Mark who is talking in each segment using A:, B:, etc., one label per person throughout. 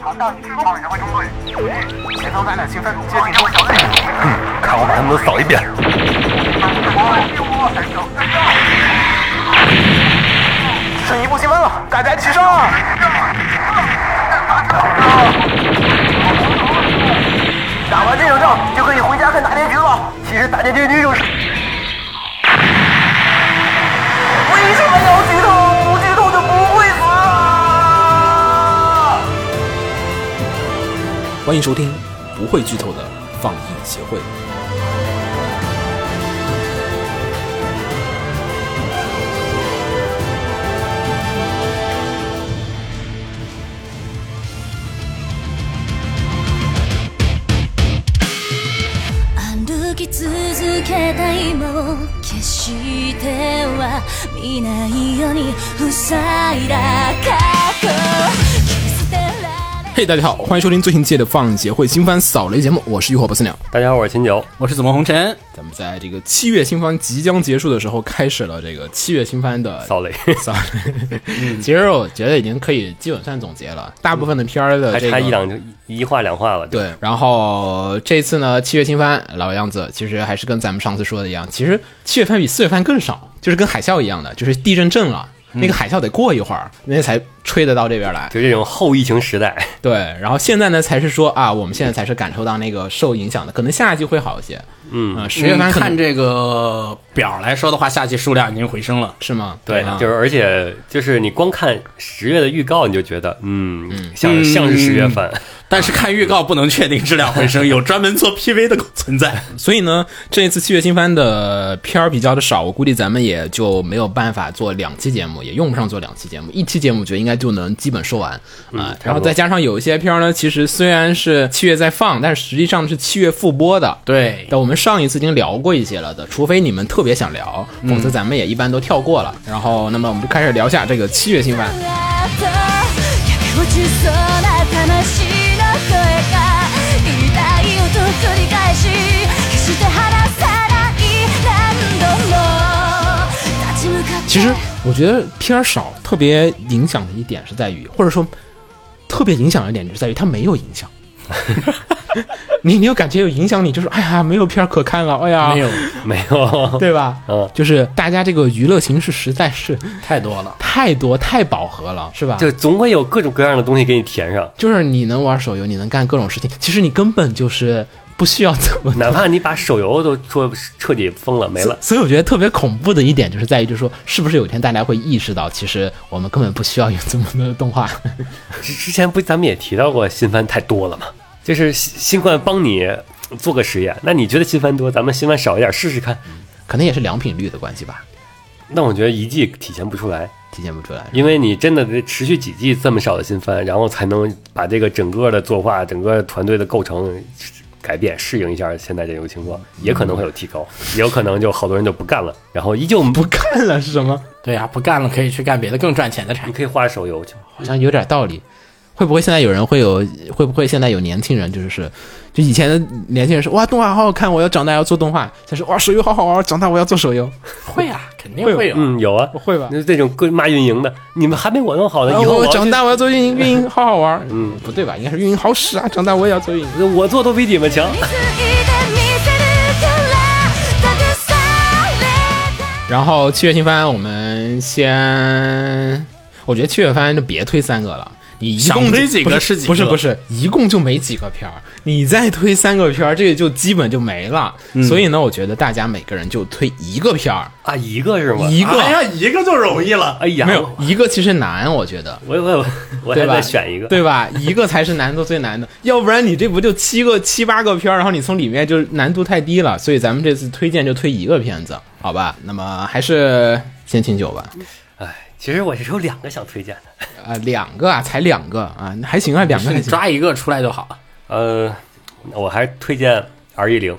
A: 强盗一听报警就会中队，嗯前方咱俩兴奋接近他们小队。嗯
B: 看我把他们都扫一遍。
A: 剩一步积分了，大家齐上！打完这场仗就可以回家看大结局了。其实大结局就是……为什么要剧透？不剧透就不会死啊！
C: 欢迎收听不会剧透的放映协会。
D: 歩き続けた今を決しては見ないように塞いだ過去決してられ
C: 嘿、大家好，欢迎收听最新期的放映协会新番扫雷节目，我是浴火不死鸟。
B: 大家好，我是秦九。
E: 我是紫梦红尘，
C: 咱们在这个七月新番即将结束的时候，开始了这个七月新番的
B: 扫雷
C: 扫雷。 其实我觉得已经可以基本算总结了，大部分的片儿的
B: 嗯 还
C: 这
B: 差
C: 个
B: 一两一话两话了，吧，
C: 对，然后这次呢，七月新番老样子，其实还是跟咱们上次说的一样，其实七月番比四月番更少，就是跟海啸一样的，就是地震震了，那
B: 嗯
C: 个海啸得过一会儿，那才吹得到这边来。
B: 就这种后疫情时 代，
C: 对，然后现在呢，才是说啊，我们现在才是感受到那个受影响的，可能下一季会好一些。嗯，十月
E: 嗯
C: 番可
E: 看
C: 能
E: 这个表来说的话，下期数量已经回升了。
C: 是吗？
B: 对，
C: 啊
B: 就是而且就是你光看十月的预告，你就觉得，嗯，像像是十月份，
E: 但是看预告不能确定质量回 升，有专门做 PV 的存在。
C: 所以呢，这一次七月新番的片儿比较的少，我估计咱们也就没有办法做两期节目，也用不上做两期节目，一期节目我觉得应该就能基本说完啊、然后再加上有一些片儿呢，其实虽然是七月在放，但是实际上是七月复播的。
E: 对
C: 但我们上一次已经聊过一些了的，除非你们特别想聊，否则咱们也一般都跳过了。然后，那么我们就开始聊一下这个七月新番。
D: た後焼け落ちそうな魂の声が痛い音繰り返し決して離さない何度も立ち向かって
C: 其实我觉得片儿少特别影响的一点是在于，或者说特别影响的一点就是在于它没有影 响。你你有感觉有影响你，就是哎呀没有片儿可看了，哎呀
E: 没有
B: 没有，
C: 对吧？
B: 嗯
C: 就是大家这个娱乐形式实在是
E: 太多了，
C: 太多太饱和了，是吧？
B: 就总会有各种各样的东西给你填上，
C: 就是你能玩手游，你能干各种事情，其实你根本就是不需要怎么
B: 哪怕你把手游都说彻底封了没了，
C: 所以我觉得特别恐怖的一点就是在于，就是说，是不是有一天大家会意识到，其实我们根本不需要有这么多的动画？
B: 之之前不咱们也提到过新番太多了嘛，就是新新冠帮你呃做个实验，那你觉得新番多，咱们新番少一点试试看。
C: 可能也是良品率的关系吧，
B: 那我觉得一季体现不出来，
C: 体现不出来。
B: 因为你真的得持续几季这么少的新番，然后才能把这个整个的作画、整个团队的构成改变，适应一下现在这种情况，也可能会有提高，也有可能就好多人就不干了，然后依旧
C: 不
B: 不，
C: 干了是什么？
E: 对呀、不干了可以去干别的更赚钱的产
B: 你
E: 业。
B: 可以画手游去。
C: 好像有点道理。会不会现在有人会有？会不会现在有年轻人就是是，就以前的年轻人说哇动画好好看，我要长大要做动画。现在说哇手游好好玩，长大我要做手游。
E: 会啊，肯定会有。
B: 嗯，有啊，
C: 会吧
B: 那这种各骂运营的，你们还没我弄好呢，
C: 啊
B: 以后
C: 我
B: 要
C: 长
B: 去
C: 大我要做运营，运营好好玩。
B: 嗯，
C: 不对吧？应该是运营好使啊，长大我也要做运营。
B: 我做都比你们强
D: 見。ついてみせるから託された
C: 然后七月新番我们先，我觉得七月番就别推三个了。你一共
E: 想推几个
C: 不
E: 是几个
C: 不是不是，一共就没几个片儿，你再推三个片儿，这个就基本就没了。所以呢，我觉得大家每个人就推一个片儿，
B: 啊，一个是吗？
C: 一个、
E: 哎呀，一个就容易了。
B: 哎呀，
C: 没有一个其实难，我觉得。
B: 我，我我我
C: 对
B: 还
C: 吧？
B: 再选一个。
C: 对吧？一个才是难度最难的，要不然你这不就七个、七八个片儿，然后你从里面就难度太低了。所以咱们这次推荐就推一个片子，好吧？那么还是先请酒吧。
B: 哎，其实我是有两个想推荐的。
C: 啊，两个啊，才两个啊，还行啊，两个
E: 是
C: 还
E: 你
C: 行。
E: 抓一个出来就好了。
B: 呃，我还是推荐 R 一零。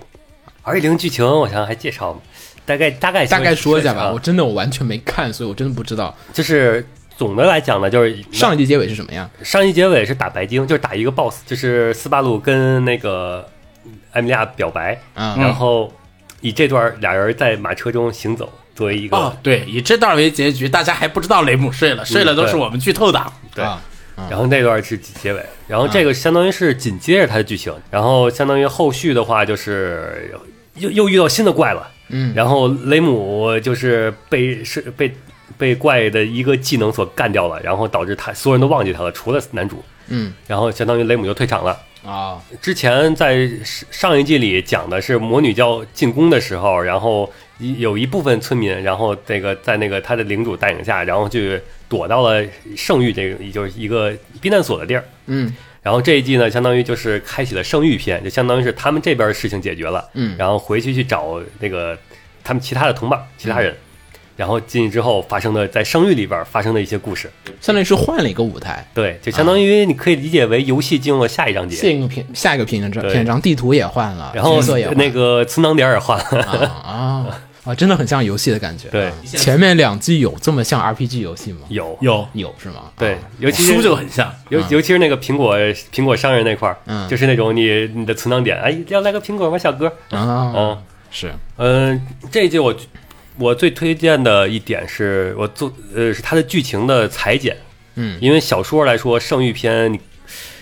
B: R 一零剧情我想还介绍吗？大概大概
C: 大概说一下
B: 啊
C: 吧，我真的我完全没看，所以我真的不知道
B: 就是总的来讲呢，就是
C: 上一季结尾是什么样。
B: 上一结尾是打白鲸，就是打一个 BOSS，就是斯巴鲁跟那个艾米利亚表白，
C: 嗯
B: 然后以这段俩人在马车中行走作为
C: 哦
B: 一个、
E: 嗯哦，对，以这段为结局，大家还不知道雷姆睡了，睡了都是我们剧透党。
B: 对
C: 啊
B: 然后那段是结尾，然后这个相当于是紧接着它的剧情，然后相当于后续的话就是又又遇到新的怪了，嗯，然后雷姆就是被是被被怪的一个技能所干掉了，然后导致他所有人都忘记他了，除了男主，
C: 嗯，
B: 然后相当于雷姆就退场了。
C: 啊，
B: 之前在上上一季里讲的是魔女教进攻的时候，然后一有一部分村民，然后那个在那个他的领主带领下，然后去躲到了圣域这个，也就是一个避难所的地儿。
C: 嗯
B: 然后这一季呢，相当于就是开启了圣域篇，就相当于是他们这边的事情解决了，
C: 嗯
B: 然后回去去找那个他们其他的同伴、其
C: 嗯
B: 他人，然后进去之后发生的在圣域里边发生的一些故事。
C: 相当于是换了一个舞台。
B: 对，就相当
C: 啊
B: 于你可以理解为游戏进入了下一章节，
C: 下一个篇下一个篇章
B: 对
C: 篇章地图也换了，
B: 然后
C: 角色也换了
B: 那个村长点儿也换了。
C: 啊啊啊，真的很像游戏的感觉。
B: 对
C: 啊前面两季有这么像 RPG 游戏吗？
B: 有，
E: 有哦
C: 有是吗？
B: 对
C: 啊，
B: 尤其
E: 书
B: 是
E: 就很嗯像，
B: 尤尤其是那个苹果苹果商人那块儿，
C: 嗯
B: 就是那种你你的存档点，哎，要来个苹果吗，小哥？
C: 啊，
B: 嗯
C: 是
B: 嗯，这一季我我最推荐的一点是我做呃是它的剧情的裁剪，
C: 嗯
B: 因为小说来说，《圣域篇》你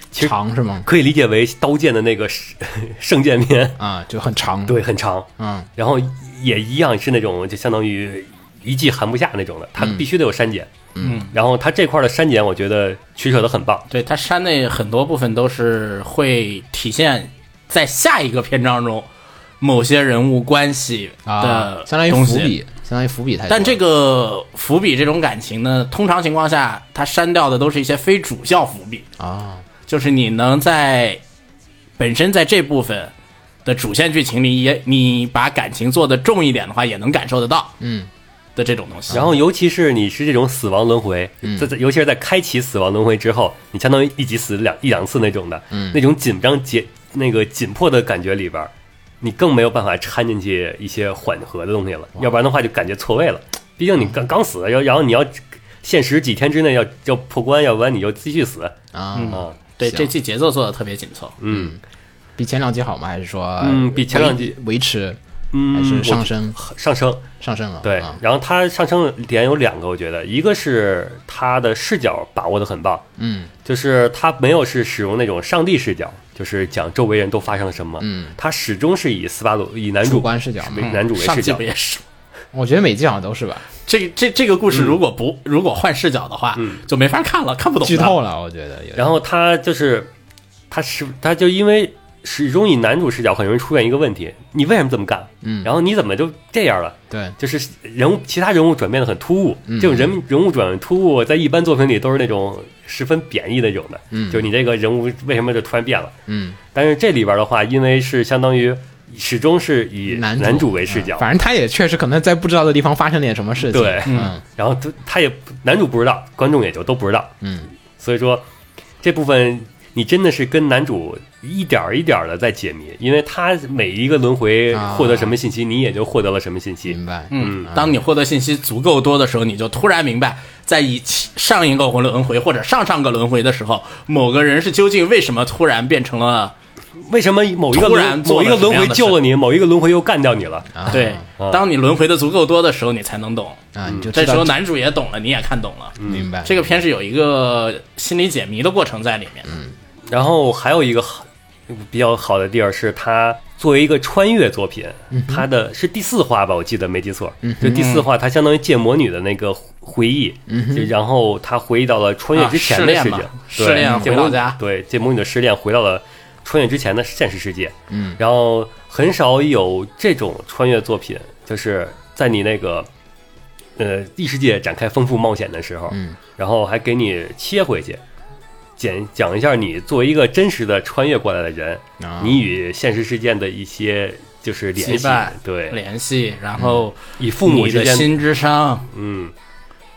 B: 其实
C: 长是吗？
B: 可以理解为刀剑的那个 圣圣剑篇，
C: 啊，就很长。，
B: 对，很长，
C: 嗯
B: 然后也一样是那种就相当于一季含不下那种的，它必须得有删减。
E: 嗯，
B: 然后它这块的删减，我觉得取舍的很棒。
E: 对它删那很多部分都是会体现在下一个篇章中某些人物关系
C: 啊
E: 的，
C: 相当于
E: 东
C: 伏
E: 西。
C: 笔，相当于伏笔太多了。
E: 但这个伏笔这种感情呢，通常情况下，它删掉的都是一些非主效伏笔，
C: 啊，
E: 就是你能在本身在这部分的主线剧情里也，你把感情做的重一点的话，也能感受得到，
C: 嗯，
E: 的这种东西。
B: 然后，尤其是你是这种死亡轮回，在、在尤其是在开启死亡轮回之后，你相当于一集死两一两次那种的，那种紧张结那个紧迫的感觉里边儿，你更没有办法掺进去一些缓和的东西了，要不然的话就感觉错位了。毕竟你刚刚死，然后然后你要限时几天之内要要破关，要不然你就继续死
C: 啊，
B: 啊。
E: 对
C: 行
E: 这季节奏做的特别紧凑，
B: 嗯
C: 比前两季好吗？还是说
B: 嗯比前两季
C: 维维持
B: 嗯，
C: 还是上
B: 我
C: 升
B: 上升，
C: 上升了？
B: 对
C: 啊，
B: 然后它上升点有两个，我觉得，一个是它的视角把握的很棒，
C: 嗯
B: 就是它没有是使用那种上帝视角，就是讲周围人都发生了什么，
C: 嗯，
B: 它始终是以斯巴鲁以男主
C: 主观视角
B: 为
C: 嗯
B: 男主为
E: 上
B: 视
E: 季
B: 角
E: 不，也是吗？
C: 我觉得每季好像都是吧，
E: 这这这个故
B: 嗯
E: 事如果不、如果换视角的话，就没法看了，看不懂的。
C: 剧透了，我觉得有点。
B: 然后它就是它是它就因为始终以男主视角，很容易出现一个问题，你为什么这么干？
C: 嗯
B: 然后你怎么就这样了？
C: 对，
B: 就是人物其他人物转变的很突兀，
C: 嗯
B: 这种人人物转变突兀，在一般作品里都是那种十分贬义那种的，
C: 嗯
B: 就是你这个人物为什么就突然变了？
C: 嗯，
B: 但是这里边的话，因为是相当于始终是以
C: 男
B: 男主为视
C: 嗯
B: 角，
C: 反正他也确实可能在不知道的地方发生点什么事情。
B: 对
C: 嗯
B: 然后他他也男主不知道，观众也就都不知道，
C: 嗯
B: 所以说这部分你真的是跟男主一点儿一点的在解谜，因为他每一个轮回
C: 啊
B: 获得什么信息，你也就获得了什么信息
C: 明。白。
E: 嗯，当你获得信息足够多的时候，你就突然明白，在以其上一个轮回或者上上个轮回的时候，某个人是究竟为什么突然变成了
B: 为什么某一个
E: 突然
B: 轮某
E: 做了
B: 一个
E: 什么
B: 轮
E: 样的
B: 回救了你，某一个轮回又干掉你了？
C: 啊
E: 对。当你轮回的足够多的时候，你才能懂。
C: 啊，
B: 嗯
C: 你就
E: 这
C: 知
E: 时
C: 道嗯
E: 候男主也懂了，你也看懂了。
C: 明白
E: 这个片是有一个心理解谜的过程在里面。
B: 然后还有一个好比较好的地儿是，它作为一个穿越作品，它的是第四话吧，我记得没记错，就第四话，它相当于借魔女的那个回忆，就然后她回忆到了穿越之前的事情
E: 啊失恋嘛，
B: 对
E: 失恋
B: 借
E: 回到
B: 魔女
E: 家
B: 对，借魔女的失恋回到了穿越之前的现实世界，嗯，然后很少有这种穿越作品，就是在你那个。呃，异世界展开丰富冒险的时候，
C: 嗯，
B: 然后还给你切回去，简讲一下
E: 嗯
B: 你作为一个真实的穿越过来的人，
C: 啊
B: 你与现实事件的一些就是联
E: 羁
B: 系
E: 绊，
B: 对，
E: 联系，然后
B: 以父母
E: 你
B: 之
E: 的
B: 间，
E: 心之伤，
B: 嗯，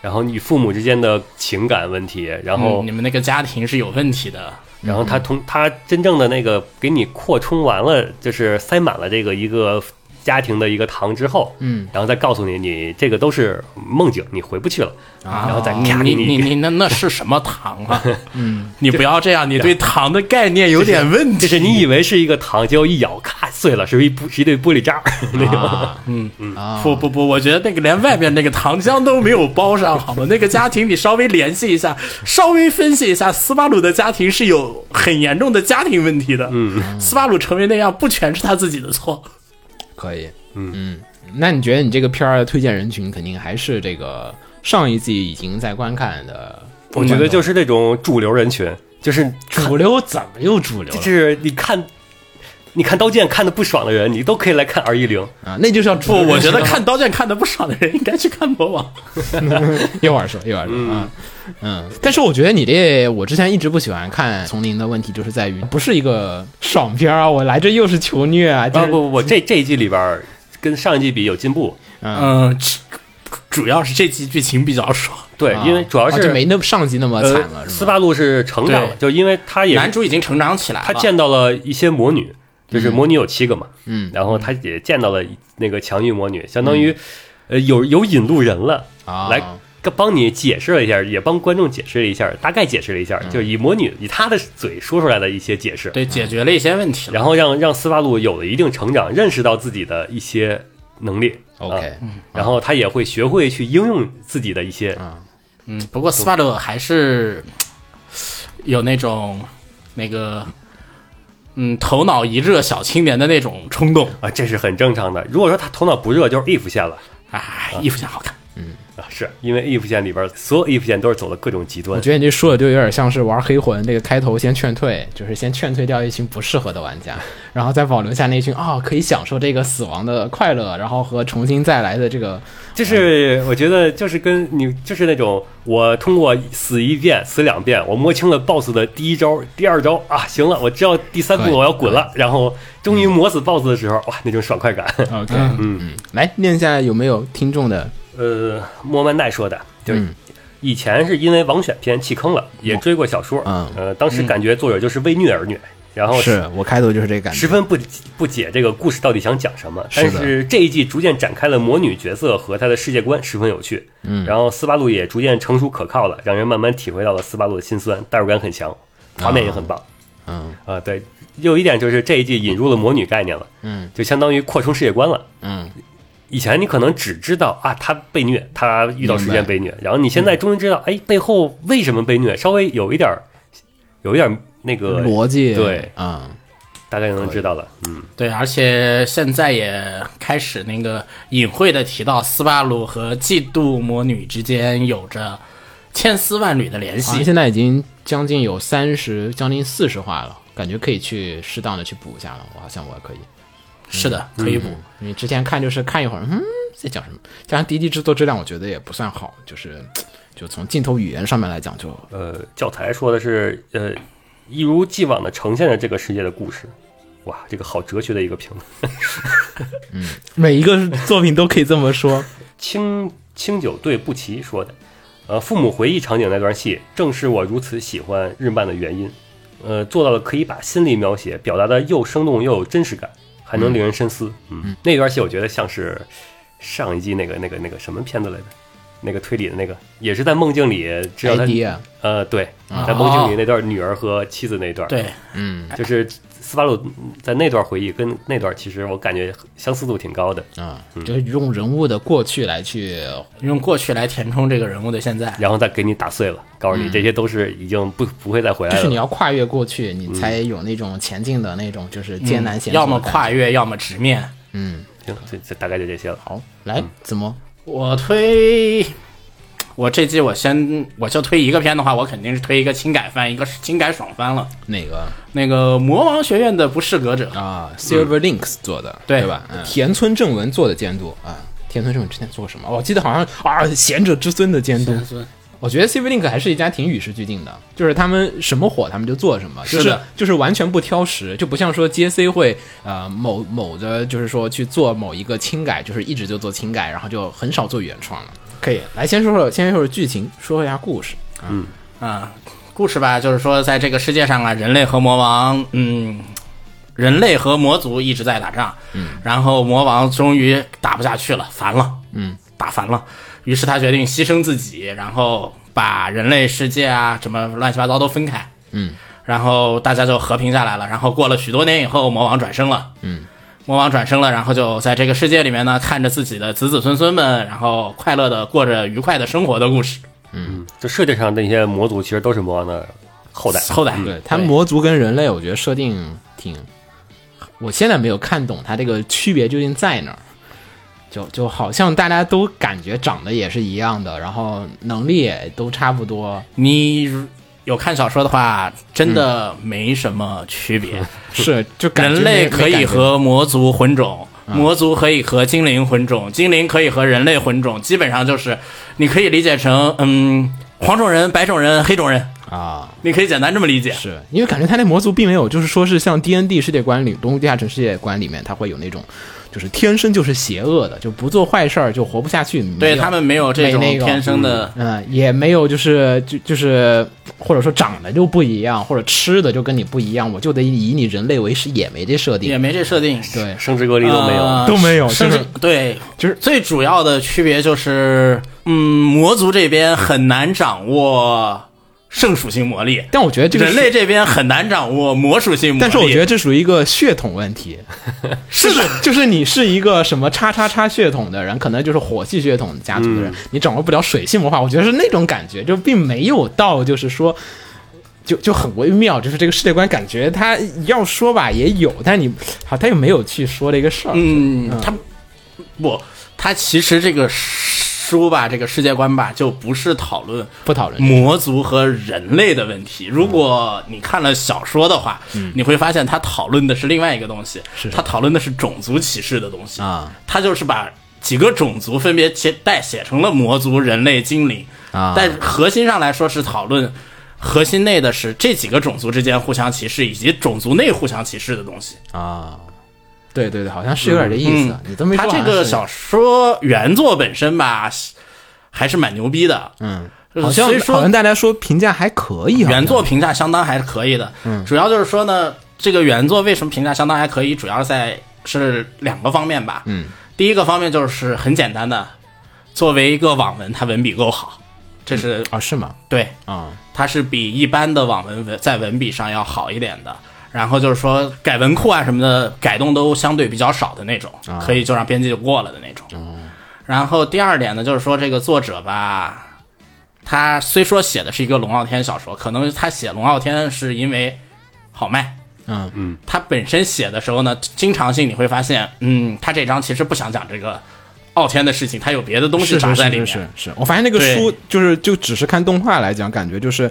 B: 然后你与父母之间的情感问题，然后
E: 嗯你们嗯那个家庭是有问题的。
B: 然后他通他真正的那个给你扩充完了，就是塞满了这个一个家庭的一个堂之后，
C: 嗯，
B: 然后再告诉你，你这个都是梦境，你回不去了，然后再
E: 你
B: 啪给
E: 啊你你
B: 一个
E: 你那那是什么糖啊？嗯，你不要这样，你对糖的概念有点问
B: 就
E: 题。
B: 是你以为是一个糖，结果一咬，咔，碎了，是一玻是一对玻璃渣儿 那个。
C: 啊，
E: 嗯嗯不不不，我觉得那个连外面那个糖浆都没有包上，好吗？那个家庭你稍微联系一下，稍微分析一下，斯巴鲁的家庭是有很严重的家庭问题的。嗯，斯巴鲁成为那样不全是他自己的错。
C: 可以，嗯那你觉得你这个片儿的推荐人群肯定还是这个上一季已经在观看的
B: 我觉得就是那种主流人群，就是
C: 主流，怎么又主流
B: 就
C: 了
B: 是你看，你看刀剑看的不爽的人，你都可以来看 R 一零。
C: 啊？那就叫主
E: 不，
C: 流人
E: 我
C: 群
E: 觉
C: 了。
E: 得看《刀剑》看的不少的人应该去看《魔王》。
C: 一会儿说，一会儿说啊，嗯。但是我觉得你这，我之前一直不喜欢看丛林的问题，就是在于不是一个爽片儿啊，我来这又是求虐啊，就
B: 啊
C: 是
B: 不不不，这这一季里边儿跟上一季比有进步，
E: 嗯，这主要是这集剧情比较爽，
B: 对，
C: 啊
B: 因为主要
C: 啊
B: 是
C: 就没那么上集那么惨了，
B: 呃，
C: 是
B: 斯
C: 吧？
B: 巴路是成长了，就
E: 对
B: 因为他也
E: 男主已经成长起来了。
B: 他见到了一些魔女，就是魔女有七个嘛，
C: 嗯
B: 然后他也见到了那个强欲魔女，相当于呃有有引路人了，
C: 啊，
B: 来帮你解释了一下，也帮观众解释了一下，大概解释了一下，就以魔女以他的嘴说出来的一些解释，
E: 对解决了一些问题了。
B: 然后让让斯巴鲁有了一定成长，认识到自己的一些能力。
C: OK
B: 啊然后他也会学会去应用自己的一些
C: 啊，
E: 嗯，不过斯巴鲁还是有那种那个嗯头脑一热小青年的那种冲动
B: 啊，这是很正常的。如果说他头脑不热，就是 if 线了。
E: 啊，衣服想好看。
B: 啊，是因为 if 线里边所有 if 线都是走了各种极端
C: 我，觉得你这说的就有点像是玩黑魂这个开头先劝退，就是先劝退掉一群不适合的玩家， 然后再保留下那群啊、可以享受这个死亡的快乐，然后和重新再来的这个
B: 就是我觉得就是跟你就是那种我通过死一遍死两遍，我摸清了 BOSS 的第一招、第二招啊，行了，我知道第三
C: 对
B: 步我要滚了，然后终于磨死 BOSS 的时候，哇，那种爽快感。
C: OK，嗯嗯，来念一下有没有听众的
B: 呃，莫曼奈说的，就是
C: 嗯
B: 以前是因为网选片弃坑了，也追过小说，
C: 嗯
B: 呃，当时感觉作者就是为虐而虐，然后
C: 是我开头就是这个感觉，
B: 十分不不解这个故事到底想讲什么，
C: 是
B: 但
C: 的
B: 是这一季逐渐展开了魔女角色和她的世界观，十分有趣。嗯，然后斯巴鲁也逐渐成熟可靠了，让人慢慢体会到了斯巴鲁的辛酸，代入感很
C: 啊
B: 强，画面也很棒。
C: 嗯
B: 啊、对，有一点就是这一季引入了魔女概念了，
C: 嗯，
B: 就相当于扩充世界观了。
C: 嗯
B: 以前你可能只知道啊，她被虐，她遇到事
C: 明
B: 件
C: 白
B: 被虐，然后你现在终于知道，哎，背后为什么被虐，稍微有一点儿，有一点儿那个
C: 逻辑
B: 对，
C: 啊、
B: 大概能知道了。嗯，
E: 对，而且现在也开始那个隐晦的提到斯巴鲁和嫉妒魔女之间有着千丝万缕的联
C: 好像
E: 系。
C: 啊现在已经将近有三十，将近四十话了，感觉可以去适当的去补一下了。我好像我可以，
E: 是的，
C: 嗯
E: 可以补。
C: 因为之前看就是看一会儿，嗯，在讲什么？加上第一季制作质量，我觉得也不算好，就是就从镜头语言上面来讲就，
B: 呃，教材说的是，呃，一如既往的呈现了这个世界的故事。哇，这个好哲学的一个评论。
C: 每一个作品都可以这么说。
B: 清清酒对不齐说的，呃，父母回忆场景那段戏，正是我如此喜欢日漫的原因。呃，做到了可以把心理描写表达的又生动又有真实感，还能令人深思。嗯，那段戏我觉得像是上一季那个那个那个什么片子来着？那个推理的那个，也是在梦境里知道他
C: idea
B: 呃，对，在梦境里那段女儿和妻子那段，
E: 对，
C: 嗯
B: 就是斯巴鲁在那段回忆跟那段，其实我感觉相似度挺高的。
E: 嗯
C: 啊、就是用人物的过去来去
E: 用过去来填充这个人物的现在。
B: 然后再给你打碎了，告诉你这些都是已经不不会再回
C: 嗯
B: 来
C: 就是你
B: 了。
C: 要跨越过去，你才有那种前进的那种，就是艰难险、
E: 嗯要么，跨越，要么直面。
C: 嗯，
B: 行，这这大概就这些了。
C: 好，
E: 嗯
C: 来，怎么？
E: 我推，我这季我先我就推一个片的话，我肯定是推一个轻改番，一个轻改爽番了。
C: 哪个
E: 那个《魔王学院的不适格者》
C: 啊？Silver Links 做的，
E: 对
C: 吧？嗯田村正文做的监督啊，田村正文之前做过什么？我记得好像啊，《贤者之孙》的监督。我觉得 Silver Link 还是一家挺与时俱进的，就是他们什么火他们就做什么，就是
E: 的
C: 就是完全不挑食，就不像说 JC 会呃某某的，就是说去做某一个轻改，就是一直就做轻改，然后就很少做原创了。可以来先说说先说说剧情，说一下故事。
E: 啊、故事吧，就是说在这个世界上啊，人类和魔王，嗯，人类和魔族一直在打仗，嗯，然后魔王终于打不下去了，烦了，嗯，打烦了，于是他决定牺牲自己，然后把人类世界啊什么乱七八糟都分开，嗯，然后大家就和平下来了，然后过了许多年以后，魔王转生了，嗯，魔王转生了，然后就在这个世界里面呢，看着自己的子子孙孙们，然后快乐的过着愉快的生活的故事。
B: 就设定上那些魔族其实都是魔王的后代，
E: 后代，
C: 对他魔族跟人类，我觉得设定挺，我现在没有看懂它这个区别究竟在哪儿。就就好像大家都感觉长得也是一样的，然后能力也都差不多，
E: 你有看小说的话，真的没什么区
C: 嗯
E: 别。
C: 是就感觉
E: 人
C: 没
E: 类可
C: 没
E: 以。
C: 感觉
E: 和魔族混种，
C: 嗯
E: 魔族可以和精灵混种，精灵可以和人类混种，基本上就是你可以理解成嗯，黄种人、白种人、黑种人，
C: 啊，
E: 你可以简单这么理解。
C: 是因为感觉他那魔族并没有，就是说是像 D N D 世界观里《东部地下城世界观》里面，他会有那种，就是天生就是邪恶的，就不做坏事儿就活不下去。没
E: 对
C: 有
E: 他们没有这种
C: 没那个
E: 天生的，
C: 嗯，也没有就是就就是或者说长得就不一样，或者吃的就跟你不一样，我就得以你人类为食，也没这设
E: 也
C: 定。
E: 没这设定，
C: 对，
B: 生殖隔离都没有。
E: 呃
C: 都没有
E: 甚至
C: 就是
E: 对，
C: 就是
E: 最主要的区别就是，嗯，魔族这边很难掌握圣属性魔力，
C: 但我觉得这个
E: 人类，这边很难掌握魔属性魔力。
C: 但是我觉得这属于一个血统问题。 是的，就是你是一个什么叉叉叉血统的人，可能就是火系血统家族的
E: 嗯
C: 人，你掌握不了水系魔法，我觉得是那种感觉，就并没有到就是说。就就很微妙，就是这个世界观感觉他要说吧也有，但是你好他又没有去说这个事儿，
E: 嗯，他不，他其实这个书吧，这个世界观吧，就不是讨论
C: 不讨论这个
E: 魔族和人类的问题。如果你看了小说的话，你会发现他讨论的是另外一个东西，
C: 嗯是
E: 他讨论的是种族歧视的东西
C: 啊。
E: 他就是把几个种族分别写代写成了魔族、人类、精灵
C: 啊
E: 但核心上来说是讨论。核心内的是这几个种族之间互相歧视，以及种族内互相歧视的东西。
C: 啊，对对对，好像是有点这意思。你都没说啊
E: 嗯他
C: 好像
E: 这
C: 是，
E: 个小说原作本身吧，还是蛮牛逼的。
C: 嗯，
E: 就是
C: 好像
E: 虽
C: 好像
E: 说
C: 大家说评价还可以，好像
E: 原作评价相当还是可以的，主要就是说呢，这个原作为什么评价相当还可以，主要在是两个方面吧。
C: 嗯，
E: 第一个方面就是很简单的，作为一个网文，它文笔够好，这是
C: 啊是吗？
E: 对，
C: 啊
E: 它是比一般的网文文在文笔上要好一点的。然后就是说改文库啊什么的改动都相对比较少的那种，
C: 啊
E: 可以就让编辑就过了的那种。
C: 哦
E: 然后第二点呢，就是说这个作者吧，他虽说写的是一个龙傲天小说，可能他写龙傲天是因为好卖。
C: 嗯
E: 嗯，他本身写的时候呢，经常性你会发现，嗯，他这章其实不想讲这个傲天的事情，他有别的东西
C: 是
E: 长
C: 是
E: 在
C: 是
E: 里面。
C: 是是是，我发现那个
E: 对
C: 书就是就只是看动画来讲，感觉就是。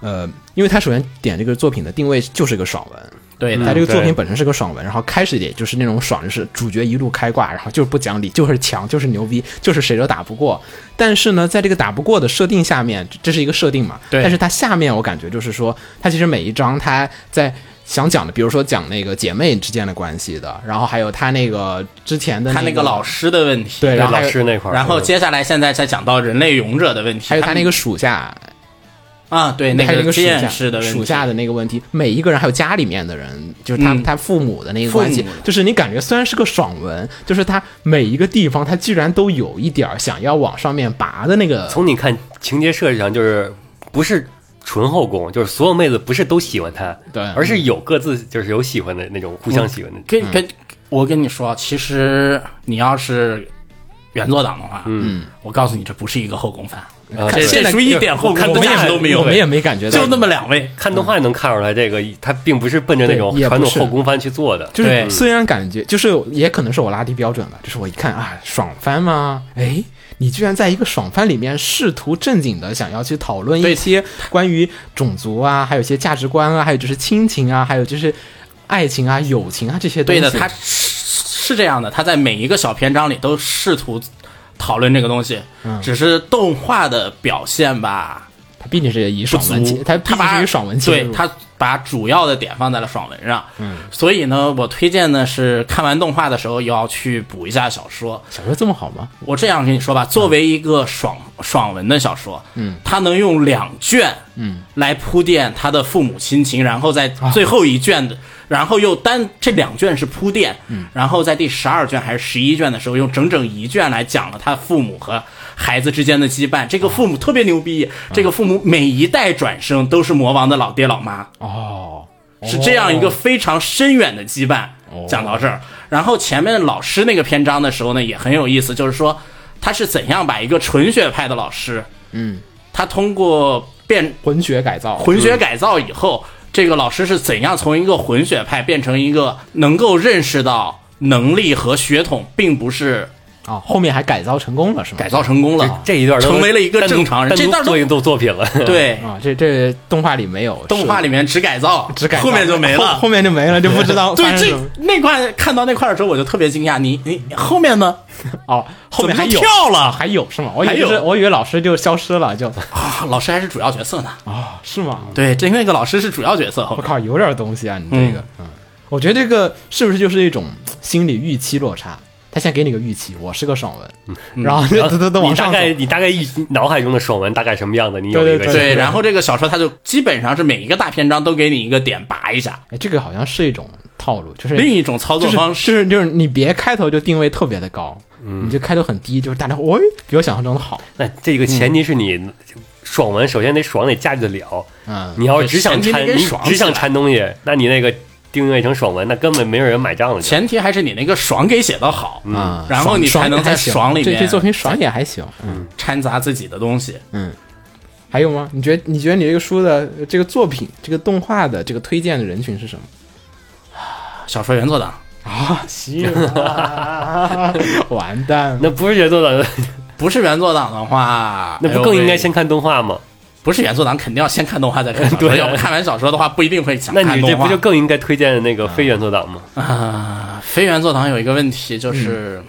C: 呃，因为他首先点这个作品的定位就是个爽文，
E: 嗯对的，
C: 他这个作
B: 对
C: 品本身是个爽文，然后开始也就是那种爽，就是主角一路开挂，然后就是不讲理，就是强，就是牛逼，就是谁都打不过。但是呢，在这个打不过的设定下面，这这是一个设定嘛？
E: 对
C: 但是它下面我感觉就是说，它其实每一章它在想讲的，比如说讲那个姐妹之间的关系的，然后还有他那个之前的、
E: 他那
C: 那
E: 个老师的问题，
C: 对，然后
B: 老
C: 还有
B: 师那块儿，
E: 然后
B: 嗯
E: 接下来现在再讲到人类勇者的问题，
C: 还有他
E: 们
C: 那个属下，
E: 啊，对那
C: 还有那
E: 个
C: 个属
E: 剑
C: 下
E: 士的问题，
C: 属下的那个问题，每一个人还有家里面的人，就是他、
E: 嗯
C: 他父母的那个关系
E: 父母的，
C: 就是你感觉虽然是个爽文，就是他每一个地方他居然都有一点儿想要往上面拔的那个，
B: 从你看情节设计上，就是不是纯后宫，就是所有妹子不是都喜欢他，
C: 对嗯
B: 而是有各自就是有喜欢的那种互相喜欢的。
E: 跟跟我跟你说，其实你要是原作党的话，嗯，我告诉你，这不是一个后宫番，
B: 呃
E: 这
C: 现在
E: 这书一点后宫
B: 看
E: 我
B: 动
E: 们也
B: 画
E: 都没有，哎
C: 我们也没感觉到，
E: 就那么两位，
B: 看动画能看出来，这个他并不是奔着那种
C: 对也不
B: 传统
C: 是
B: 后宫番去做的。
C: 就是
E: 对
C: 虽然感觉就是也可能是我拉低标准吧，就是我一看啊，爽番吗？哎，你居然在一个爽番里面试图正经的想要去讨论一
E: 对
C: 些关于种族啊，还有一些价值观啊，还有就是亲情啊，还有就是爱情啊、友情啊这些东
E: 对
C: 西。
E: 的，他是是这样的，他在每一个小篇章里都试图讨论这个东西，只是动画的表现吧，
C: 他毕竟是以
E: 不
C: 爽文
E: 足
C: 切，，他毕竟
E: 把
C: 是以爽文切
E: 对
C: 入，
E: 他把主要的点放在了爽文上。嗯，所以呢，我推荐呢是看完动画的时候要去补一下小说。
C: 小说这么好吗？
E: 我这样跟你说吧，作为一个爽、爽文的小说，嗯，它能用两卷，嗯，啊来铺垫他的父母亲情，然后在最后一卷的，然后又单这两卷是铺垫，嗯，然后在第十二卷还是十一卷的时候，用整整一卷来讲了他父母和孩子之间的羁绊。这个父母特别牛逼，这个父母每一代转生都是魔王的老爹老妈，
C: 哦，
E: 是这样一个非常深远的羁绊。讲到这儿。然后前面老师那个篇章的时候呢，也很有意思，就是说他是怎样把一个纯学派的老师，
C: 嗯，
E: 他通过变
C: 混血改造，
E: 混血改造以后，这个老师是怎样从一个混血派变成一个能够认识到能力和血统并不是
C: 啊、后面还改造成功了是吗？
E: 改造成功了，
B: 这一段都
E: 成为了一个正常人，
B: 单独
E: 这
B: 单
E: 段
B: 独
E: 都
B: 做一做作品 了。
E: 对。
C: 啊，这这动画里没有，
E: 动画
C: 里
E: 里面只改造，
C: 只改造
E: 后面就没了
C: 后，后面就没了，就不知道发
E: 对，
C: 生什么
E: 这那块看到那块的时候，我就特别惊讶，你你后面呢？
C: 哦，后面
E: 怎
C: 还
E: 么
C: 有
E: 就跳了
C: 还有是吗？我以
E: 还
C: 为
E: 有
C: 是我以为老师就消失 了，就
E: 啊，老师还是主要角色呢。
C: 啊是吗？
E: 对，这那个老师是主要角色，
C: 我
E: 后面
C: 靠，有点东西啊，你这个，嗯，我觉得这个是不是就是一种心理预期落差？他先给你个预期，我是个爽文，嗯然后就 都都都
B: 你
C: 往
B: 大
C: 上
B: 概
C: 走，
B: 你大概一脑海中的爽文大概什么样子？你有一个
C: 对
E: 对，然后这个小说它就基本上是每一个大篇章都给你一个点拔一下，
C: 哎，这个好像是一种套路，就是
E: 另一种操
C: 就
E: 作
C: 是
E: 方式。
C: 就是就是你别开头就定位特别的高，你就开头很低，就是大家我比我想象中的好，
B: 那这个前提是你爽文，首先得爽得驾驭得了。
C: 嗯，
B: 你要是只想
E: 前
B: 馋，
E: 提得
B: 你
E: 爽起来
B: 只想馋东西，那你那个定位成爽文，那根本没有人买账了。
E: 前提还是你那个爽给写得好，
C: 啊，
E: 然后你
C: 爽
E: 才能在
C: 爽
E: 爽里
C: 也还行
E: 面
C: 这这作品爽也还行，嗯，
E: 掺杂自己的东西。
C: 还有吗？你觉得你觉得你这个书的这个作品这个动画的这个推荐的人群是什么？
E: 小说原作党
C: 啊，行， 完蛋了！
B: 那不是原作党，
E: 不是原作党的话，
B: 那
E: 哎
B: 不
E: 呦
B: 更应该
E: 喂
B: 先看动画吗？
E: 不是原作党，肯定要先看动画再看 小说。
B: 对
E: 要不看完小说的话，不一定会想
B: 那
E: 看
B: 你这
E: 动画
B: 不就更应该推荐那个非原作党吗？
E: 啊，非原作党有一个问题就是，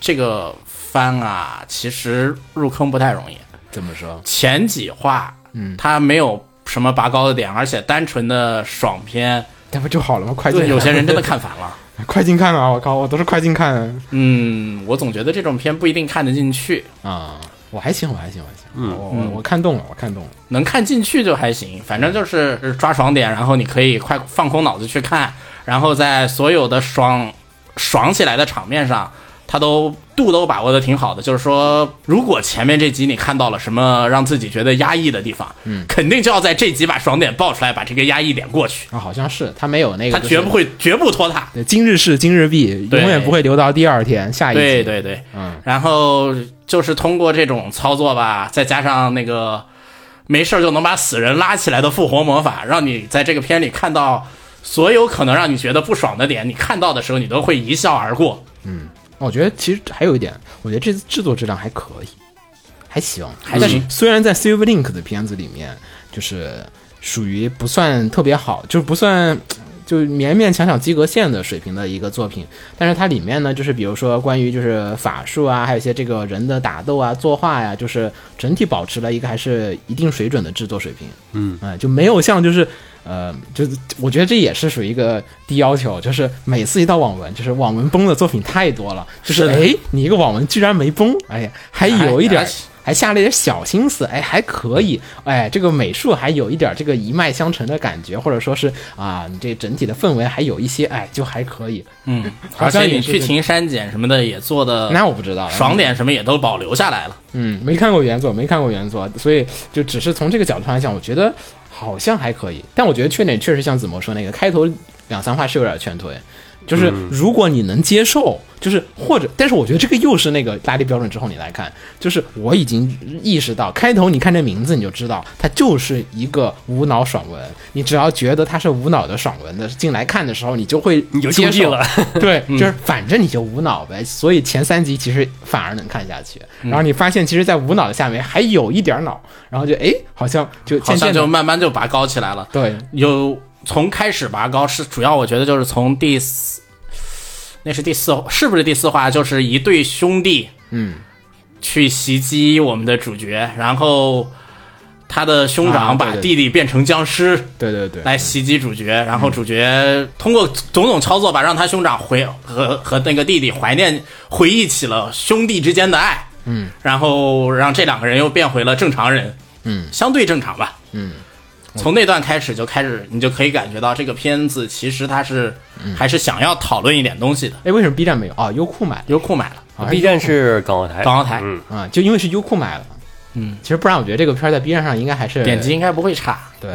E: 这个番啊，其实入坑不太容易。
C: 怎么说？
E: 前几话，嗯，它没有什么拔高的点，而且单纯的爽片，
C: 那不就好了吗？快进
E: 对有啊些人真的看烦了。
C: 快进看啊！我靠，我都是快进看
E: 嗯，我总觉得这种片不一定看得进去，
C: 啊！我还行，我还行，我还行。嗯，我我我看懂了，我看懂了。
E: 能看进去就还行。反正就是抓爽点，然后你可以快放空脑子去看，然后在所有的爽爽起来的场面上。他都度都把握的挺好的，就是说，如果前面这集你看到了什么让自己觉得压抑的地方，嗯，肯定就要在这集把爽点爆出来，把这个压抑点过去。
C: 啊，好像是他没有那个，
E: 他绝不。会，绝不拖沓。
C: 对，今日事今日毕，
E: 对
C: 永远不会留到第二天下一集。
E: 对，对对，
C: 嗯，
E: 然后就是通过这种操作吧，再加上那个没事儿就能把死人拉起来的复活魔法，让你在这个片里看到所有可能让你觉得不爽的点，你看到的时候你都会一笑而过，
C: 哦我觉得其实还有一点，我觉得这次制作质量还可以，还行，
E: 还
C: 但
E: 行
C: 是虽然在 Silver Link 的片子里面，就是属于不算特别好，就是不算。就是勉勉强强及格线的水平的一个作品，但是它里面呢，就是比如说关于就是法术啊，还有一些这个人的打斗啊、作画呀、就是整体保持了一个还是一定水准的制作水平。嗯，哎、就没有像就是呃，就是我觉得这也是属于一个低要求，就是每次一到网文，就是网文崩的作品太多了，就是
E: 是的
C: 哎，你一个网文居然没崩，哎呀，还有一点
E: 还。
C: 还下了一点小心思，哎，还可以，哎，这个美术还有一点这个一脉相承的感觉，或者说是啊，你这整体的氛围还有一些，哎，就还可以。
E: 嗯，
C: 好
E: 而且
C: 像
E: 你
C: 也是
E: 剧情删减什么的也做
C: 那
B: 嗯
E: 的
C: 我不知道，
E: 爽点什么也都保留下来了。
C: 嗯，没看过原作，没看过原作，所以就只是从这个角度上来讲，我觉得好像还可以。但我觉得缺点确实像子墨说那个，开头两三话是有点劝退，就是
B: 嗯
C: 如果你能接受，就是或者，但是我觉得这个又是那个拉低标准之后你来看，就是我已经意识到，开头你看这名字你就知道，它就是一个无脑爽文。你只要觉得它是无脑的爽文的，进来看的时候你就会
B: 你就
C: 接
B: 出
C: 受
B: 戏了。
C: 对，就是反正你就无脑呗，所以前三集其实反而能看下去。然后你发现，其实，在无脑的下面还有一点脑，然后就哎，好像就
E: 好
C: 渐
E: 像
C: 渐
E: 就
C: 的
E: 慢慢就拔高起来了。
C: 对
E: 有从开始拔高是主要，我觉得就是从第四，那是第四，是不是第四话？就是一对兄弟，嗯，去袭击我们的主角，然后他的兄
C: 啊
E: 长
C: 对
E: 把
C: 对
E: 弟弟变成僵尸。
C: 对对对，
E: 来袭击主角，然后主角通过种种操作吧，让他兄长回和和那个弟弟怀念回忆起了兄弟之间的爱，嗯，然后让这两个人又变回了正常人，
C: 嗯，
E: 相对正常吧，嗯，从那段开始就开始，你就可以感觉到这个片子其实它是、还是想要讨论一点东西的。
C: 哎，为什么 B 站没有啊？优酷买了
E: 优酷买了，
C: 啊
B: B 站是港澳台，
E: 港澳台
B: 嗯，
C: 啊，就因为是优酷买了，嗯，其实不然，我觉得这个片儿在 B 站上应该还是
E: 点击应该不会差。
C: 对。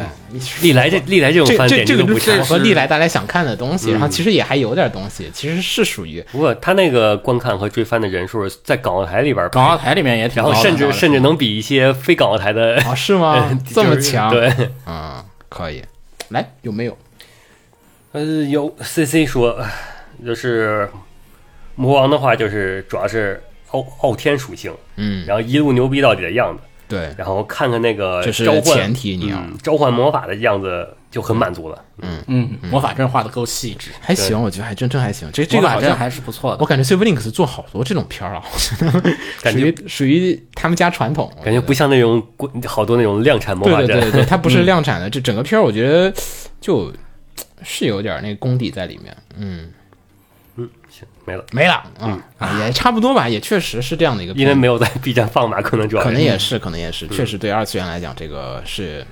B: 历来这历来这种
C: 这
B: 番
C: 这
B: 点
C: 这
B: 击
C: 个
B: 都
C: 就
B: 不差嗯
C: 是。和历来大家想看的东西，然后其实也还有点东西，其实是属于
B: 不过他那个观看和追番的人数在港澳台里边儿，
E: 港澳台里面也挺
B: 然
E: 高
B: 后
E: 的，
B: 甚至
E: 当时
B: 甚至能比一些非港澳台的？
C: 啊，是吗这么
B: 就是
C: 强，
B: 对，
C: 嗯，可以，来有没有？
B: 呃，有 C C 说，就是魔王的话，就是主要是傲傲天属性，
C: 嗯，
B: 然后一路牛逼到底的样子，
C: 对，
B: 然后看看那个
C: 这是
B: 召唤
C: 前提你要
B: 嗯召唤魔法的样子就很满足了。嗯，
E: 嗯，魔法阵画的够细致，
C: 还行，我觉得还真真还行，这这
E: 魔
C: 个
E: 法
C: 好
E: 阵
C: 像
E: 还是不错
C: 我
E: 的。
C: 感觉 s u b l i n k s 做好多这种片儿啊， 嗯
B: 感
C: 属
B: 觉
C: 于属于他们家传统，我
B: 感觉
C: 得
B: 不像那种国好多那种量产魔
C: 对
B: 法
C: 对对对
B: 阵，
C: 对，它不是量产的，这整个片儿我觉得就是有点那个功底在里面，嗯，
B: 没了，
C: 没了啊啊，也差不多吧，也确实是这样的一个片
B: 因
C: 子，
B: 为没嗯有在 B 站放吧，可能主要
C: 可能也是，可能也是，确实对二次元来讲，这个是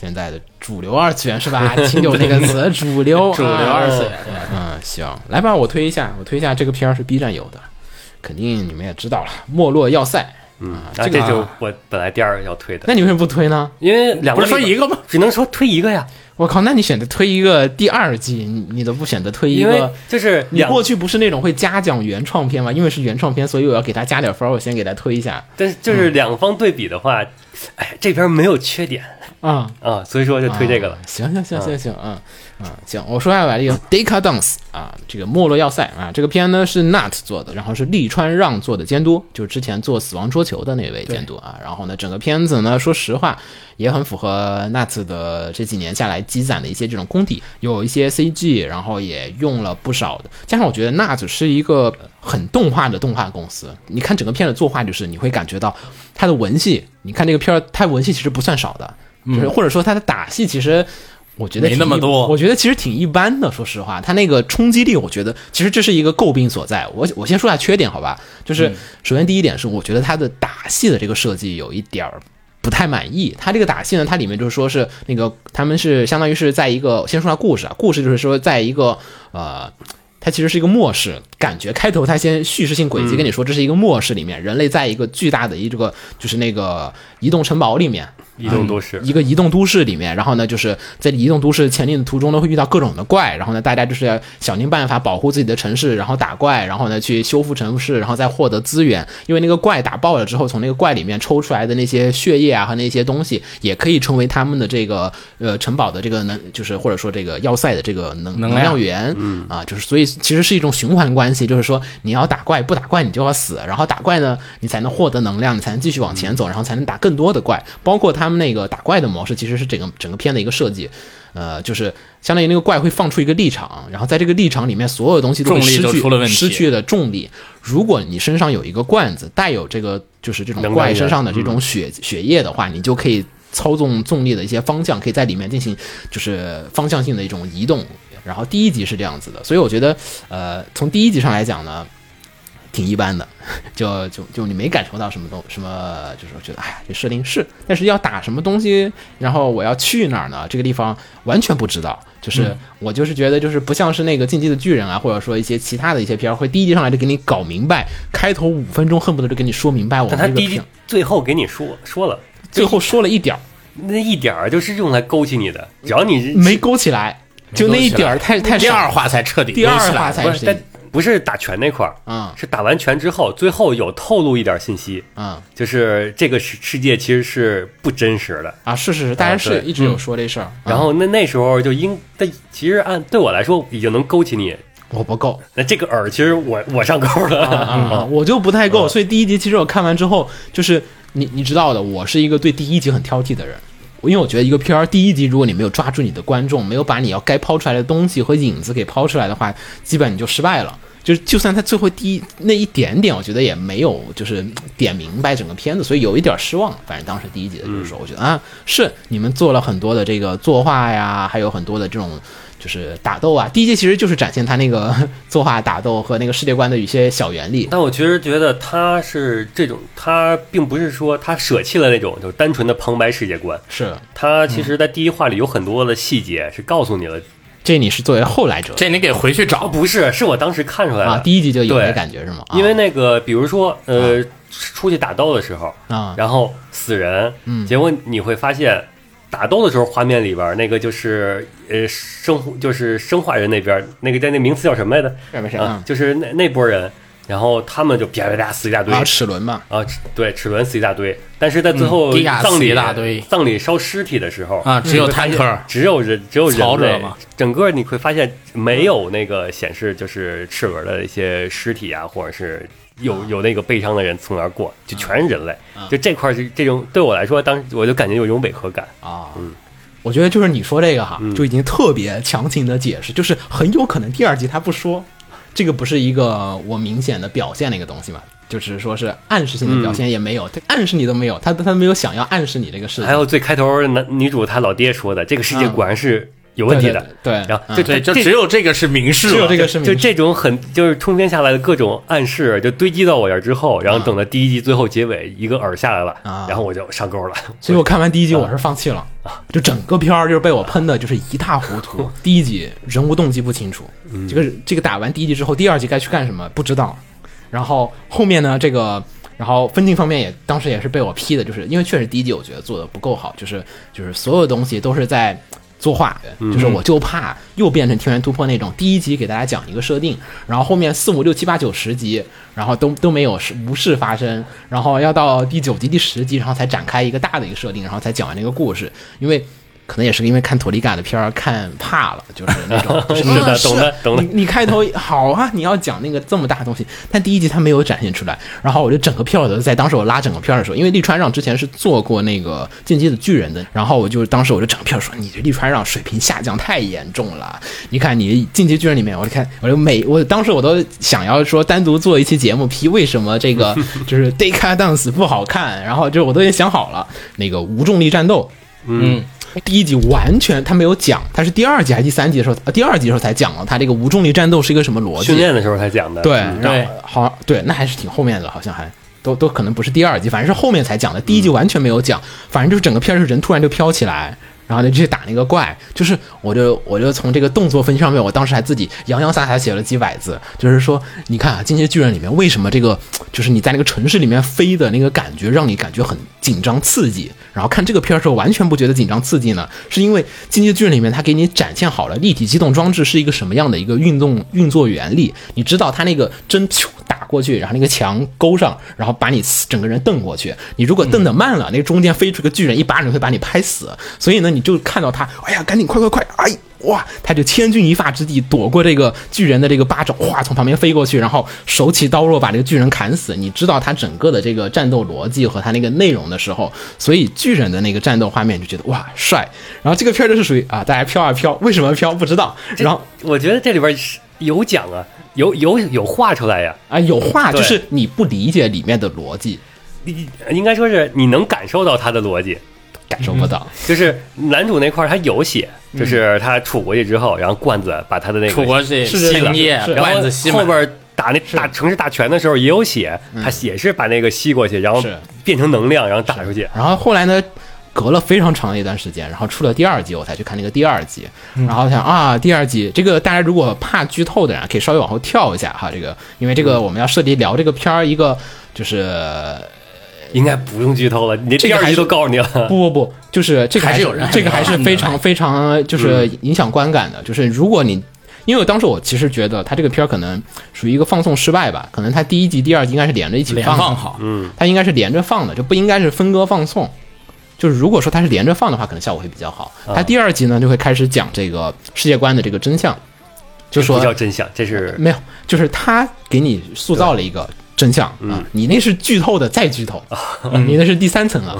C: 现在的主流二次元是吧？听有这个词，主流，啊
E: 主流二次元，
C: 嗯，行，来吧，我推一下，我推一下这个片儿是 B 站有的，肯定你们也知道了，《没落要塞》。嗯，
B: 啊，这
C: 个
B: 就我本来第二要推的，
C: 那你为什么不推呢？
B: 因为两个
E: 不是说
B: 里
E: 一个吗？
B: 只能说推一个呀，
C: 我靠，那你选择推一个第二季，你你都不选择推一
B: 因为
C: 个。
B: 就是
C: 你
B: 两
C: 过去不是那种会嘉奖原创片吗？因为是原创片，所以我要给他加点分儿，我先给他推一下
B: 但是就是两方对比的话，哎，这边没有缺点
C: 啊。
B: 啊，所以说就推这个了。啊
C: 行行行行行，嗯嗯，行，我说下来这个 Deca Dance 啊，这个没落要塞啊，这个片呢是 Nut 做的，然后是利川让做的监督，就是之前做《死亡桌球》的那位监督啊。然后呢，整个片子呢，说实话也很符合 Nut 的这几年下来积攒的一些这种功底，有一些 CG，然后也用了不少的。加上我觉得 Nut 是一个很动画的动画公司，你看整个片的作画，就是你会感觉到它的文戏，你看这个片儿，它文戏其实不算少的。就是或者说他的打戏其实。我觉得
E: 嗯没
C: 挺
E: 那么
C: 一
E: 多
C: 我觉得其实挺一般的。说实话，他那个冲击力，我觉得其实这是一个诟病所在。我我先说下缺点，好吧？就是
E: 嗯
C: 首先第一点是，我觉得他的打戏的这个设计有一点儿不太满意。他这个打戏呢，它里面就是说是那个他们是相当于是在一个先说下故事啊，故事就是说在一个呃它其实是一个末世，感觉开头它先叙事性轨
E: 嗯
C: 迹跟你说，这是一个末世里面，人类在一个巨大的一这个就是那个移动城堡里面，
B: 移动都市
C: 一个移动都市里面，然后呢，就是在移动都市前进的途中呢，会遇到各种的怪，然后呢，大家就是要想尽办法保护自己的城市，然后打怪，然后呢去修复城市，然后再获得资源，因为那个怪打爆了之后，从那个怪里面抽出来的那些血液啊和那些东西，也可以成为他们的这个呃城堡的这个能，就是或者说这个要塞的这个能
E: 能量
C: 能量源，嗯啊，就是所以其实是一种循环关系，就是说你要打怪，不打怪你就要死，然后打怪呢，你才能获得能量，你才能继续往前
E: 嗯
C: 走，然后才能打更多的怪。包括他们那个打怪的模式，其实是整个整个片的一个设计，呃，就是相当于那个怪会放出一个立场，然后在这个立场里面，所有东西都会
E: 重力
C: 失
E: 就
C: 去
E: 出了问题
C: 失去了重力。如果你身上有一个罐子，带有这个就是这种
B: 能
C: 怪
B: 量嗯
C: 身
B: 源
C: 上的这种血血液的话，你就可以操纵重力的一些方向，可以在里面进行就是方向性的一种移动。然后第一集是这样子的，所以我觉得，呃，从第一集上来讲呢，挺一般的，就就就你没感受到什么东什么，就是觉得哎呀，这设定是，但是要打什么东西，然后我要去哪儿呢？这个地方完全不知道，就是、我就是觉得就是不像是那个进击的巨人啊，或者说一些其他的一些片儿，会第一集上来就给你搞明白，开头五分钟恨不得就给你说明白我
B: 但
C: 们
B: 他
C: 这个
B: 第一
C: 片
B: 季
C: 儿，
B: 最后给你说说了，
C: 最后说了一点儿
B: 那一点儿就是用来勾起你的，只要你
C: 没勾起来，就那一点儿太太
E: 第二
C: 少，
E: 话才彻底
C: 第二
E: 勾起来
C: 话才
B: 不是，但不是打拳那块儿，
C: 嗯
B: 是打完拳之后，最后有透露一点信息，
C: 嗯
B: 就是这个世世界其实是不真实的。
C: 啊是是是，大家是
B: 对
C: 一直有说这事儿，啊
B: 然后那那时候就应，但其实按对我来说已经能勾起你。
C: 我不够，
B: 那这个饵其实我我上钩了
C: 啊，我就不太够，所以第一集其实我看完之后，就是你你知道的，我是一个对第一集很挑剔的人，因为我觉得一个片儿第一集如果你没有抓住你的观众，没有把你要该抛出来的东西和影子给抛出来的话，基本你就失败了。就是就算他最后第一那一点点，我觉得也没有就是嗯点明白整个片子，所以有一点失望。反正当时第一集的就是说，我觉得啊，是你们做了很多的这个作画呀，还有很多的这种就是打斗啊。第一集其实就是展现他那个作画、打斗和那个世界观的一些小原理。
B: 但我其实觉得他是这种，他并不是说他舍弃了那种就是单纯的旁白世界观，
C: 是，
B: 他其
C: 嗯
B: 实在第一话里有很多的细节是告诉你了，
C: 这你是作为后来者
E: 这你给回去找
B: 不是，是我当时看出来的。
C: 啊，第一集就有
B: 对
C: 这感觉是吗？啊
B: 因为那个，比如说，呃，出去打斗的时候
C: 啊
B: 然后死人，
E: 嗯
B: 结果你会发现。打斗的时候，画面里边那个就是呃生就是生化人那边那个叫那名词叫什么来着？
E: 什么什
B: 啊，就是那那波人，然后他们就啪啪啪死一大堆
C: 然后齿轮嘛，
B: 啊，齿对，齿轮死一大堆，但是在最后
E: 嗯迪亚
B: 葬
E: 死
B: 礼
E: 一大堆
B: 葬礼烧尸体的时候
C: 嗯
E: 啊只有
B: 你会发现
E: tanker
B: 只有人，只有
E: 槽
B: 人
E: 者
B: 类
E: 嘛，
B: 整个你会发现没有那个显示就是齿轮的一些尸体啊，或者是。有
C: 啊
B: 有那个悲伤的人从那儿过，就全是人类，就这块儿是这种对我来说，当时我就感觉有一种违和感。
C: 啊，
B: 嗯
C: 我觉得就是你说这个哈，就已经特别强行的解释，就是很有可能第二集他不说，这个不是一个我明显的表现的一个东西嘛，就只是说是暗示性的表现也没有，他暗示你都没有，他他没有想要暗示你这个事情，
B: 嗯还有最开头男女主她老爹说的，这个世界
C: 嗯
B: 果然是有问题的。
C: 对对对
B: 然后
C: 嗯
B: 就
E: 对，
B: 这
E: 就只有这个是明示了，
C: 只有这个是
B: 就
C: 明
B: 这种很就是通篇下来的各种暗示，就堆积到我这儿之后，然后等到第一季最后结尾一个饵下来了，
C: 啊
B: 然后我就上钩了。
C: 所以我看完第一集我是放弃了， 就整个片儿就是被我喷的就是一塌糊涂。第一集人物动机不清楚，这个这个打完第一集之后，第二集该去干什么不知道，然后后面呢这个。然后分镜方面也当时也是被我批的，就是因为确实第一集我觉得做的不够好，就是就是所有东西都是在作画，
B: 嗯
C: 就是我就怕又变成《天元突破》那种第一集给大家讲一个设定，然后后面四五六七八九十集，然后都都没有事无事发生，然后要到第九集、第十集，然后才展开一个大的一个设定，然后才讲完这个故事，因为。可能也是因为看托利嘎的片儿看怕了，就是那种， 就是
B: 是的
C: 啊
B: 懂的懂的
C: 你你开头好啊，你要讲那个这么大的东西，但第一集他没有展现出来。然后我就整个票的在当时我拉整个片儿的时候，因为利川让之前是做过那个《进击的巨人》的，然后我就当时我就整个票说，你这利川让水平下降太严重了。你看你《进击巨人》里面，我就看我就每我当时我都想要说单独做一期节目批为什么这个就是 Deka Dance 不好看，然后就我都已经想好了那个无重力战斗。
E: 嗯，
C: 第一集完全他没有讲，他是第二集还是第三集的时候，呃，第二集的时候才讲了他这个无重力战斗是一个什么逻辑
B: 训。练的时候才讲的，
C: 对，
B: 嗯
C: 然
E: 对
C: 后好，对，那还是挺后面的，好像还都都可能不是第二集，反正是后面才讲的，第一集完全没有讲，反正就是整个片儿是人突然就飘起来。然后就去打那个怪，就是我就我就从这个动作分析上面，我当时还自己洋洋洒洒写了几百字，就是说，你看啊，《进击的巨人》里面为什么这个就是你在那个城市里面飞的那个感觉，让你感觉很紧张刺激，然后看这个片儿的时候完全不觉得紧张刺激呢？是因为《进击的巨人》里面它给你展现好了立体机动装置是一个什么样的一个运动运作原理，你知道它那个针咻打过去，然后那个墙勾上，然后把你死整个人蹬过去。你如果蹬得慢了，那个中间飞出个巨人，一巴掌会把你拍死。所以呢，你就看到他，哎呀，赶紧快快快，哎。哇，他就千钧一发之地躲过这个巨人的这个巴掌，哗，从旁边飞过去，然后手起刀落把这个巨人砍死。你知道他整个的这个战斗逻辑和他那个内容的时候，所以巨人的那个战斗画面就觉得哇帅。然后这个片儿就是属于啊，大家飘啊飘，为什么飘不知道。然后
B: 我觉得这里边是有讲啊，有有有画出来呀、
C: 啊，有话
B: 对
C: 就是你不理解里面的逻辑，
B: 你应该说是你能感受到他的逻辑，
C: 感受不到。
E: 嗯
B: 就是男主那块儿他有写，
C: 嗯
B: 就是他杵过去之后，然后罐子把他的那个
E: 楚国是
C: 是
E: 新叶
C: 是，
B: 然后
E: 罐子吸满
B: 后边打那大城市大拳的时候也有血，他也是把那个吸过去，然后
C: 嗯是
B: 变成能量，然后打出去。
C: 然后后来呢，隔了非常长的一段时间，然后出了第二集，我才去看那个第二集，
E: 嗯
C: 然后想啊，第二集这个大家如果怕剧透的人啊，可以稍微往后跳一下哈，这个因为这
E: 嗯
C: 个我们要涉及聊这个片儿一个就是
B: 应该不用剧透了，你
C: 这
B: 第
C: 个
B: 二
C: 还
B: 集
C: 是
B: 都告诉你 了。
C: 不不不，就是这个
E: 还是
C: 是
E: 有人
C: 这个还是
E: 还是有人嗯
C: 非常非常就是影响观感的。就是如果你，因为我当时我其实觉得他这个片儿可能属于一个放送失败吧，可能他第一集、第二集应该是连着一起
E: 连
C: 放的
E: 放好，
B: 嗯
C: 它应该是连着放的，就不应该是分割放送。就是如果说它是连着放的话，可能效果会比较好。它第二集呢就会开始讲这个世界观的这个真相，就说
B: 不叫真相，这是
C: 没有，就是他给你塑造了一个真相啊，你那是剧透的再剧透，你那是第三层啊，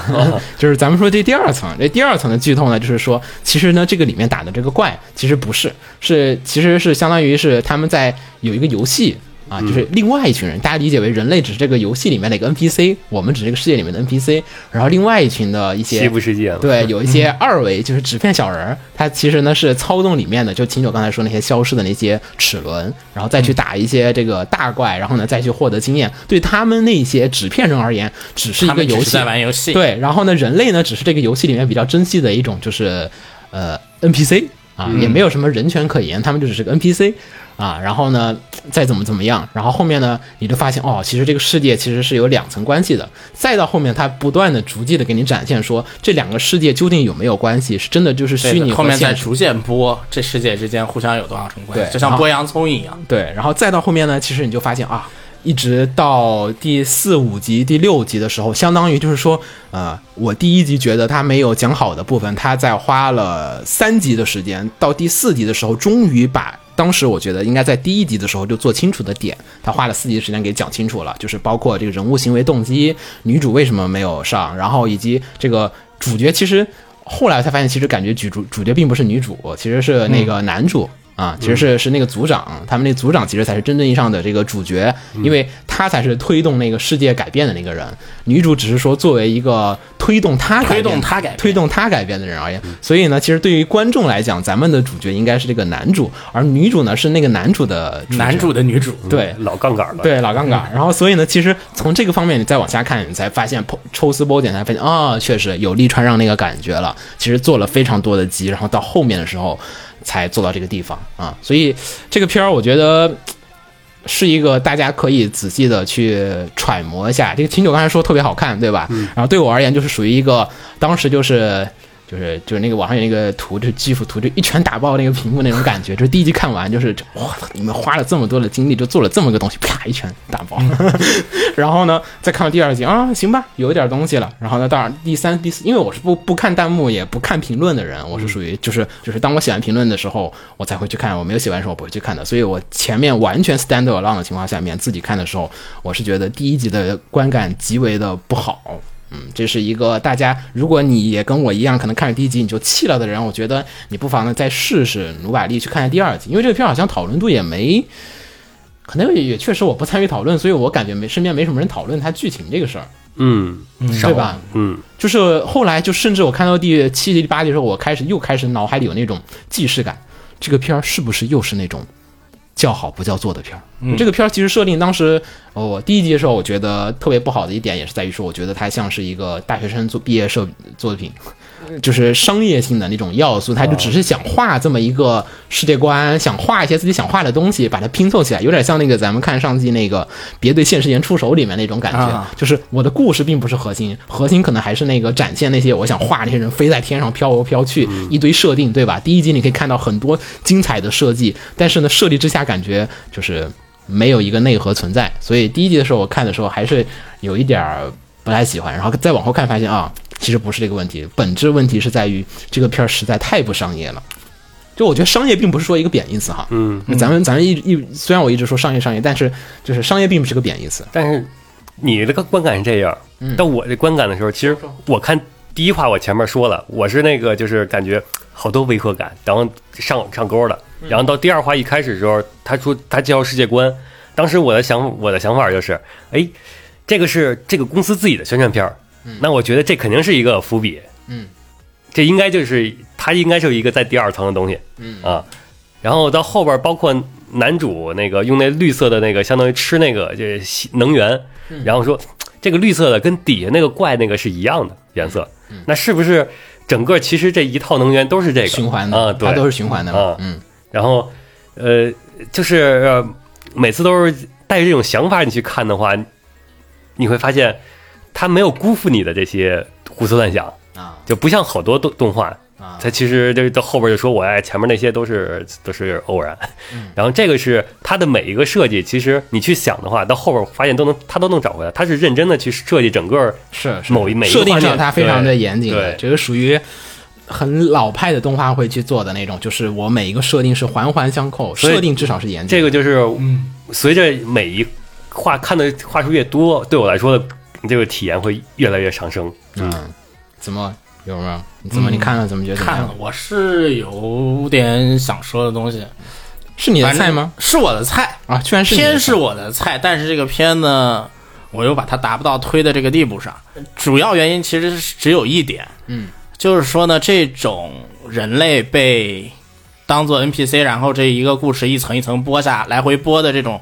C: 就是咱们说这第二层，这第二层的剧透呢，就是说，其实呢，这个里面打的这个怪其实不是，是其实是相当于是他们在有一个游戏。啊，就是另外一群人，大家理解为人类只是这个游戏里面的一个 NPC，我们只是这个世界里面的 NPC，然后另外一群的一些
B: 西部世界了。
C: 对，有一些二维就是纸片小人儿，它其实呢是操纵里面的，就秦九刚才说那些消失的那些齿轮，然后再去打一些这个大怪，然后呢再去获得经验。对他们那些纸片人而言，只是一
E: 他
C: 个
E: 们
C: 游
E: 只
C: 戏
E: 是在玩游戏，
C: 对，然后呢，人类呢只是这个游戏里面比较珍惜的一种，就是呃 NPC。啊，
E: 嗯
C: 也没有什么人权可言，他们就只是个 NPC 啊。然后呢，再怎么怎么样，然后后面呢，你就发现哦，其实这个世界其实是有两层关系的。再到后面，它不断的逐渐的给你展现说这两个世界究竟有没有关系，是真的就是虚拟
E: 后
C: 和
E: 面再
C: 现实。
E: 逐渐播，这世界之间互相有多少种关
C: 对
E: 系，就像
C: 然后
E: 剥洋葱一样。
C: 对，然后再到后面呢，其实你就发现啊，一直到第四五集、第六集的时候，相当于就是说，呃，我第一集觉得他没有讲好的部分，他在花了三集的时间，到第四集的时候，终于把。当时我觉得应该在第一集的时候就做清楚的点，他花了四集的时间给讲清楚了，就是包括这个人物行为动机，女主为什么没有上，然后以及这个主角其实后来才发现，其实感觉主主主角并不是女主，其实是那
E: 嗯
C: 个男主。啊，其实是是那个组长，他们那组长其实才是真正意义上的这个主角，因为他才是推动那个世界改变的那个人。女主只是说作为一个推动他改变
E: 推动他改变
C: 推动他改变的人而言，所以呢，其实对于观众来讲，咱们的主角应该是这个男主，而女主呢是那个男主的主角
E: 男主的女主，
C: 对
B: 老杠杆了。
C: 对，老杠杆。然后所以呢，其实从这个方面你再往下看，你才发现剖抽丝剥茧，才发现啊、确实有利川让那个感觉了。其实做了非常多的集，然后到后面的时候才做到这个地方啊。所以这个片儿，我觉得。是一个大家可以仔细的去揣摩一下。这个秦九刚才说特别好看，对吧？然后对我而言，就是属于一个当时就是就是就是那个网上有那个图，就是 GIF 图，就一拳打爆那个屏幕那种感觉。就是第一集看完，就是哇，你们花了这么多的精力，就做了这么个东西，啪一拳打爆。然后呢，再看到第二集啊，行吧，有一点东西了。然后呢，当然第三、第四，因为我是不不看弹幕也不看评论的人，我是属于就是就是当我写完评论的时候，我才会去看；我没有写完的时候，我不会去看的。所以我前面完全 stand alone 的情况下面自己看的时候，我是觉得第一集的观感极为的不好。嗯，这是一个大家，如果你也跟我一样，可能看了第一集你就弃了的人，我觉得你不妨呢再试试努把力去看看第二集，因为这个片儿好像讨论度也没可能也也确实我不参与讨论，所以我感觉没身边没什么人讨论它剧情这个事儿，
B: 嗯，
C: 对吧？
B: 嗯，
C: 就是后来就甚至我看到第七集、第八集的时候，我开始又开始脑海里有那种既视感，这个片儿是不是又是那种叫好不叫座的片儿？这个片儿其实设定当时呃我、第一集的时候，我觉得特别不好的一点也是在于说，我觉得它像是一个大学生做毕业设作品，就是商业性的那种要素，他就只是想画这么一个世界观，想画一些自己想画的东西，把它拼凑起来，有点像那个咱们看上季那个《别对现实言出手》里面那种感觉
E: 啊，
C: 就是我的故事并不是核心，核心可能还是那个展现那些我想画那些人飞在天上飘来飘去，一堆设定，对吧？第一集你可以看到很多精彩的设计，但是呢，设计之下感觉就是没有一个内核存在，所以第一集的时候我看的时候还是有一点儿不太喜欢，然后再往后看发现啊，其实不是这个问题，本质问题是在于这个片儿实在太不商业了。就我觉得商业并不是说一个贬义词哈，嗯，咱们咱们一一虽然我一直说商业商业，但是就是商业并不是个贬义词，
B: 但是你这个观感是这样，但我的观感的时候，其实我看第一话，我前面说了，我是那个就是感觉好多违和感，然后上上钩了，然后到第二话一开始的时候，他说他介绍世界观，当时我的想我的想法就是，哎，这个是这个公司自己的宣传片儿，那我觉得这肯定是一个伏笔，
C: 嗯，
B: 这应该就是它应该是有一个在第二层的东西，
C: 嗯
B: 啊，然后到后边包括男主那个用那绿色的那个，相当于吃那个这能源，
C: 嗯
B: 然后说这个绿色的跟底下那个怪那个是一样的颜色，
C: 嗯
B: 那是不是整个其实这一套能源都是这个
C: 循环的，
B: 啊？对，
C: 它都是循环的嘛，
B: 啊
C: 嗯，
B: 然后呃，就是、呃每次都是带着这种想法你去看的话，你会发现它没有辜负你的这些胡思乱想，
C: 啊
B: 就不像好多动动画。
C: 啊
B: 它其实这到后边就说我哎，前面那些都是都是偶然，然后这个是它的每一个设计，其实你去想的话，到后边发现都能它都能找回来，它是认真的去设计整个
C: 是是
B: 某一每一个
C: 设定
B: 画
C: 上
B: 面
C: 它非常的
B: 对
C: 严谨的，
B: 对
C: 这个属于很老派的动画会去做的那种，就是我每一个设定是环环相扣，
B: 所以
C: 设定至少是严谨
B: 这
C: 的，
B: 个就是，随着每一画看的画数越多，对我来说的这个体验会越来越上升。
C: 嗯，怎么有没有？你怎么你看了怎么觉得怎么
E: 嗯看
C: 样
E: 了，我是有点想说的东西。
C: 是你的
E: 反正
C: 菜吗？？
E: 是我的菜，
C: 啊，居然是你的
E: 偏
C: 菜
E: 是我的菜，但是这个片呢，我又把它达不到推的这个地步上。主要原因其实是只有一点，嗯，就是说呢，这种人类被当做 NPC，然后这一个故事一层一层剥下来回剥的这种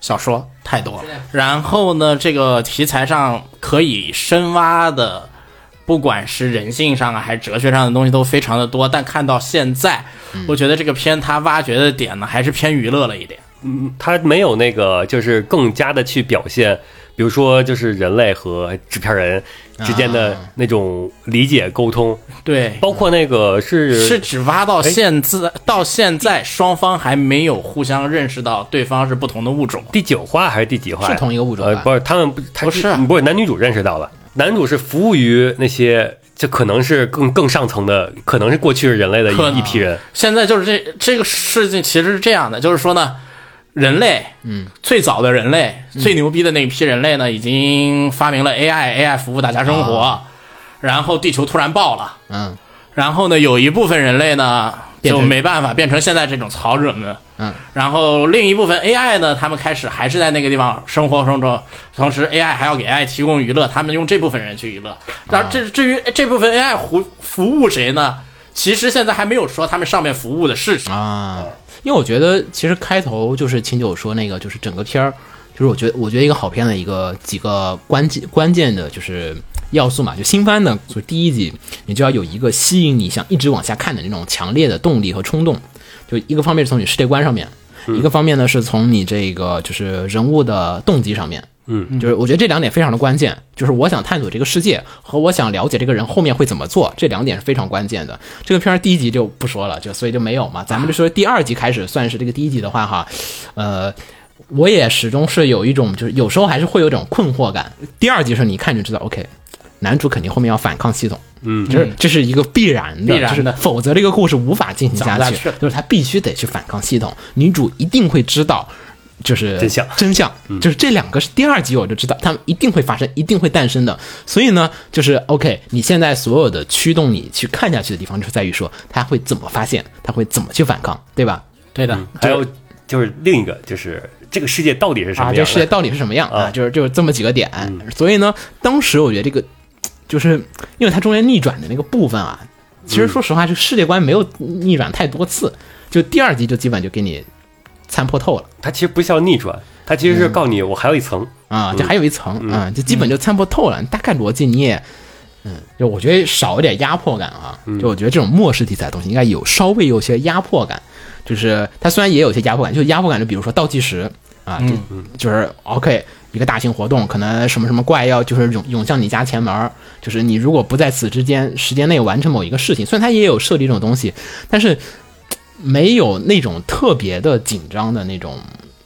E: 小说太多了。然后呢，这个题材上可以深挖的不管是人性上啊，还是哲学上的东西都非常的多。但看到现在，
C: 嗯
E: 我觉得这个片它挖掘的点呢，还是偏娱乐了一点。
B: 嗯他没有那个就是更加的去表现，比如说就是人类和制片人之间的那种理解沟通，
E: 对，
B: 包括那个是
E: 是只挖到现在，到现在双方还没有互相认识到对方是不同的物种。
B: 第九话还是第几话呀？
C: 是同一个物种吧啊
B: 呃，不是他们不，他
E: 不是
B: 不是男女主认识到了，男主是服务于那些。就可能是更更上层的，可能是过去人类的
E: 可能
B: 一一批人，
E: 现在就是这这个事情其实是这样的，就是说呢，人类，嗯，最早的人类、
C: 嗯
E: 最牛逼的那批人类呢，已经发明了 AI，AI 服务大家生活，然后地球突然爆了，
C: 啊嗯
E: 然后呢，有一部分人类呢
C: 变
E: 就
C: 成
E: 没办法变成现在这种草者们，
C: 嗯，
E: 然后另一部分 AI 呢，他们开始还是在那个地方生活生中，同时 AI 还要给 AI 提供娱乐，他们用这部分人去娱乐。然后
C: 啊
E: 这至于这部分 AI 服服务谁呢？其实现在还没有说他们上面服务的是谁。
C: 啊，因为我觉得其实开头就是秦九说那个，就是整个片儿，就是我觉得我觉得一个好片的一个几个关键关键的就是要素嘛，就新番的，就是第一集你就要有一个吸引你想一直往下看的那种强烈的动力和冲动，就一个方面是从你世界观上面，一个方面呢是从你这个就是人物的动机上面。嗯，就是我觉得这两点非常的关键，就是我想探索这个世界和我想了解这个人后面会怎么做，这两点是非常关键的。这个片儿第一集就不说了，就所以就没有嘛，咱们就说第二集开始算是这个第一集的话哈，呃，我也始终是有一种，就是有时候还是会有一种困惑感。第二集的时候，你一看就知道，OK，男主肯定后面要反抗系统，嗯，这是这是一个必然的，
E: 必然的
C: 就是否则这个故事无法进行下
E: 讲不
C: 去，
E: 下去了
C: 就是他必须得去反抗系统，女主一定会知道。就是
B: 真相
C: 真相就是这两个是第二集我就知道，他们一定会发生，一定会诞生的。所以呢，就是 OK，你现在所有的驱动你去看下去的地方，就是在于说他会怎么发现，他会怎么去反抗，对吧？
E: 对的，
B: 还有就是另一个就是这个世界到底是什么
C: 啊，
B: 样
C: 这
B: 的？
C: 个世界到底是什么样
B: 啊嗯
C: 啊？就是就是这么几个点。所以呢，当时我觉得这个，就是因为它中间逆转的那个部分啊，其
B: 嗯
C: 实说实话，这个世界观没有逆转太多次，就第二集就基本就给你参破透了。
B: 它其实不叫逆转，它其实
C: 嗯
B: 是告诉你我还有一层。
C: 啊，就还有一层啊、就基本就参不透了。大概逻辑你也，嗯，就我觉得少一点压迫感啊。就我觉得这种末世题材的东西应该有稍微有些压迫感，就是它虽然也有些压迫感，就压迫感就比如说倒计时啊，就、就是 OK 一个大型活动，可能什么什么怪要就是涌涌向你家前门儿，就是你如果不在此之间时间内完成某一个事情，虽然它也有设计这种东西，但是。没有那种特别的紧张的那种，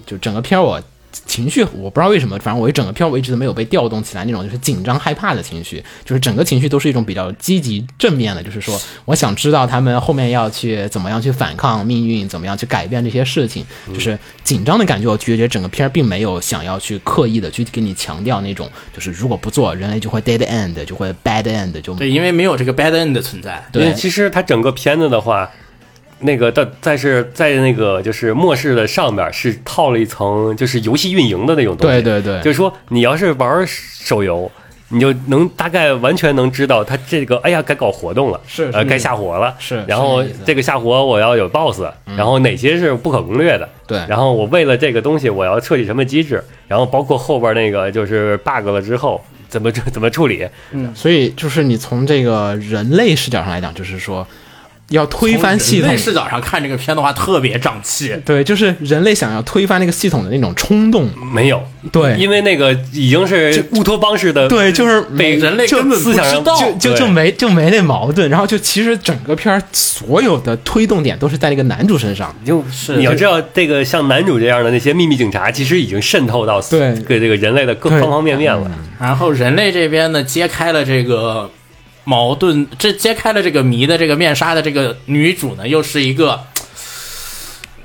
C: 就整个片儿我情绪我不知道为什么，反正我一整个片儿我一直都没有被调动起来那种就是紧张害怕的情绪，就是整个情绪都是一种比较积极正面的，就是说我想知道他们后面要去怎么样去反抗命运，怎么样去改变这些事情，就是紧张的感觉。我觉得整个片儿并没有想要去刻意的去给你强调那种，就是如果不做，人类就会 dead end，就会 bad end，就
E: 对，因为没有这个 bad end 的存在。
B: 因为
C: 对
B: 其实它整个片子的话，那个在在是在那个就是末世的上面是套了一层就是游戏运营的那种东
C: 对
B: 西。
C: 对对
B: 就是说你要是玩手游。你就能大概完全能知道他这个，哎呀，该搞活动了，
C: 是
B: 呃，
C: 是
B: 该下活了，
C: 是
B: 然后
C: 是这意思
B: 这个下活我要有 BOSS，然后哪些是不可攻略的，
C: 对
B: 然后我为了这个东西我要设计什么机制，然后包括后边那个就是 bug 了之后怎么怎么处理，
C: 所以就是你从这个人类视角上来讲，就是说要推翻系
E: 人
C: 统
E: 类视角上看这个片的话，特别胀气。
C: 对，就是人类想要推翻那个系统的那种冲动，
B: 没有，
C: 对
B: 因为那个已经是乌托邦式的，
C: 对，就是
B: 被
C: 没
E: 人类
B: 就
E: 根本不
B: 思想上
E: 知道
B: 就
C: 就就没就没那矛盾，然后就其实整个片儿所有的推动点都是在那个男主身上，
B: 就是你要知道，这个像男主这样的那些秘密警察，其实已经渗透到
C: 对
B: 给这个人类的各
C: 对
B: 方方面面了。
E: 然后人类这边呢，揭开了这个矛盾，这揭开了这个谜的这个面纱的这个女主呢，又是一个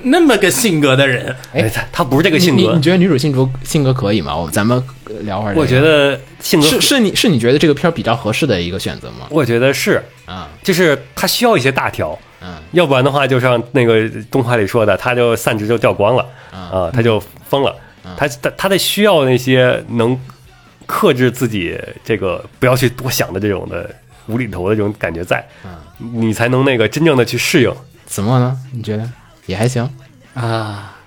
E: 那么个性格的人。
C: 哎
B: 哎，他他不是这个性
C: 你你
B: 格
C: 你，觉得女主性格性格可以吗？我咱们呃聊会儿这个、
B: 我觉得性格
C: 是是你是你觉得这个片儿比较合适的一个选择吗？
B: 我觉得是，
C: 啊，
B: 就是他需要一些大条，
C: 嗯，
B: 要不然的话，就像那个动画里说的，他就散值就掉光了啊，他就疯了。
E: 嗯啊
B: 他他他得需要那些能克制自己这个不要去多想的这种的无厘头的这种感觉在，
E: 嗯
B: 你才能那个真正的去适应。
C: 怎么呢？你觉得也还行，
E: 啊，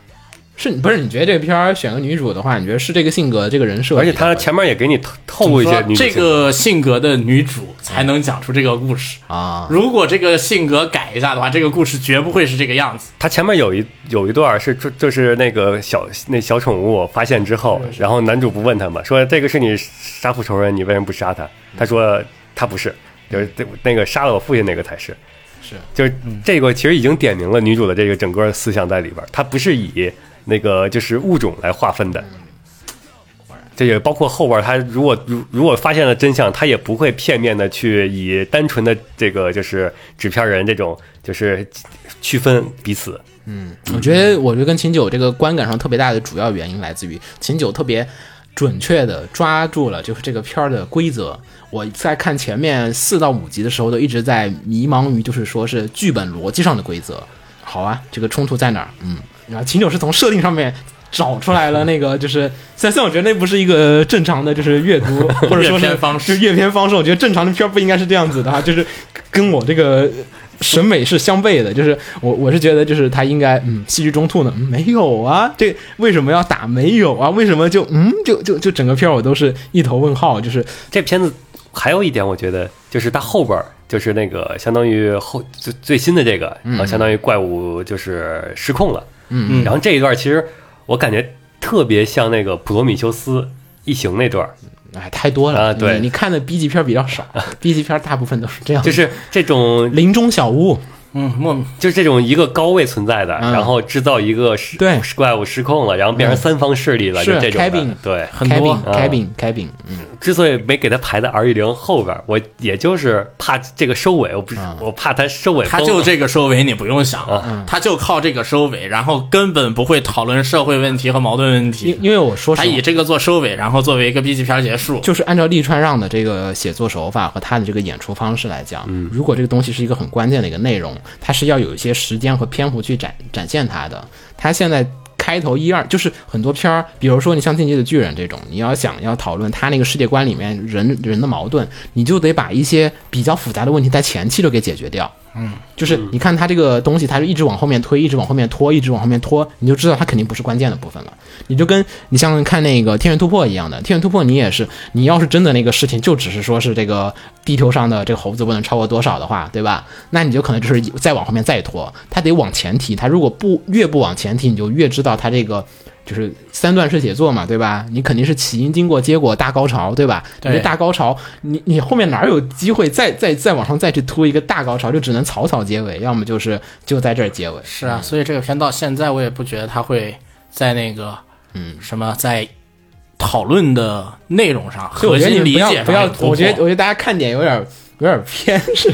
C: 是不是？你觉得这个片儿选个女主的话，你觉得是这个性格、这个人设？
B: 而且他前面也给你透透露一些
E: 说
B: 女主
E: 这
B: 性格
E: 个性格的女主才能讲出这个故事。
C: 啊，
E: 如果这个性格改一下的话，这个故事绝不会是这个样子。
B: 他前面有一有一段是就就是那个小那小宠物发现之后，然后男主不问他嘛，说这个是你杀父仇人，你为什么不杀他？他说他不是，就是这那个杀了我父亲那个才是。
C: 是
B: 就是这个其实已经点明了女主的这个整个思想在里边儿，她不是以那个就是物种来划分的。这也包括后边儿她如果如如果发现了真相，她也不会片面的去以单纯的这个就是纸片人这种就是区分彼此。
C: 我觉得，我觉得跟秦九这个观感上特别大的主要原因来自于秦九特别准确的抓住了就是这个片儿的规则。我在看前面四到五集的时候，都一直在迷茫于就是说是剧本逻辑上的规则。好啊，这个冲突在哪儿？嗯，然后秦九是从设定上面。找出来了那个，就是虽然虽然我觉得那不是一个正常的，就是阅 读或者说是
E: 阅片方 式
B: 啊
C: 就阅片方式，我觉得正常的片儿不应该是这样子的哈，就是跟我这个审美是相悖的。就是我我是觉得，就是他应该嗯，戏剧中吐呢、嗯没有啊，这为什么要打没有啊？为什么就嗯就就就整个片儿我都是一头问号，就是
B: 这片子还有一点，我觉得就是它后边儿就是那个相当于后最最新的这个，
C: 嗯
B: 然后相当于怪物就是失控了，
E: 嗯
B: 然后这一段其实我感觉特别像那个普罗米修斯一行那段儿，
C: 哎太多了。
B: 啊对
C: 你，你看的 B 级片儿比较少，B 级片儿大部分都是这样，
B: 就是这种
C: 林中小屋，
E: 嗯，莫名
B: 就是这种一个高位存在的，
C: 嗯
B: 然后制造一个失
C: 对
B: 怪物失控了，然后变成
C: 嗯
B: 三方势力了，
C: 是
B: 就这种
C: Kevin
B: 的。对，
E: 很多
C: Cabin
B: 啊
C: Cabin Cabin，嗯，
B: 之所以没给他排在 R 一零后边儿，我也就是怕这个收尾，我不是
C: 嗯
B: 我怕他收尾
E: 他
B: 崩
E: 就
B: 了
E: 这个收尾，你不用想，他就靠这个收尾，然后根本不会讨论社会问题和矛盾问
C: 因
E: 题。
C: 因为我说实
E: 他
C: 话
E: 以这个做收尾，然后作为一个 B 级片结束。
C: 就是按照利川让的这个写作手法和他的这个演出方式来讲，如果这个东西是一个很关键的一个内容，它是要有一些时间和篇幅去展展现它的。他现在开头一二就是很多片儿，比如说你像《进击的巨人》这种，你要想要讨论他那个世界观里面人人的矛盾，你就得把一些比较复杂的问题在前期就给解决掉。就是嗯你看他这个东西，他就一直往后面推，一直往后面拖，一直往后面拖，你就知道他肯定不是关键的部分了。你就跟你像看那个《天元突破》一样的，《天元突破》你也是，你要是真的那个事情就只是说是这个地球上的这个猴子不能超过多少的话，对吧？那你就可能就是再往后面再拖，他得往前提，他如果不越不往前提，你就越知道他这个。就是三段式写作嘛，对吧？你肯定是起因、经过、结果、大高潮，对吧？
E: 对
C: 你这大高潮，你你后面哪有机会再再再往上再去突一个大高潮？就只能草草结尾，要么就是就在这儿结尾。
E: 是啊，所以这个片到现在我也不觉得他会在那个嗯什么在讨论的内容上
C: 所以
E: 核
C: 我觉得
E: 心
C: 你
E: 理
C: 不要
E: 解
C: 不
E: 上
C: 要
E: 有，突破
C: 我觉得我觉得大家看点有点有点偏是。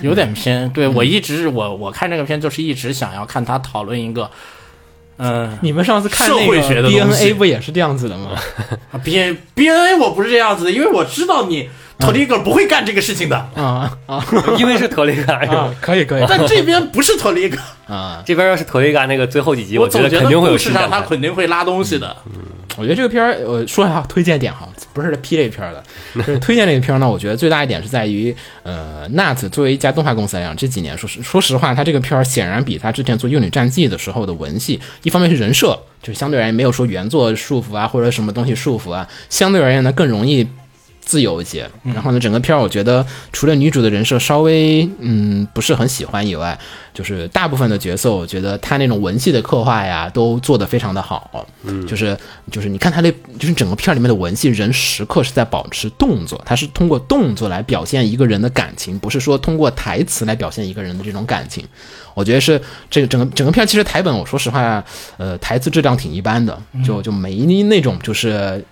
E: 有点偏。对我一直我我看这个片就是一直想要看他讨论一个。嗯
C: 你们上次看那
E: 社会学
C: 个
E: 的东西
C: DNA 不也是这样子的 吗？
E: ，B N B N A 我不是这样子的，因为我知道你托利格不会干这个事情 的，
C: 啊啊
B: 因为是特雷卡，是吧
C: 啊！可以可以
E: 但这边不是托利格，
C: 啊！
B: 这边要是头一干那个最后几集，
E: 我
B: 觉
E: 总
B: 得
E: 觉
B: 肯
E: 得
B: 定会有
E: 故
B: 新
E: 事
B: 展
E: 上他
B: 开。
E: 肯定会拉东西的。
C: 我觉得这个片儿，我说一下推荐点哈， 不是批这片儿的， 就是推荐这个片儿呢。我觉得最大一点是在于，呃，Nat 作为一家动画公司来讲，这几年说实说实话，它这个片儿显然比它之前做《幼女战记》的时候的文戏，一方面是人设，就是相对而言没有说原作束缚啊，或者什么东西束缚啊，相对而言呢更容易自由一些。
E: 嗯
C: 然后呢，整个片儿我觉得除了女主的人设稍微嗯不是很喜欢以外，就是大部分的角色，我觉得她那种文戏的刻画呀，都做得非常的好。嗯，就是就是你看她的，就是整个片儿里面的文戏，人时刻是在保持动作，她是通过动作来表现一个人的感情，不是说通过台词来表现一个人的这种感情。我觉得是这个整个整个片儿其实台本，我说实话，呃，台词质量挺一般的，就就没那种就是。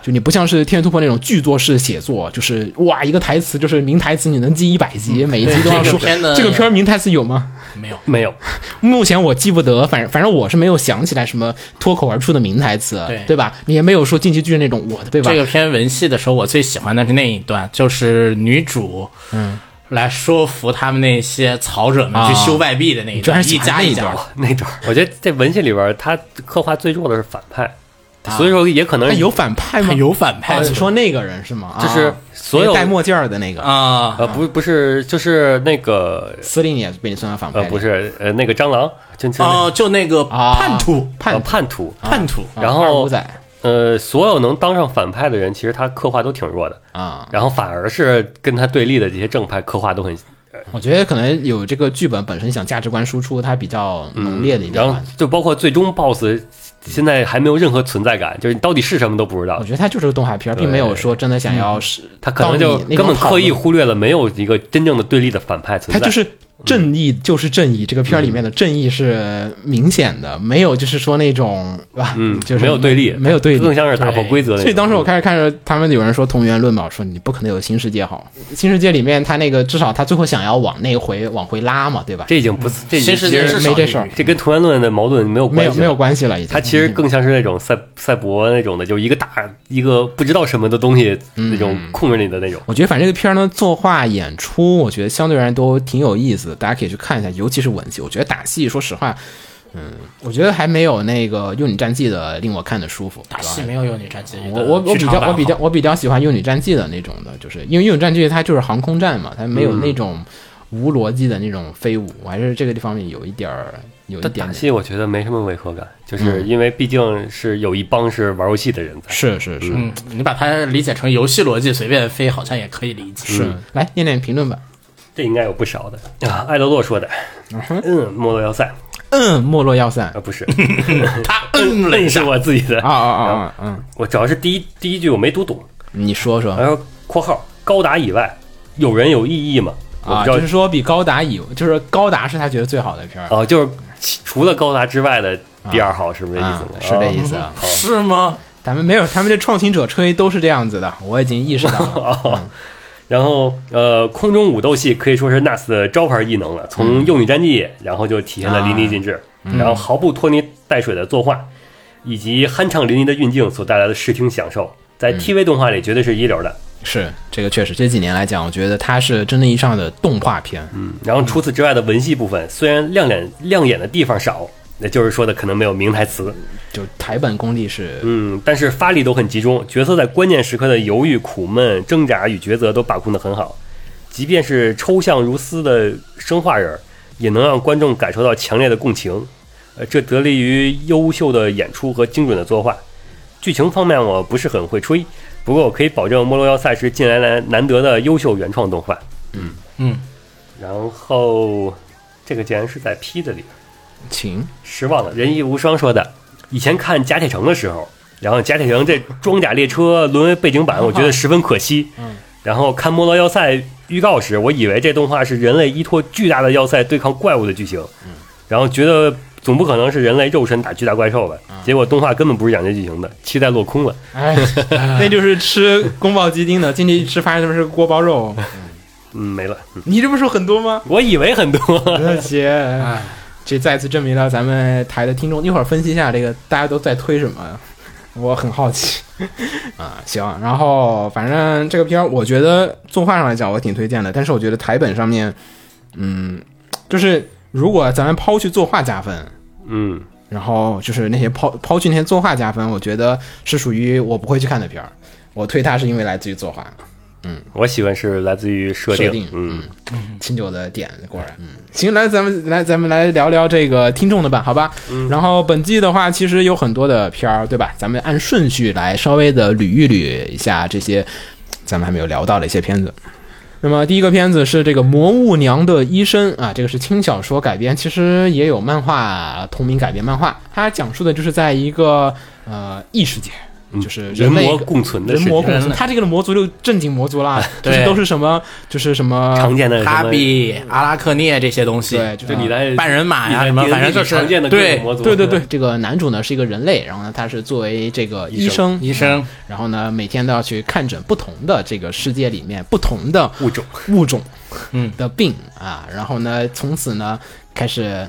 C: 就你不像是《天元突破》那种剧作式写作，就是哇一个台词就是名台词，你能记一百集，每一集都要
E: 嗯这个
C: 说。
E: 片呢
C: 这个片儿名台词有吗？
E: 没有，
B: 没有，
C: 目前我记不得，反正反正我是没有想起来什么脱口而出的名台词，
E: 对
C: 吧？你也没有说进击巨人那种我的对吧？
E: 这个片文戏的时候，我最喜欢的是那一段，就是女主嗯来说服他们那些曹者们
C: 啊
E: 去修外壁的那一
C: 居然
E: 段，
C: 是
E: 一
C: 讲
E: 家
C: 那一
E: 一家
C: 段，
B: 那段儿我觉得这文戏里边儿他刻画最重要的是反派，所以说也可能
C: 哎有反派吗？
E: 还有反派
C: 哦你说那个人是吗？
B: 就是
C: 啊
B: 所有
C: 那个戴墨镜儿的那个，
E: 啊，
B: 呃不不是就是那个
C: 司令也被你算到反派
B: 呃
C: 里。
B: 不是呃那个蟑螂就就那个
E: 哦，就那个
C: 啊，
E: 叛徒，
C: 叛徒，
B: 呃叛徒，
E: 叛徒，
C: 啊
B: 然
C: 二
B: 后
C: 五仔
B: 呃所有能当上反派的人，其实他刻画都挺弱的，
C: 啊，
B: 然后反而是跟他对立的这些正派刻画都很
C: 我觉得可能有这个剧本本身想价值观输出，它比较浓烈的一点
B: 嗯
C: 啊
B: 然后
C: 吧。
B: 就包括最终 BOSS，现在还没有任何存在感，就是你到底是什么都不知道
C: 我。觉得它就是个动画片儿，并没有说真的想
B: 嗯
C: 要是
B: 他可能就
C: 到你那种
B: 根本
C: 讨
B: 刻意
C: 论
B: 忽略了没有一个真正的对立的反派存
C: 他
B: 在。
C: 就是正义，就是正义。这个片儿里面的正义是明显的，没有就是说那种，是吧？
B: 嗯
C: 就是
B: 没有对立
C: 没有对立，
B: 更像是打破规则的那种
C: 所以当时我开始看着他们有人说同源论嘛，我说你不可能有新世界好，新世界里面他那个至少他最后想要往那回往回拉嘛，对吧？
B: 这已经不是，这已经
E: 新世界
B: 其实
E: 是
C: 没
E: 少
C: 这
E: 女
C: 事儿
B: 这跟同源论的矛盾没有关
C: 没
B: 系
C: 有
B: 了。
C: 没有关系了，已经。
B: 它其实更像是那种赛赛博那种的，就是一个大一个不知道什么的东西
C: 嗯
B: 那种控制你的那种。
C: 我觉得反正这个片儿呢，作画、演出，我觉得相对而言都挺有意思的，大家可以去看一下，尤其是文戏。我觉得打戏，说实话，嗯，我觉得还没有那个《幼女战记》的令我看的舒服。
E: 打
C: 对吧
E: 戏没有用你战绩，
C: 我我我比较我比较我比较喜欢《幼女战记》的那种的，就是因为《幼女战记》它就是航空战嘛，它没
B: 嗯
C: 有那种无逻辑的那种飞舞，我还是这个地方面有一点儿有一
B: 但
C: 点嗯
B: 打
C: 点
B: 戏我觉得没什么违和感，就是因为毕竟是有一帮是玩游戏的人在。
C: 是是是、
E: 嗯，你把它理解成游戏逻辑随便飞，好像也可以理解。
C: 是，
B: 嗯
C: 来念念评论吧。
B: 这应该有不少的啊。艾德洛说的，嗯，莫洛要塞
C: 嗯，没落要散
B: 啊，不是，
E: 他嗯了一
B: 那是
E: 下，
B: 我自己的
C: 啊啊啊啊！嗯，啊
B: 我主要是第一第一句我没读懂，
C: 你说说
B: 然后括号高达以外，有人有异议吗？我不
C: 啊，
B: 知道
C: 就是说比高达以就是高达是他觉得最好的片儿
B: 哦就是其除了高达之外的第二号，是不是这意思哦
C: 啊
B: 呢？，
C: 是这意思啊。
E: 是吗？
C: 咱们没有，他们这创新者吹都是这样子的，我已经意识到 了。
B: 哦。哦然后，呃，空中武斗系可以说是 NAS 的招牌异能了，
C: 嗯
B: 从幼女战记，然后就体现的淋漓尽致，
C: 啊
B: 然后毫不拖泥带水的作画，以及酣畅淋漓的运镜所带来的视听享受，在
C: 嗯
B: TV 动画里绝对是一流的。
C: 是这个确实，这几年来讲，我觉得它是真正意义上的动画片。
B: 嗯然后除此之外的文戏部分，虽然亮眼亮眼的地方少，那就是说的可能没有名台词，
C: 就台本功力是，
B: 嗯，但是发力都很集中，角色在关键时刻的犹豫、苦闷、挣扎与抉择都把控得很好。即便是抽象如丝的生化人儿，也能让观众感受到强烈的共情。呃，这得力于优秀的演出和精准的作画。剧情方面我不是很会吹，不过我可以保证《莫洛要塞》是近来难难得的优秀原创动画。
E: 嗯，
B: 然后这个竟然是在批的里边。
C: 请
B: 失望了。仁义无双说的，以前看甲铁城的时候，然后甲铁城这装甲列车沦为背景板，我觉得十分可惜。嗯， 然后看《莫罗要塞》预告时，我以为这动画是人类依托巨大的要塞对抗怪物的剧情，嗯，然后觉得总不可能是人类肉身打巨大怪兽吧？结果动画根本不是讲这剧情的，期待落空了。
C: 哎，那就是吃宫保鸡丁的，进去一吃发现他们是锅包肉，
B: 嗯，没了。嗯
C: 你这不是有很多吗？哎
B: 我以为很多，
C: 那些，这再次证明了咱们台的听众。一会儿分析一下这个大家都在推什么，我很好 奇啊。行，然后反正这个片儿，我觉得作画上来讲，我挺推荐的，但是我觉得台本上面，嗯，就是如果咱们抛去作画加分，
B: 嗯，
C: 然后就是那些抛抛去那些作画加分，我觉得是属于我不会去看的片儿。我推它是因为来自于作画，
B: 我喜欢是来自于设定，
C: 设定
B: 嗯，
C: 清酒的点果然，嗯，行，来咱们来咱们来聊聊这个听众的吧，好吧？
B: 嗯
C: 然后本季的话，其实有很多的片儿，对吧？咱们按顺序来稍微的捋一捋一下这些咱们还没有聊到的一些片子。那么第一个片子是这个《魔物娘的医生》啊，这个是轻小说改编，其实也有漫画同名改编漫画。它讲述的就是在一个呃异世界，就是
B: 嗯人
C: 类
B: 魔共存的
C: 人
B: 世
C: 魔
B: 界，
C: 共存，
E: 人类
C: 它这个的魔族就正经魔族啦，就是
E: 对
C: 都是什么就是什么
B: 常见的
E: 哈
B: 什么，
E: 比、阿拉克涅这些东西，
C: 对，就
B: 就你
C: 来。
B: 在
E: 半人马呀
B: 你在
E: 什么
B: D&D
E: 反正就是
B: 常见的各种
E: 对
B: 魔族
C: 对对对，，这个男主呢是一个人类，然后呢他是作为这个医生，嗯
E: 医生
C: 然后呢每天都要去看诊不同的这个世界里面不同的
B: 物种，
C: 物种，
E: 嗯
C: 的病啊，然后呢从此呢开始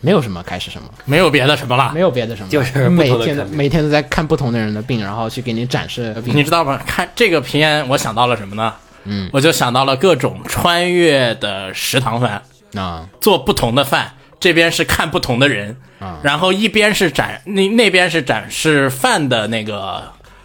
C: 没有什么开始什么，
E: 没有别的什么了
C: 没。有别的什么，
B: 就是不
C: 每
B: 同的
C: 天
B: 看病
C: 每天都在看不同的人的病，然后去给你展示病
E: 你知道吗？看这个片，我想到了什么呢？嗯，我就想到了各种穿越的食堂饭，
C: 啊
E: 做不同的饭，这边是看不同的人，
C: 啊
E: 然后一边是展那那边是展示饭的那个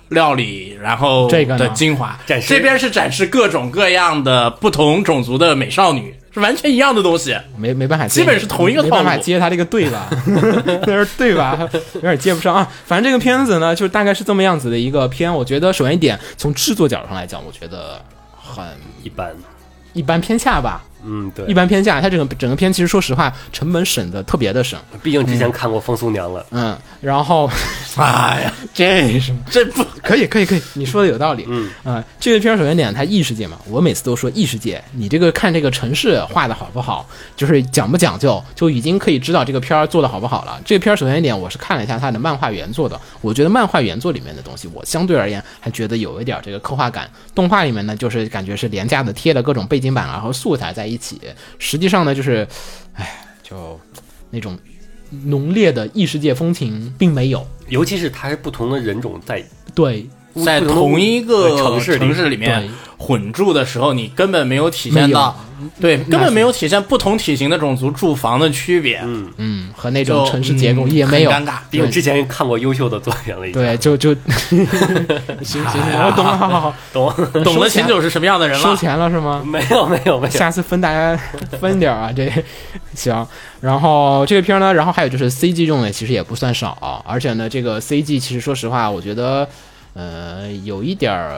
E: 料理，然后
C: 这个呢
E: 的精华，
B: 展示
E: 这边是展示各种各样的不同种族的美少女，是完全一样的东西。
C: 没没办法接，
E: 基本是同一个
C: 没
E: 套
C: 办
E: 路
C: 法接他这个对吧？ 那是对吧？有点接不上啊。反正这个片子呢，就是大概是这么样子的一个片。我觉得首先一点，从制作角度上来讲，我觉得很
B: 一般，
C: 一般偏下吧，
B: 嗯，对，
C: 一般偏下。它整个整个片其实说实话，成本省的特别的省，
B: 毕竟之前看过《风俗娘》了，
C: 嗯。然后
E: 哎呀，
C: 这是
E: 这不
C: 可以可以可以，你说的有道理。嗯啊，这个片儿首先点它异世界嘛，我每次都说异世界，你这个看这个城市画的好不好，就是讲不讲究，就已经可以知道这个片儿做的好不好了。这个片儿首先一点，我是看了一下它的漫画原作的，我觉得漫画原作里面的东西，我相对而言还觉得有一点儿这个刻画感。动画里面呢，就是感觉是廉价的贴了各种背景板啊和素材在一起，实际上呢就是，哎，就那种浓烈的异世界风情并没有。
B: 尤其是它是不同的人种在
C: 对，
E: 在同一个
B: 呃城市里
E: 城市里面
C: 对
E: 混住的时候，你根本没有体现到，对，根本没有体现不同体型的种族住房的区别，嗯，
C: 嗯，和那
E: 就
C: 种城市结构也
E: 嗯
C: 没有。
E: 很尴尬。
B: 毕竟之前看过优秀的作品了，已经
C: 对，就就， 行行行，我懂了，好好好，
B: 懂？
E: 懂
C: 收
E: 得
C: 钱
E: 秦九是什么样的人
C: 收
E: 了。
C: 钱了是吗？
B: 没有没有没有，
C: 下次分大 家分点儿啊，这行。然后这个片儿呢，然后还有就是 CG 用的其实也不算少、而且呢，这个 CG 其实说实话，我觉得呃有一点儿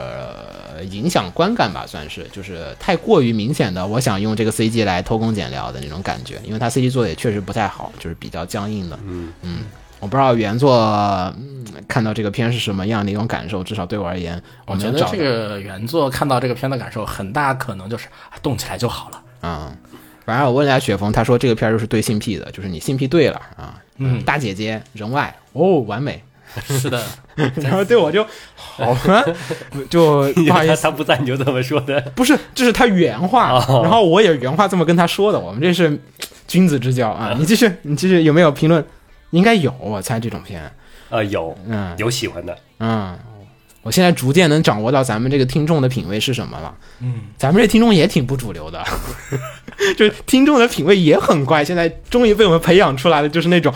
C: 呃影响观感吧，算是就是太过于明显的，我想用这个 CG 来偷工减料的那种感觉，因为它 CG 做的也确实不太好，就是比较僵硬的。嗯我不知道原作、嗯、看到这个片是什么样的一种感受，至少对我而言， 我
E: 我觉
C: 能
E: 得
C: 找
E: 这个原作看到这个片的感受，很大可能就是啊动起来就好了。
C: 啊、反正我问了一下雪峰，他说这个片儿就是对性癖的，就是你性癖对了啊，嗯，大姐姐人外哦，完美。
E: 是的，
C: 然后对我就好 吧，就不 好意
B: 他
C: 思，
B: 他不在你就这么说的，
C: 不是，这是他原话，
B: 哦
C: 然后我也原话这么跟他说的，我们这是君子之交啊。你继续，你继续，有没有评论？应该有，我猜这种片，
B: 呃，有
C: 嗯
B: 有喜欢的，
C: 嗯，我现在逐渐能掌握到咱们这个听众的品味是什么了。嗯，咱们这听众也挺不主流的， 就是听众的品味也很怪。现在终于被我们培养出来的就是那种。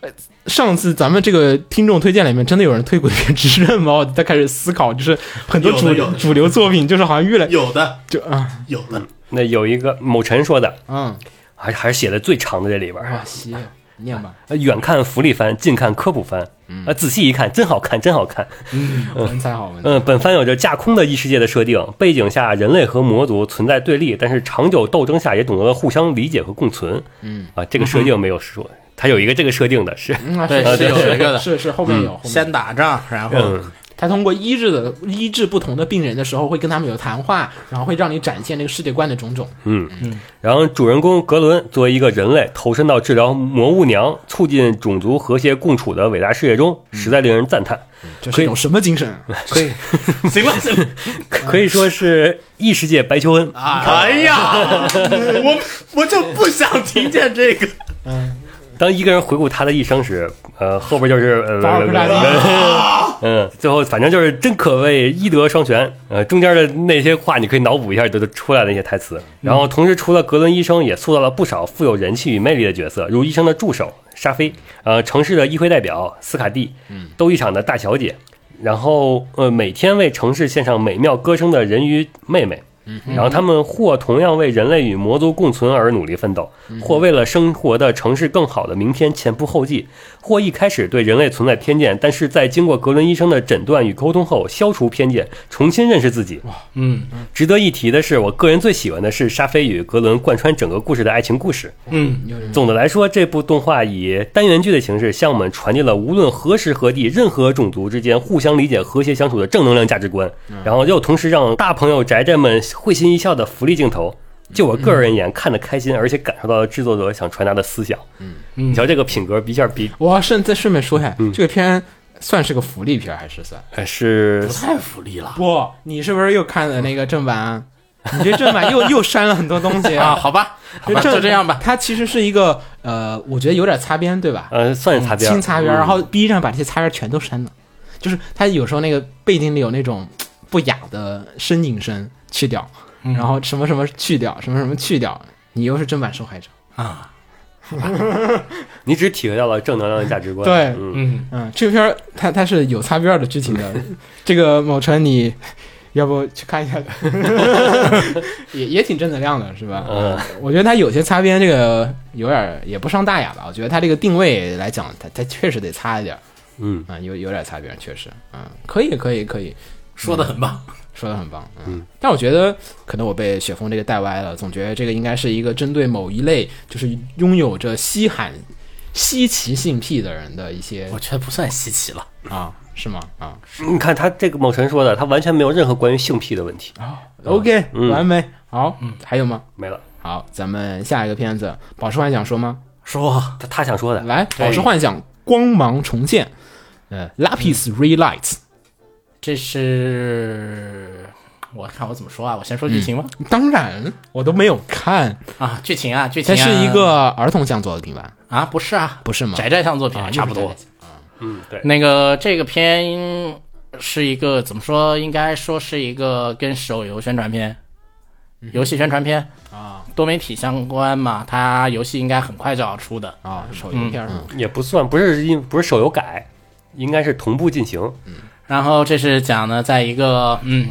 C: 呃，上次咱们这个听众推荐里面，真的有人推《鬼灭之刃》吗？我在开始思考，就是很多
E: 有的
C: 主
E: 有
C: 流
E: 的
C: 主流作品，就是好像越来
E: 有的，
C: 就啊，
E: 有的。
B: 那有一个某晨说的，
C: 嗯，
B: 还还是写的最长的这里边儿
C: 哇，，西，啊念吧，
B: 呃远看福利番，近看科普番，
C: 嗯
B: 啊，仔细一看真好看，真好看。
C: 文采好文采，
B: 嗯，本番有着架空的异世界的设定，背景下人类和魔族存在对立，但是长久斗争下也懂得了互相理解和共存。嗯，啊，这个设定没有说，它有一个这个设定的是，
C: 嗯啊
E: 对
C: 是
E: 是有一个的
C: 是是后面有，后面有
E: 嗯先打仗，然后
B: 嗯，
C: 他通过医治的医治不同的病人的时候，会跟他们有谈话，然后会让你展现这个世界观的种种。
B: 嗯然后主人公格伦作为一个人类，投身到治疗魔物娘、促进种族和谐共处的伟大事业中，实在令人赞叹。
C: 这是一种什么精神？啊
B: 可以
E: 行了，行了
B: 可以说是异世界白求恩，
C: 嗯
E: 哎 呀，我我就不想听见这个。
B: 当一个人回顾他的一生时，呃，后边就是呃
C: 巴尔布大帝
B: 嗯，最后反正就是真可谓医德双全。呃，中间的那些话你可以脑补一下，就就出来的那些台词。然后同时，除了格伦医生，也塑造了不少富有人气与魅力的角色，如医生的助手沙菲，呃，城市的议会代表斯卡蒂，斗一场的大小姐，然后呃，每天为城市献上美妙歌声的人鱼妹妹。然后他们或同样为人类与魔族共存而努力奋斗，或为了生活的城市更好的明天前仆后继，或一开始对人类存在偏见，但是在经过格伦医生的诊断与沟通后，消除偏见，重新认识自己。
E: 嗯
B: 值得一提的是，我个人最喜欢的是沙菲与格伦贯穿整个故事的爱情故事。
E: 嗯，
B: 总的来说，这部动画以单元剧的形式向我们传递了无论何时何地、任何种族之间互相理解、和谐相处的正能量价值观，然后又同时让大朋友宅宅们会心一笑的福利镜头。就我个人而言，看得开心，而且感受到了制作者想传达的思想。嗯，你瞧这个品格，一下比
C: 我顺再顺便说一下，这个片算是个福利片还是算？
B: 呃是
E: 太福利了
C: 不，你是不是又看了那个正版啊？你这正 版又又删了很多东西
E: 啊！！好吧，好吧，就这样吧。
C: 它其实是一个呃，我觉得有点擦边，对吧？
B: 呃算是擦边儿，
C: 清擦边，
B: 嗯
C: 然后 B 站把这些擦边全都删了，就是它有时候那个背景里有那种嘖不雅的呻吟声去掉，然后什么什么去掉，什么什么去掉，你又是正版受害者
E: 啊，
B: 你只体会到了正能量的价值观。
C: 对
B: 嗯，
E: 嗯，
C: 嗯，这个片儿它它是有擦边儿的剧情的。这个某城你要不去看一下， 也也挺正能量的，是吧？
B: 嗯，
C: 我觉得它有些擦边，这个有点儿也不上大雅吧。我觉得它这个定位来讲，它它确实得擦一点儿，
B: 嗯，
C: 嗯，有有点儿擦边，确实，嗯，可以可以可以，
E: 说的很棒。
C: 说的很棒，嗯，但我觉得可能我被雪峰这个带歪了，总觉得这个应该是一个针对某一类，就是拥有着稀罕、稀奇性癖的人的一些
E: 我觉得不算稀奇了，
C: 啊，是吗？啊
B: 你看他这个某晨说的，他完全没有任何关于性癖的问题，
C: 啊，OK，、
B: 嗯
C: 完美，好，还有吗？
B: 没了。
C: 好，咱们下一个片子《宝石幻想》说吗？
E: 说
B: 他他想说的，
C: 来，《宝石幻想》光芒重现，呃，Lapis Relight，、
E: 这是我看我怎么说啊？我先说剧情吧。
C: 当然我都没有看，
E: 啊，剧情啊，剧情、
C: 嗯它
E: 啊、
C: 是一个儿童向做的平板，
E: 啊，不是啊，
C: 不是吗？
E: 宅宅向作品、
C: 啊
E: 差不
C: 又
E: 多
C: 是宅。
B: 嗯，对，
E: 那个这个片是一个怎么说？应该说是一个跟手游宣传片、游戏宣传片
C: 嗯啊
E: 多媒体相关嘛。它游戏应该很快就要出的。嗯
C: 啊，手游片儿是吗？
B: 也不算，不是因不是手游改，应该是同步进行。
E: 哦然后这是讲呢，在一个嗯，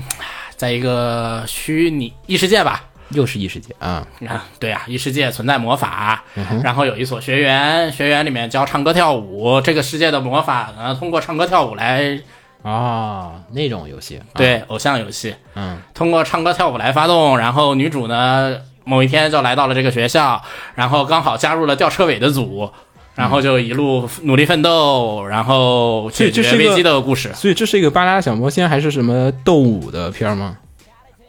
E: 在一个虚拟异世界吧，
C: 又是异世界啊，
E: 啊， 对啊，异世界存在魔法，
C: 嗯
E: 然后有一所学员，学员里面教唱歌跳舞，这个世界的魔法呢，通过唱歌跳舞来
C: 啊，那种游戏，啊，
E: 对偶像游戏，
C: 嗯，
E: 通过唱歌跳舞来发动，然后女主呢某一天就来到了这个学校，然后刚好加入了吊车尾的组，然后就一路努力奋斗，然后解
C: 这这
E: 决
C: 是一个
E: 危机的故事
C: 所以这是一个巴拉小魔仙还是什么斗舞的片儿吗？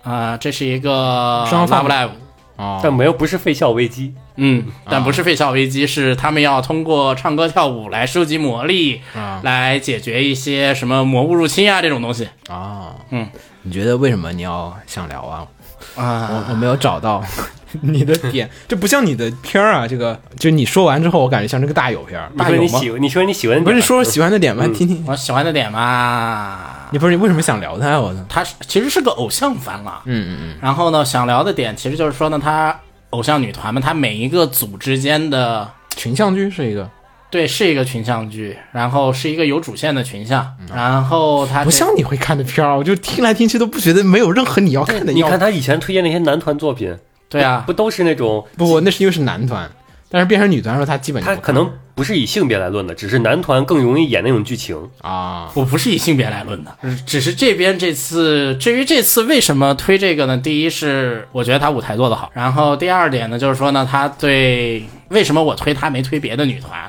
E: 啊、这是一个
C: 双方
E: Love Live，
C: 啊，
B: 但没有不是废校危机，
E: 嗯，但不是废校危机，是他们要通过唱歌跳舞来收集魔力，
C: 啊
E: 来解决一些什么魔物入侵啊这种东西
C: 啊，
E: 嗯，
C: 你觉得为什么你要想聊啊？
E: 啊。
C: 我我没有找到 你的点，这不像你的片儿啊，这个就你说完之后，我感觉像这个大有片儿，
B: 你
E: 大
B: 说
E: 有
B: 你
E: 吗
B: 喜，你说你喜欢，
C: 不是说喜欢的点吗？听
B: 嗯
C: 听，
E: 我喜欢的点嘛，
C: 你不是你为什么想聊它呀？我操，
E: 他是其实是个偶像番了。
C: 嗯嗯
E: 然后呢，想聊的点其实就是说呢，他偶像女团们，他每一个组之间的
C: 嗯，群像剧是一
B: 啊
C: 个，
E: 对是一个群像剧，然后是一个有主线的群像，然后他
C: 不像你会看的片儿，我就听来听去都不觉得没有任何你要看的
B: 你
C: 要
B: 看他以前推荐那些男团作品，
E: 对啊
B: 不，都是那种
C: 不不，那是因为是男团，但是变成女团的时候，它基本就
B: 他
E: 嗯
C: 不
B: 可能不是以性别来论的，只是男团更容易演那种剧情。
C: 啊，
E: 我不是以性别来论的，只是这边这次，至于这次为什么推这个呢？第一是我觉得他舞台做得好，然后第二点呢，就是说呢，他对为什么我推他没推别的女团，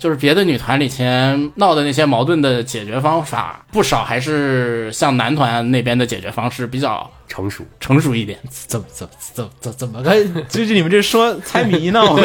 E: 就是别的女团里前闹的那些矛盾的解决方法，不少还是像男团那边的解决方式比较
B: 成熟，
E: 成熟一点，
C: 怎么怎么怎么怎么怎么个？ 就是你们这说猜谜 呢？我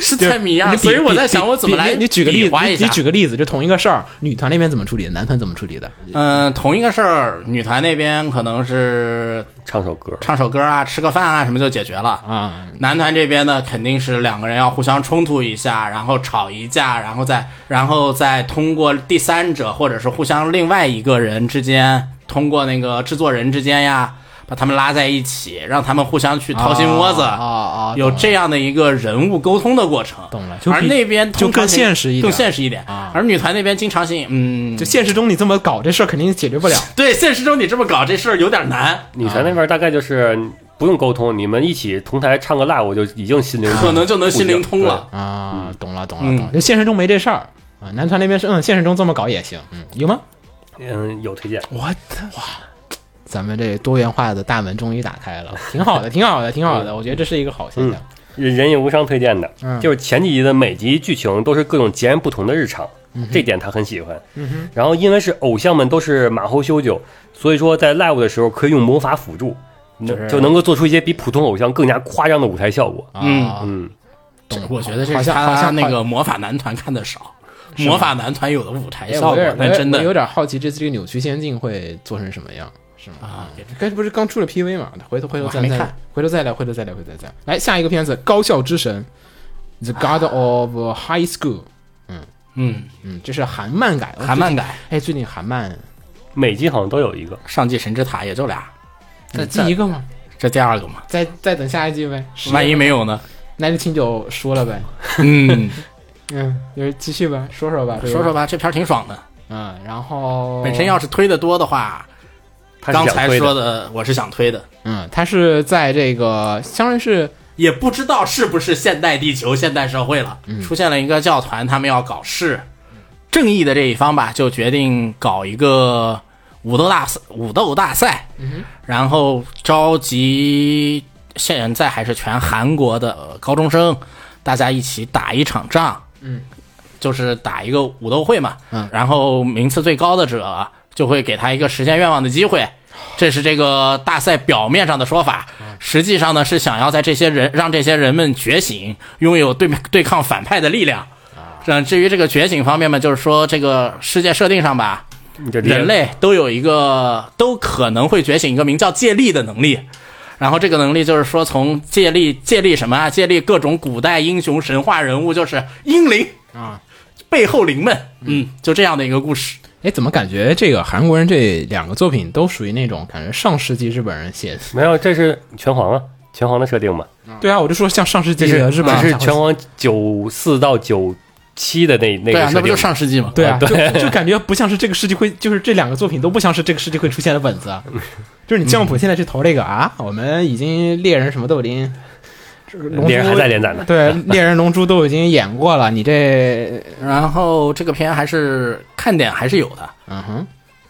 E: 是猜谜啊，
C: 你比
E: 所以我在
C: 比
E: 想我怎么
C: 比
E: 来
C: 你你举个例
E: 比
C: 子，
E: 划
C: 你
E: 一下
C: 你举个例子，就同一个事儿，女团那边怎么处理的，男团怎么处理的？
E: 嗯、同一个事儿，女团那边可能是
B: 唱首歌，
E: 唱首歌啊、吃个饭啊什么就解决了。
C: 啊，
E: 男团这边呢，肯定是两个人要互相冲突一下，然后吵一架，然后再然后再通过第三者或者是互相另外一个人之间，通过那个制作人之间呀，把他们拉在一起，让他们互相去掏心窝子，
C: 啊啊，
E: 有
C: 懂了
E: 这样的一个人物沟通的过程。
C: 懂了就
E: 而
C: 比
E: 那边
C: 就
E: 通常
C: 更
E: 性
C: 现实一点
E: 更现实一点。
C: 啊
E: 而女团那边经常性，嗯，
C: 就现实中你这么搞这事儿肯定解决不了
E: 对现实中你这么搞这事儿有点难，
B: 女团那边大概就是不用沟通，你们一起同台唱个 live 就已经心灵
E: 可能就能心灵通了。
C: 啊，懂了懂了
E: 嗯
C: 懂了，就现实中没这事儿啊，男团那边是嗯，现实中这么搞也行，嗯，有吗？
B: 对。嗯，有推荐，
C: 我的哇！咱们这多元化的大门终于打开了，挺好的，挺好的，挺好
E: 嗯
C: 的。我觉得这是一个好现象。
B: 人也无伤推荐的，
C: 嗯
B: 就是前几集的每集剧情都是各种截然不同的日常，这点他很喜欢。然后因为是偶像们都是马后修九，所以说在 live 的时候可以用魔法辅助，
E: 就是
B: 就能够做出一些比普通偶像更加夸张的舞台效果。
E: 嗯
C: 啊
B: 嗯，
E: 这我觉得这
C: 好
E: 是
C: 像好
E: 他
C: 像
E: 那个魔法男团看的少，
C: 吗
E: 魔法男团有的舞台
C: 哎，
E: 效
C: 我有
E: 果
C: 点，，我
E: 那
C: 有
E: 真
C: 我有
E: 的
C: 点好奇，这次这个扭曲仙境会做成什么样，是吗？
E: 啊，
C: 该不是刚出了 PV 嘛？回头回头
E: 我还
C: 再
E: 没
C: 再
E: 看
C: 回头再聊，回头再聊，回头再聊。来下一个片子《高校之神》，The God of High School。
E: 嗯，
C: 嗯，这是韩漫改。
E: 韩漫改
C: 哎，最近韩漫
B: 每集好像都有一个。
E: 《上季神之塔》也就俩，
C: 第一个吗？
E: 这第二个嘛，
C: 再再等下一季呗。
E: 万一没有呢？
C: 那就听就输了呗。
E: 嗯，
C: 嗯，就是继续吧，说说吧，这个
E: 说说。吧，这片儿挺爽的。
C: 嗯，然后
E: 本身要是推的多的话，
B: 他
E: 刚
B: 是想
E: 才
B: 推
E: 说
B: 的，
E: 的我是想推的，
C: 嗯，他是在这个相当于是
E: 也不知道是不是现代地球、现代社会了，
C: 嗯
E: 出现了一个教团，他们要搞事，正义的这一方吧，就决定搞一个武斗大赛武斗大赛，
C: 嗯
E: 然后召集现在还是全韩国的呃高中生，大家一起打一场仗，
C: 嗯，
E: 就是打一个武斗会嘛，
C: 嗯
E: 然后名次最高的者就会给他一个实现愿望的机会。这是这个大赛表面上的说法，实际上呢是想要在这些人让这些人们觉醒，拥有对对抗反派的力量。
B: 啊
E: 嗯，至于这个觉醒方面嘛，就是说这个世界设定上吧，
B: 你这
E: 人类都有一个都可能会觉醒一个名叫借力的能力。然后这个能力就是说，从借力借力什么啊？借力各种古代英雄神话人物，就是英灵
C: 啊，
E: 背后灵们，嗯，就这样的一个故事。
C: 哎，怎么感觉这个韩国人这两个作品都属于那种感觉上世纪日本人写的？
B: 没有，这是拳皇啊，拳皇的设定嘛，
C: 对啊，我就说像上世
B: 这
C: 纪
B: 是
C: 的日本啊
B: 这
C: 人
B: 是拳皇九四到九七的那那
E: 对
B: 个
E: 啊，
B: 设
E: 那不
B: 定
E: 就
B: 嘛，
E: 上世纪吗？
C: 对啊，就就感觉不像是这个世纪会，就是这两个作品都不像是这个世纪会出现的本子啊。 就是你降普现在去投这个啊，我们已经猎人什么都已经，这个龙珠
B: 猎人还在连载 呢，
C: 对猎人龙珠都已经演过了，你这
E: 然后这个片还是看点还是有的，
C: 嗯哼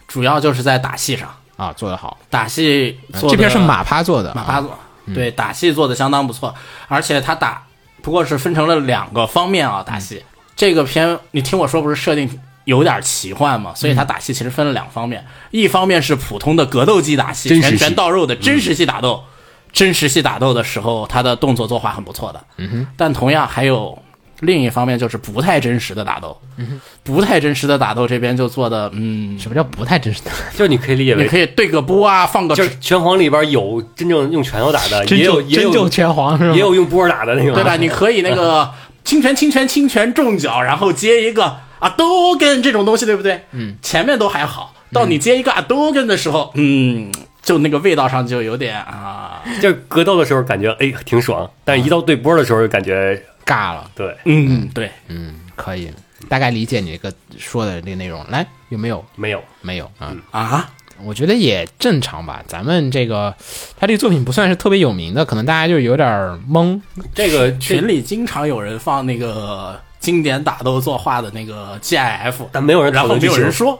E: 主要就是在打戏上，
C: 啊做得好，
E: 打戏做
C: 哎这
E: 的
C: 片是马趴做的，啊
E: 马
B: 啊
E: 趴做，
B: 嗯
E: 对打戏做的相当不错，而且他打不过是分成了两个方面啊，
B: 嗯
E: 打戏、这个片你听我说不是设定有点奇幻嘛，所以
B: 嗯
E: 他打戏其实分了两方面，一方面是普通的格斗技打戏，
B: 真实戏
E: 拳
B: 嗯
E: 拳到肉的真实戏打斗，真实戏打斗的时候他的动作作画很不错的，嗯哼，但同样还有。另一方面就是不太真实的打斗，
B: 嗯
E: 不太真实的打斗这边就做的，嗯，
C: 什么叫不太真实的？
B: 就你可以理解
E: 你
B: 为。
E: 可以对个波啊，放个
B: 就是哦拳皇里边有真正用拳头打的，
C: 真
B: 也有
C: 就
B: 也
C: 真
B: 有
C: 就拳皇是吗？
B: 也有用波打的 那种，
E: 对吧？你可以那个轻拳、轻拳、轻拳重脚，然后接一个啊都跟这种东西，对不对？嗯，前面都还好，到你接一个啊都跟的时候，嗯，就那个味道上就有点啊，
B: 就是格斗的时候感觉哎挺爽，但是一到对波的时候就感觉
C: 尬了，
B: 对
E: 嗯，对，
C: 嗯，可以，大概理解你这个说的这个内容。来，有没有？
B: 没有。
C: 没有啊。
E: 啊，
C: 我觉得也正常吧。咱们这个他这个作品不算是特别有名的，可能大家就有点儿懵。
B: 这个
E: 群里经常有人放那个经典打斗作画的那个 GIF，
B: 但没有人
E: 然
B: 讨
E: 后
B: 论
E: 没
B: 剧
E: 有
B: 情
E: 人，说，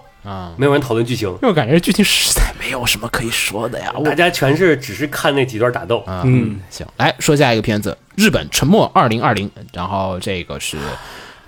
B: 没有人讨论剧情，
C: 啊因为我感觉剧情实在没有什么可以说的呀。
E: 啊
B: 大家全是只是看那几段打斗。
E: 嗯，
C: 行，来说下一个片子，《日本沉默二零二零》，然后这个是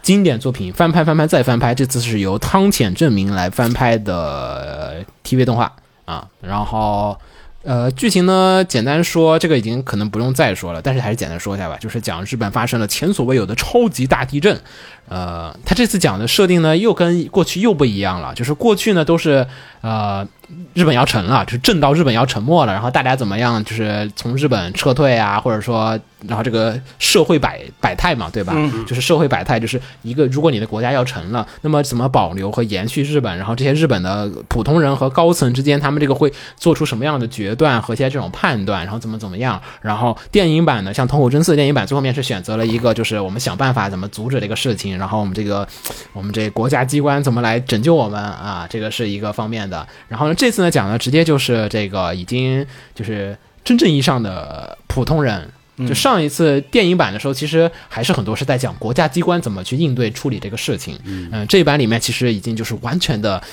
C: 经典作品翻拍、翻拍再翻拍，这次是由汤浅证明来翻拍的呃 TV 动画啊。然后呃，剧情呢，简单说，这个已经可能不用再说了，但是还是简单说一下吧，就是讲日本发生了前所未有的超级大地震。呃，他这次讲的设定呢，又跟过去又不一样了，就是过去呢都是呃日本要沉了，就是震到日本要沉没了，然后大家怎么样，就是从日本撤退啊，或者说，然后这个社会百百态嘛，对吧？就是社会百态，就是一个如果你的国家要沉了，那么怎么保留和延续日本，然后这些日本的普通人和高层之间，他们这个会做出什么样的决断和一些这种判断，然后怎么怎么样，然后电影版呢，像通口真司的电影版最后面是选择了一个就是我们想办法怎么阻止这个事情，然后我们这个我们这国家机关怎么来拯救我们啊，这个是一个方面的。然后呢，这次呢讲的直接就是这个已经就是真正意义上的普通人。就上一次电影版的时候，其实还是很多是在讲国家机关怎么去应对处理这个事情。嗯，这一版里面其实已经就是完全的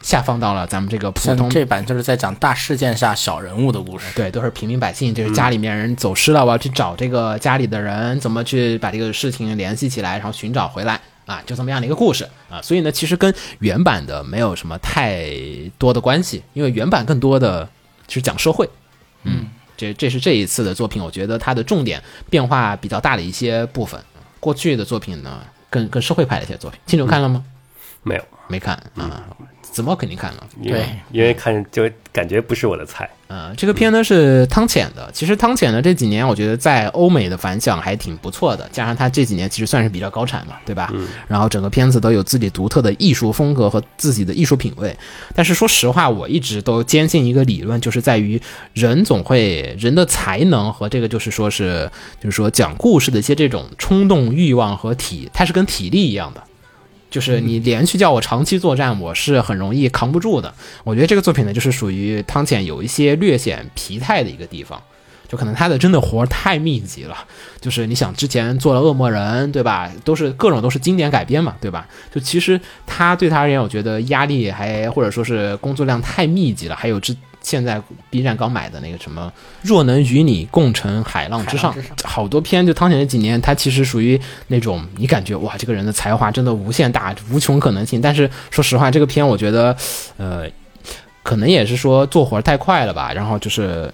C: 下放到了咱们这个普
E: 像
C: 通
E: 这版就是在讲大事件下小人物的故事，
C: 对，都是平民百姓，就是家里面人走失了，我要去找这个家里的人，怎么去把这个事情联系起来，然后寻找回来啊，就这么样的一个故事啊。所以呢，其实跟原版的没有什么太多的关系，因为原版更多的是讲社会，嗯，这这是这一次的作品，我觉得它的重点变化比较大的一些部分。过去的作品呢，更更社会派的一些作品，清楚看了吗？
B: 没有，
C: 没看啊。子墨肯定看了，
B: 因为
E: 对
B: 因为看就感觉不是我的菜。
C: 呃，这个片呢是汤浅的。其实汤浅呢这几年，我觉得在欧美的反响还挺不错的，加上他这几年其实算是比较高产嘛，对吧？然后整个片子都有自己独特的艺术风格和自己的艺术品味。但是说实话，我一直都坚信一个理论，就是在于人总会人的才能和这个就是说是就是说讲故事的一些这种冲动欲望和体，它是跟体力一样的。就是你连续叫我长期作战，我是很容易扛不住的。我觉得这个作品呢，就是属于汤浅有一些略显疲态的一个地方，就可能他的真的活儿太密集了。就是你想之前做了《恶魔人》，对吧？都是各种都是经典改编嘛，对吧？就其实他对他而言，我觉得压力还或者说是工作量太密集了。还有之现在 B 站刚买的那个什么《若能与你共乘海浪之上》，好多片就汤浅这几年，他其实属于那种你感觉哇，这个人的才华真的无限大，无穷可能性。但是说实话，这个片我觉得，呃，可能也是说做活儿太快了吧，然后就是呃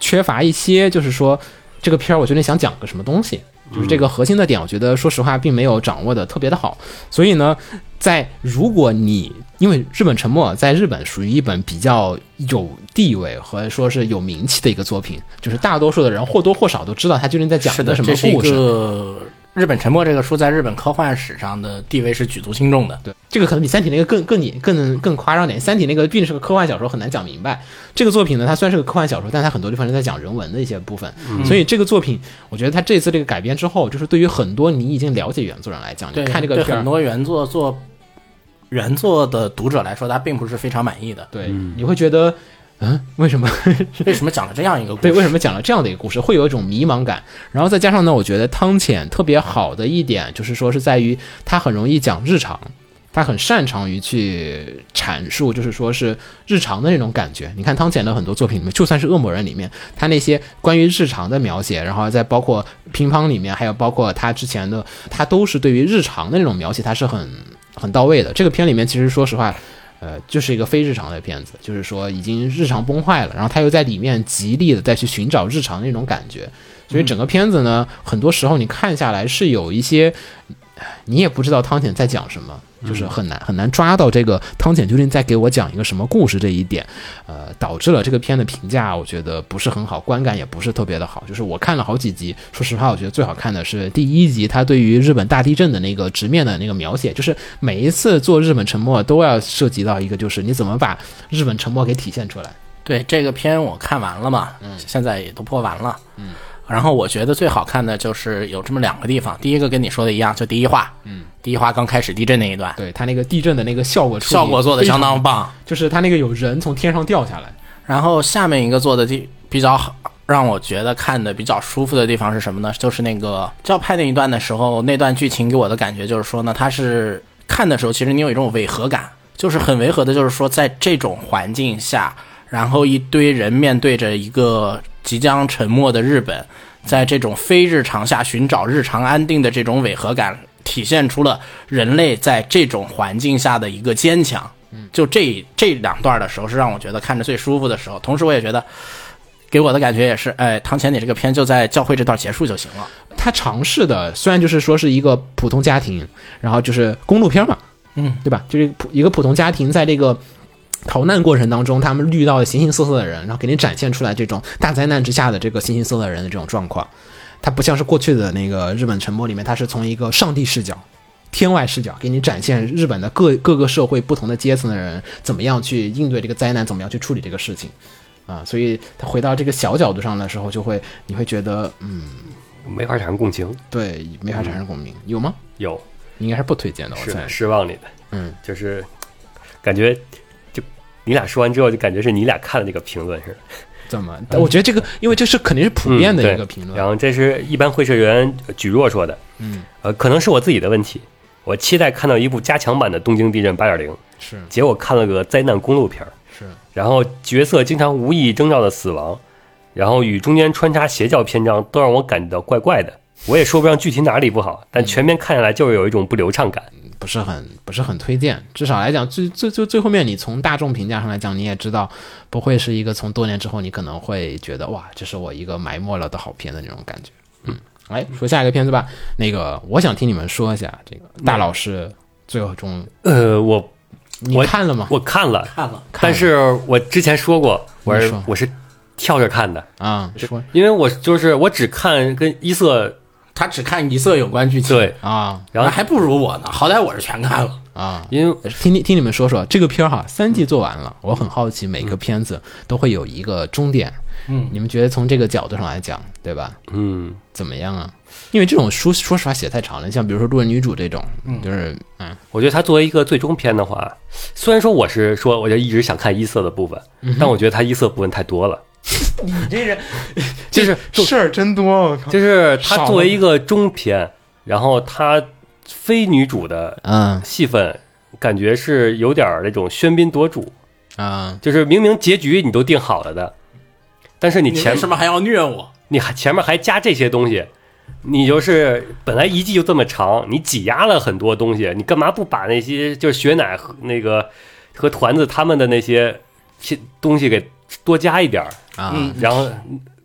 C: 缺乏一些，就是说这个片儿，我究竟想讲个什么东西，就是这个核心的点，我觉得说实话并没有掌握的特别的好。所以呢，在如果你因为日本沉默在日本属于一本比较有地位和说是有名气的一个作品，就是大多数的人或多或少都知道他究竟在讲
E: 是
C: 个
E: 的，
C: 什么
E: 这是一
C: 故事。
E: 个日本沉没这个书在日本科幻史上的地位是举足轻重的。
C: 对，这个可能比《三体》那个更更你更更夸张点，《三体》那个毕竟是个科幻小说，很难讲明白。这个作品呢，它虽然是个科幻小说，但它很多地方是在讲人文的一些部分，
E: 嗯
C: 所以这个作品，我觉得它这次这个改编之后，就是对于很多你已经了解原作人来讲，你
E: 对，
C: 看这个
E: 对
C: 片
E: 很
C: 儿。
E: 多原作做原作的读者来说，他并不是非常满 意的。
C: 对，你会觉得，嗯，为什么？
E: 为什么讲了这样一个故事？
C: 对，为什么讲了这样的一个故事，会有一种迷茫感。然后再加上呢，我觉得汤浅特别好的一点就是说是在于他很容易讲日常，他很擅长于去阐述，就是说是日常的那种感觉。你看汤浅的很多作品里面，就算是《恶魔人》里面，他那些关于日常的描写，然后再包括乒乓里面，还有包括他之前的，他都是对于日常的那种描写，他是很很到位的。这个片里面其实说实话。呃，就是一个非日常的片子，就是说已经日常崩坏了，然后他又在里面极力的再去寻找日常那种感觉，所以整个片子呢，很多时候你看下来是有一些，唉你也不知道汤浅在讲什么，就是很难很难抓到这个汤浅究竟在给我讲一个什么故事这一点，呃，导致了这个片的评价我觉得不是很好，观感也不是特别的好。就是我看了好几集，说实话，我觉得最好看的是第一集，他对于日本大地震的那个直面的那个描写，就是每一次做日本沉没都要涉及到一个，就是你怎么把日本沉没给体现出来。
E: 对这个片我看完了嘛，
C: 嗯
E: 现在也都播完了，嗯，然后我觉得最好看的就是有这么两个地方，第一个跟你说的一样，就第一话，嗯，第一话刚开始地震那一段，
C: 对他那个地震的那个效果处理
E: 效果做的相
C: 非
E: 当
C: 常，
E: 棒，
C: 就是他那个有人从天上掉下来，
E: 然后下面一个做的地比较好。让我觉得看的比较舒服的地方是什么呢？就是那个教派那一段的时候，那段剧情给我的感觉就是说呢，它是看的时候，其实你有一种违和感，就是很违和的，就是说在这种环境下，然后一堆人面对着一个即将沉没的日本，在这种非日常下寻找日常安定的这种违和感，体现出了人类在这种环境下的一个坚强。就这这两段的时候，是让我觉得看着最舒服的时候。同时，我也觉得给我的感觉也是，哎，唐钱，你这个片就在教会这段结束就行了。
C: 他尝试的虽然就是说是一个普通家庭，然后就是公路片嘛，
E: 嗯，
C: 对吧？就是普一个普通家庭在这个逃难过程当中，他们遇到了形形色色的人，然后给你展现出来这种大灾难之下的这个形形色色的人的这种状况。它不像是过去的那个日本沉没里面，它是从一个上帝视角、天外视角给你展现日本的各各个社会不同的阶层的人怎么样去应对这个灾难，怎么样去处理这个事情。啊，所以他回到这个小角度上的时候，就会你会觉得，嗯，
B: 没法产生共情。
C: 对，没法产生共鸣，有吗？
B: 有
C: 应该是不推荐的。我
B: 是
C: 猜
B: 失望你的，
C: 嗯，
B: 就是感觉就你俩说完之后，就感觉是你俩看了那个评论似的，
C: 怎么？但我觉得这个，因为这是肯定是普遍的
B: 嗯
C: 一个
B: 对
C: 评
B: 然
C: 论。
B: 后这是一般会社员呃举若说的，嗯，呃，可能是我自己的问题，我期待看到一部加强版的《东京地震八点零》，
C: 是
B: 结果看了个灾难公路片儿，
C: 是，
B: 然后角色经常无意征兆的死亡，然后与中间穿插邪教篇章，都让我感觉到怪怪的。我也说不上具体哪里不好，但
C: 嗯
B: 全面看下来就是有一种不流畅感。
C: 不是很不是很推荐。至少来讲，最最最最后面，你从大众评价上来讲，你也知道不会是一个从多年之后你可能会觉得哇，这是我一个埋没了的好片的那种感觉。嗯，来说下一个片子吧。那个，我想听你们说一下这个大老师最后终于
B: 呃，我
C: 你
B: 我
C: 看了吗？
B: 我看了，
E: 看了，
B: 但是我之前说过，我
C: 你
B: 是
C: 说
B: 我是跳着看的，
C: 啊，说
B: 因为我就是我只看跟 一色
E: 他只看一色有关剧情，
B: 对，
C: 啊
B: 然后
E: 那还不如我呢，好歹我是全看了。
C: 啊，
B: 因为
C: 听你听你们说说这个片儿
E: 嗯
C: 哈，三季做完了，我很好奇每个片子都会有一个终点，嗯，你们觉得从这个角度上来讲，对吧？
B: 嗯，
C: 怎么样啊？因为这种书说实话写太长了，像比如说《路人女主》这种，就是嗯
B: 我觉得它作为一个最终篇的话，虽然说我是说我就一直想看一色的部分，
C: 嗯
B: 但我觉得它一色部分太 多了， 就是
C: 事儿真多，我靠，
B: 就是它
C: 少了
B: 作为一个中篇，然后它非女主的
C: 嗯
B: 戏份，感觉是有点儿那种喧宾夺主，
C: 啊
B: 就是明明结局你都定好了的，但是你
E: 你
B: 前
E: 为什么还要虐我？
B: 你还前面还加这些东西，你就是本来一季就这么长，你挤压了很多东西，你干嘛不把那些就是雪乃和那个和团子他们的那些些东西给多加一点儿，
C: 啊，
E: 嗯
B: 然后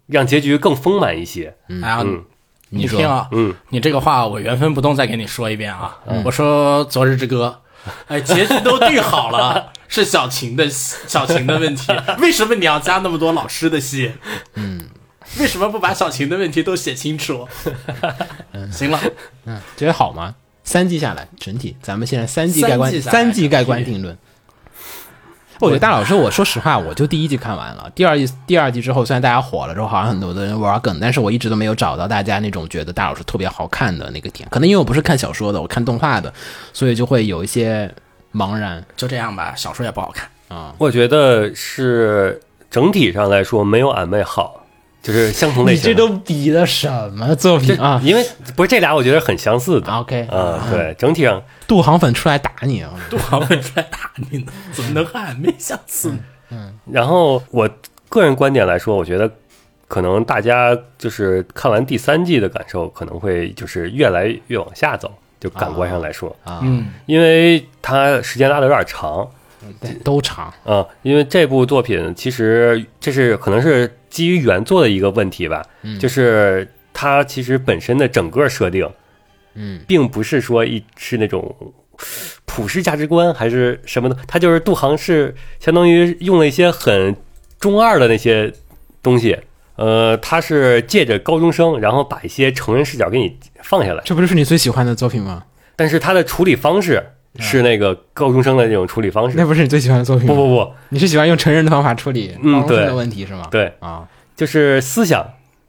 B: 让结局更丰满一些？
E: 哎呀，
B: 嗯
E: 你
C: 说
E: 听啊，
B: 嗯，
E: 你这个话我原封不动再给你说一遍啊。我说《昨日之歌》， 哎，结局都定好了，是小晴的小晴的问 题，为什么你要加那么多老师的戏？嗯，为什么不把小晴的问题都写清楚？行了，
C: 觉得好吗？三季下来，整体咱们现在三季盖
E: 三季
C: 棺，
E: 下来
C: 三季盖棺定论。我觉得大老师，我说实话，我就第一季看完了，第二季第二季之后，虽然大家火了之后，好像很多的人玩梗，但是我一直都没有找到大家那种觉得大老师特别好看的那个点。可能因为我不是看小说的，我看动画的，所以就会有一些茫然
E: 就这样吧，小说也不好看。
C: 啊。
B: 我觉得是整体上来说没有俺妹好，就是相同类
C: 你这
B: 型的。
C: 都比的什么作品
B: 这
C: 啊
B: 因为不是这俩，我觉得很相似的。
C: ？OK，
E: 呃
B: 嗯，对，整体上
C: 杜航粉出来打你啊！
E: 杜航问出来打你呢，怎么能和俺妹相似呢？
B: 然后我个人观点来说，我觉得可能大家就是看完第三季的感受，可能会就是越来越往下走，就感官上来说，
C: 啊
E: 嗯，
B: 因为它时间拉的有点长
C: 对都长，
B: 啊、因为这部作品其实这是可能是基于原作的一个问题吧，就是它其实本身的整个设定，
C: 嗯，
B: 并不是说一是那种普世价值观还是什么的，它就是杜航是相当于用了一些很中二的那些东西，呃，他是借着高中生，然后把一些成人视角给你放下来，
C: 这不就是你最喜欢的作品吗？
B: 但是他的处理方式是那个高中生的那种处理方式，
C: 嗯 那不是你最喜欢的作品吗？
B: 不不不，
C: 你是喜欢用成人的方法处理
B: 嗯
C: 高中生
B: 对
C: 的问题是吗？
B: 对，
C: 啊，
B: 就是思想，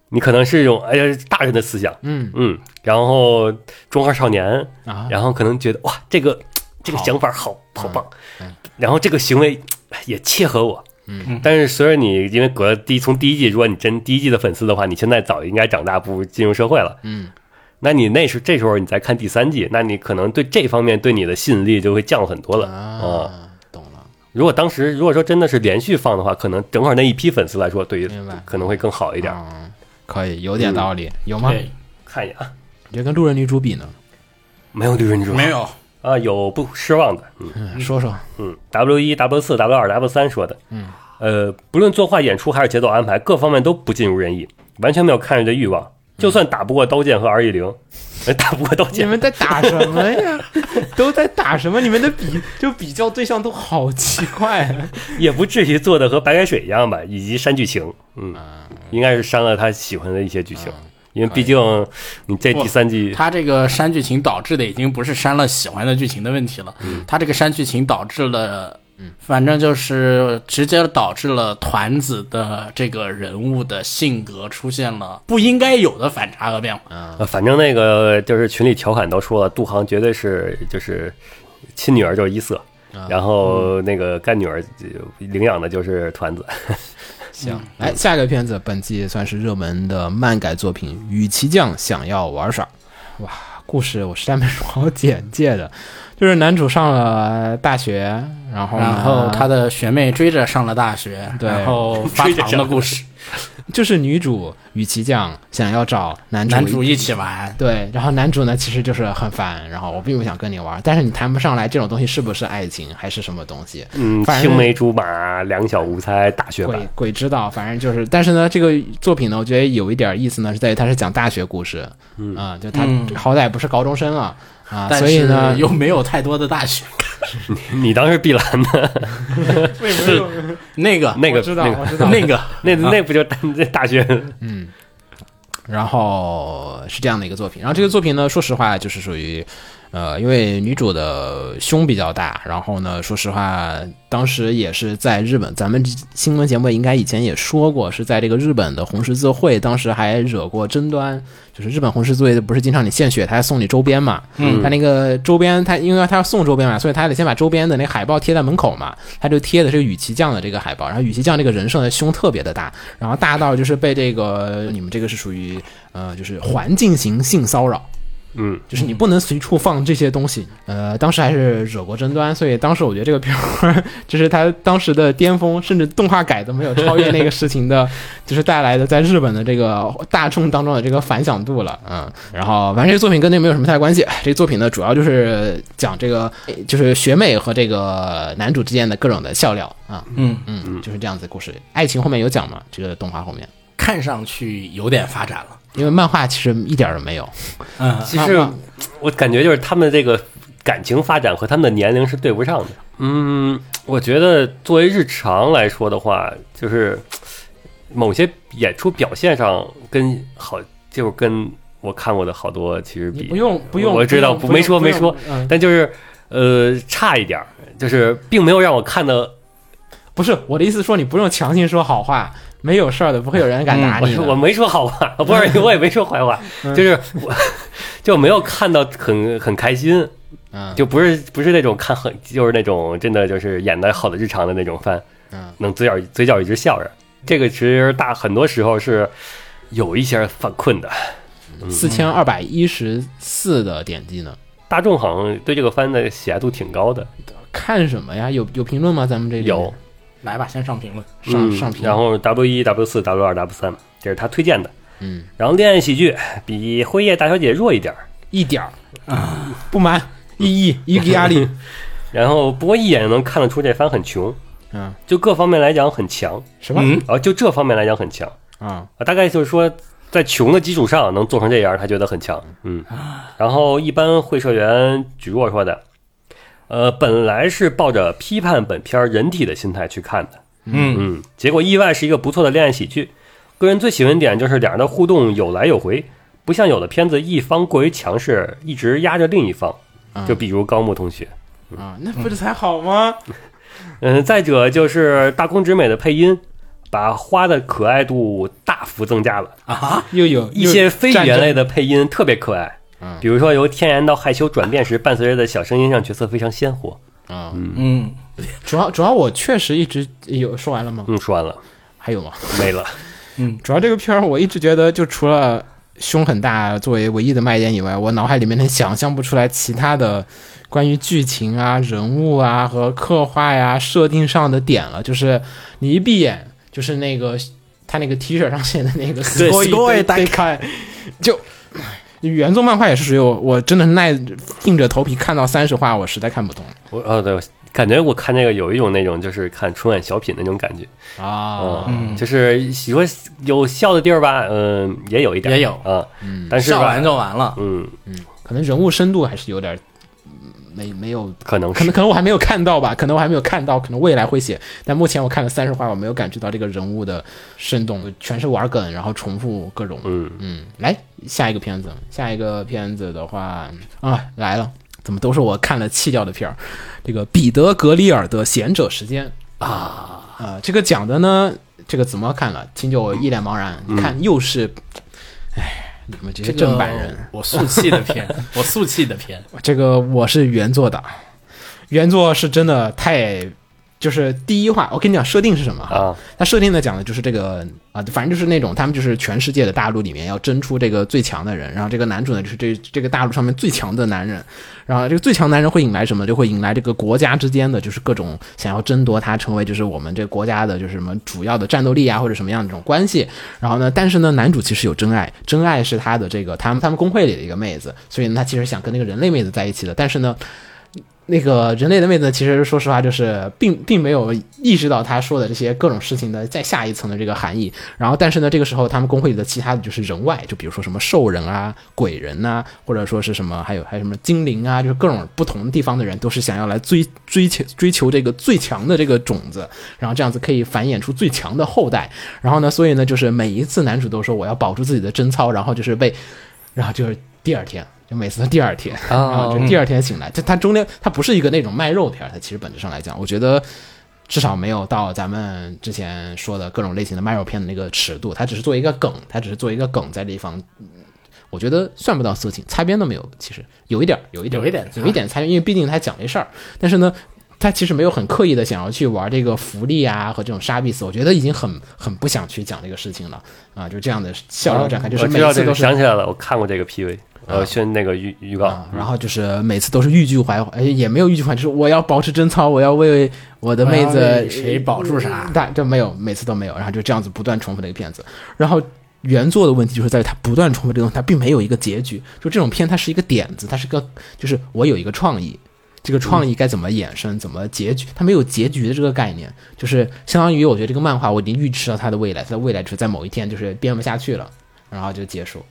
B: 你可能是一种哎呀大人的思想，
C: 嗯
B: 嗯，然后中二少年，
C: 啊，
B: 然后可能觉得哇，这个这个想法好好棒，
C: 嗯
B: 然后这个行为哎也切合我。嗯，但是随着你因为隔了第一从第一季，如果你真第一季的粉丝的话，你现在早应该长大步入进入社会了。
C: 嗯，
B: 那你那时这时候你再看第三季，那你可能对这方面对你的吸引力就会降很多了啊。
C: 啊，懂了，
B: 如果当时如果说真的是连续放的话，可能正好那一批粉丝来说，对于
C: 明白
B: 可能会更好一点。嗯
C: 嗯，可以，有点道理，有吗？
E: 对，
B: 看一眼啊，
C: 你觉得跟路人女主比呢？
B: 没有绿人之王
E: 没有，
B: 啊，有不失望的，嗯。
C: 嗯，说说，
B: 嗯，W 一、W 四、W 二、W 三说的，嗯，呃，不论作画、演出还是节奏安排，各方面都不尽如人意，完全没有看人的欲望。就算打不过刀剑和 R 一零，呃打不过刀
C: 你
B: 剑，
C: 们在打什么呀？ 都在打什么？你们的比就比较对象都好奇怪。啊
B: 也不至于做的和白开水一样吧，以及删剧情，嗯，应该是删了他喜欢的一些剧情，因为毕竟你这第三季，
E: 他这个删剧情导致的已经不是删了喜欢的剧情的问题了，他这个删剧情导致了，反正就是直接导致了团子的这个人物的性格出现了不应该有的反差和变化。
B: 呃反正那个就是群里调侃都说了，杜航绝对是就是亲女儿就是一色。然后那个干女儿呃领养的就是团子，
C: 行，来下一个片子，本季也算是热门的漫改作品《与其酱想要玩耍》。哇，故事我实在没什么好简介的，就是男主上了大学，然后呢
E: 然后他的学妹追着上了大学，
C: 嗯对
E: 然后发
B: 追着
E: 糖
B: 上
E: 的故事，
C: 就是女主与其酱想要找男主啊
E: 男主一起玩，
C: 对，然后男主呢其实就是很烦，然后我并不想跟你玩，但是你谈不上来这种东西是不是爱情还是什么东西，
B: 嗯，
C: 反
B: 青
C: 正
B: 梅竹马，两小无猜，大学
C: 鬼
B: 版。
C: 鬼知道，反正就是，但是呢这个作品呢，我觉得有一点意思呢是在于它是讲大学故事，嗯、就他
E: 嗯
C: 好歹不是高中生啊，啊，
E: 但
C: 所以呢
E: 是，又没有太多的大选。
B: 你当时 碧蓝的
F: 为什么
E: 那个
B: 那
F: 又？我
B: 个
F: 知道，
B: 那
F: 我
B: 个
F: 知道，
E: 那个
B: 那那不就大这大学
C: 然后是这样的一个作品。然后这个作品呢，说实话就是属于，呃，因为女主的胸比较大，然后呢，说实话，当时也是在日本，咱们新闻节目应该以前也说过，是在这个日本的红十字会，当时还惹过争端。就是日本红十字会不是经常你献血，他还送你周边嘛？嗯，他那个周边，他因为他要送周边嘛，所以他得先把周边的那海报贴在门口嘛。他就贴的是羽崎将的这个海报，然后羽崎将这个人设呢胸特别的大，然后大到就是被这个你们这个是属于呃就是环境型性骚扰。
B: 嗯，
C: 就是你不能随处放这些东西。呃，当时还是惹过争端，所以当时我觉得这个片儿 就是它当时的巅峰，甚至动画改都没有超越那个事情 的，就是带来的在日本的这个大众当中的这个反响度了。嗯，然后反正这个作品跟那没有什么太大关系。这个作品呢，主要就是讲这个呃就是学妹和这个男主之间的各种的笑料啊。
E: 嗯
C: 嗯，就是这样子的故事。爱情后面有讲嘛？这个动画后面。
E: 看上去有点发展了。
C: 因为漫画其实一点儿都没有，
E: 嗯，
B: 其实我感觉就是他们这个感情发展和他们的年龄是对不上的。嗯，我觉得作为日常来说的话，就是某些演出表现上跟好，就是跟我看过的好多其实比
C: 不用不用，
B: 我知道
C: 不
B: 不
C: 用
B: 没说
C: 不
B: 没
C: 用
B: 说
C: 嗯，
B: 但就是呃差一点儿，就是并没有让我看的，
C: 不是我的意思，说你不用强行说好话，没有事儿的，不会有人敢打
B: 我
C: 你的。
B: 嗯 我没说 好话，不是我也没说坏话，
C: 嗯
B: 就是我就没有看到很很开心。
C: 嗯，
B: 就不是不是那种看很就是那种真的就是演的好的日常的那种番，
C: 嗯，
B: 能嘴角嘴角一直笑着。这个其实大很多时候是有一些犯困的，嗯
C: 四千二百一十四的点击呢，
B: 大众好像对这个番的喜爱度挺高的，
C: 看什么呀？有有评论吗？咱们这里
B: 有
E: 来吧，先上评论。
C: 上
B: 嗯
C: 上评论，
B: 然后 W 一、W 四、W 二、W 三，这是他推荐的。
C: 嗯，
B: 然后恋爱喜剧比《辉夜大小姐》弱一点儿，
C: 一点儿
B: 啊
C: 不满一亿 一个压力，
B: 然后不过一眼能看得出这番很穷，
C: 嗯，
B: 就各方面来讲很强，
C: 什么
B: 啊，就这方面来讲很强。
C: 啊？
B: 啊，大概就是说，在穷的基础上能做成这样，他觉得很强。嗯，然后一般会社员举若说的，呃，本来是抱着批判本片儿人体的心态去看的，
E: 嗯
B: 嗯，结果意外是一个不错的恋爱喜剧。个人最喜欢的点就是两人的互动有来有回，不像有的片子一方过于强势，一直压着另一方。就比如高木同学，
C: 啊，那不是才好吗？
B: 嗯，再者就是大空直美的配音，把花的可爱度大幅增加了。
E: 啊，
C: 又有
B: 一些非语言类
C: 的，
B: 的配音特别可爱
C: 嗯，
B: 比如说由天然到害羞转变时，伴随着的小声音让角色非常鲜活。
C: 嗯，
E: 嗯，
C: 主要主要我确实一直有说完了吗？
B: 嗯，说完了，
C: 还有吗？
B: 没了。
C: 主要这个片儿，我一直觉得，就除了胸很大作为唯一的卖点以外，我脑海里面能想象不出来其他的关于剧情啊、人物啊和刻画呀、设定上的点了。就是你一闭眼，就是那个他那个 T 恤上写的那个 s
E: 对
C: c o
E: “Sugoi
C: y 得看，就。原作漫画也是属于我，我真的耐硬着头皮看到三十话，我实在看不懂
B: 我哦对，感觉我看这个有一种那种就是看春晚小品那种感觉，
C: 啊
B: 嗯，就是你说有笑的地儿吧，嗯，也有一点，
E: 也有
B: 啊，
C: 嗯
B: 但是吧
E: 笑完就完了。
B: 嗯，
C: 可能人物深度还是有点儿嗯没没有
B: 可能
C: 可能
B: 是
C: 可能我还没有看到吧，可能我还没有看到，可能未来会写。但目前我看了三十话，我没有感觉到这个人物的生动，全是玩梗，然后重复各种。
B: 嗯
C: 嗯，来下一个片子，下一个片子的话啊来了，怎么都是我看了弃掉的片儿？这个彼得·格里尔的《贤者时间》啊啊、这个讲的呢，这个怎么看了？听着我一脸茫然，你看又是，哎，你们这些正版人。
E: 我素气的片， 我素气的片。
C: 这个我是原作党，原作是真的太，就是第一话，我跟你讲设定是什么哈
B: 啊，
C: 它设定呢讲的就是这个啊、反正就是那种他们就是全世界的大陆里面要争出这个最强的人，然后这个男主呢就是这这个大陆上面最强的男人，然后这个最强男人会引来什么？就会引来这个国家之间的就是各种想要争夺他成为就是我们这个国家的就是什么主要的战斗力啊或者什么样的这种关系，然后呢，但是呢，男主其实有真爱，真爱是他的这个他们他们工会里的一个妹子，所以呢，他其实想跟那个人类妹子在一起的，但是呢，那个人类的妹子，其实说实话，就是并并没有意识到他说的这些各种事情的再下一层的这个含义。然后，但是呢，这个时候他们工会里的其他的就是人外，就比如说什么兽人啊、鬼人呐、或者说是什么，还有还有什么精灵啊，就是各种不同地方的人，都是想要来追追求追求这个最强的这个种子，然后这样子可以繁衍出最强的后代。然后呢，所以呢，就是每一次男主都说我要保住自己的贞操，然后就是被，然后就是第二天。就每次都第二天，然
B: 哦
C: 后啊就第
B: 嗯
C: 二天醒来，就它中间它不是一个那种卖肉片儿，它其实本质上来讲，我觉得至少没有到咱们之前说的各种类型的卖肉片的那个尺度，它只是做一个梗，它只是做一个梗在这地方，嗯我觉得算不到色情，擦边都没有，其实有一点儿，有一点儿，
E: 有一点
C: 有一点擦边，因为毕竟他讲这事儿，但是呢。他其实没有很刻意的想要去玩这个福利啊和这种杀必死，我觉得已经很很不想去讲这个事情了啊，就这样的笑料展开，就是
B: 哦我
C: 每
B: 知
C: 一
B: 道
C: 次
B: 这
C: 都
B: 个，
C: 是
B: 想起来了，我看过这个 PV，呃，宣那个预预告
C: 啊，，然后就是每次都是欲拒还欢，哎，也没有欲拒还，就是我要保持贞操，我要为我的妹
E: 我要
C: 子嗯
E: 为谁保住啥
C: 但就没有，每次都没有，然后就这样子不断重复的一个片子。然后原作的问题就是在于它不断重复这个东西，它并没有一个结局。就这种片，它是一个点子，它是个就是我有一个创意，这个创意该怎么衍生，怎么结局，它没有结局的这个概念，就是相当于我觉得这个漫画我已经预知到它的未来，它的未来就是在某一天就是编不下去了，然后就结束。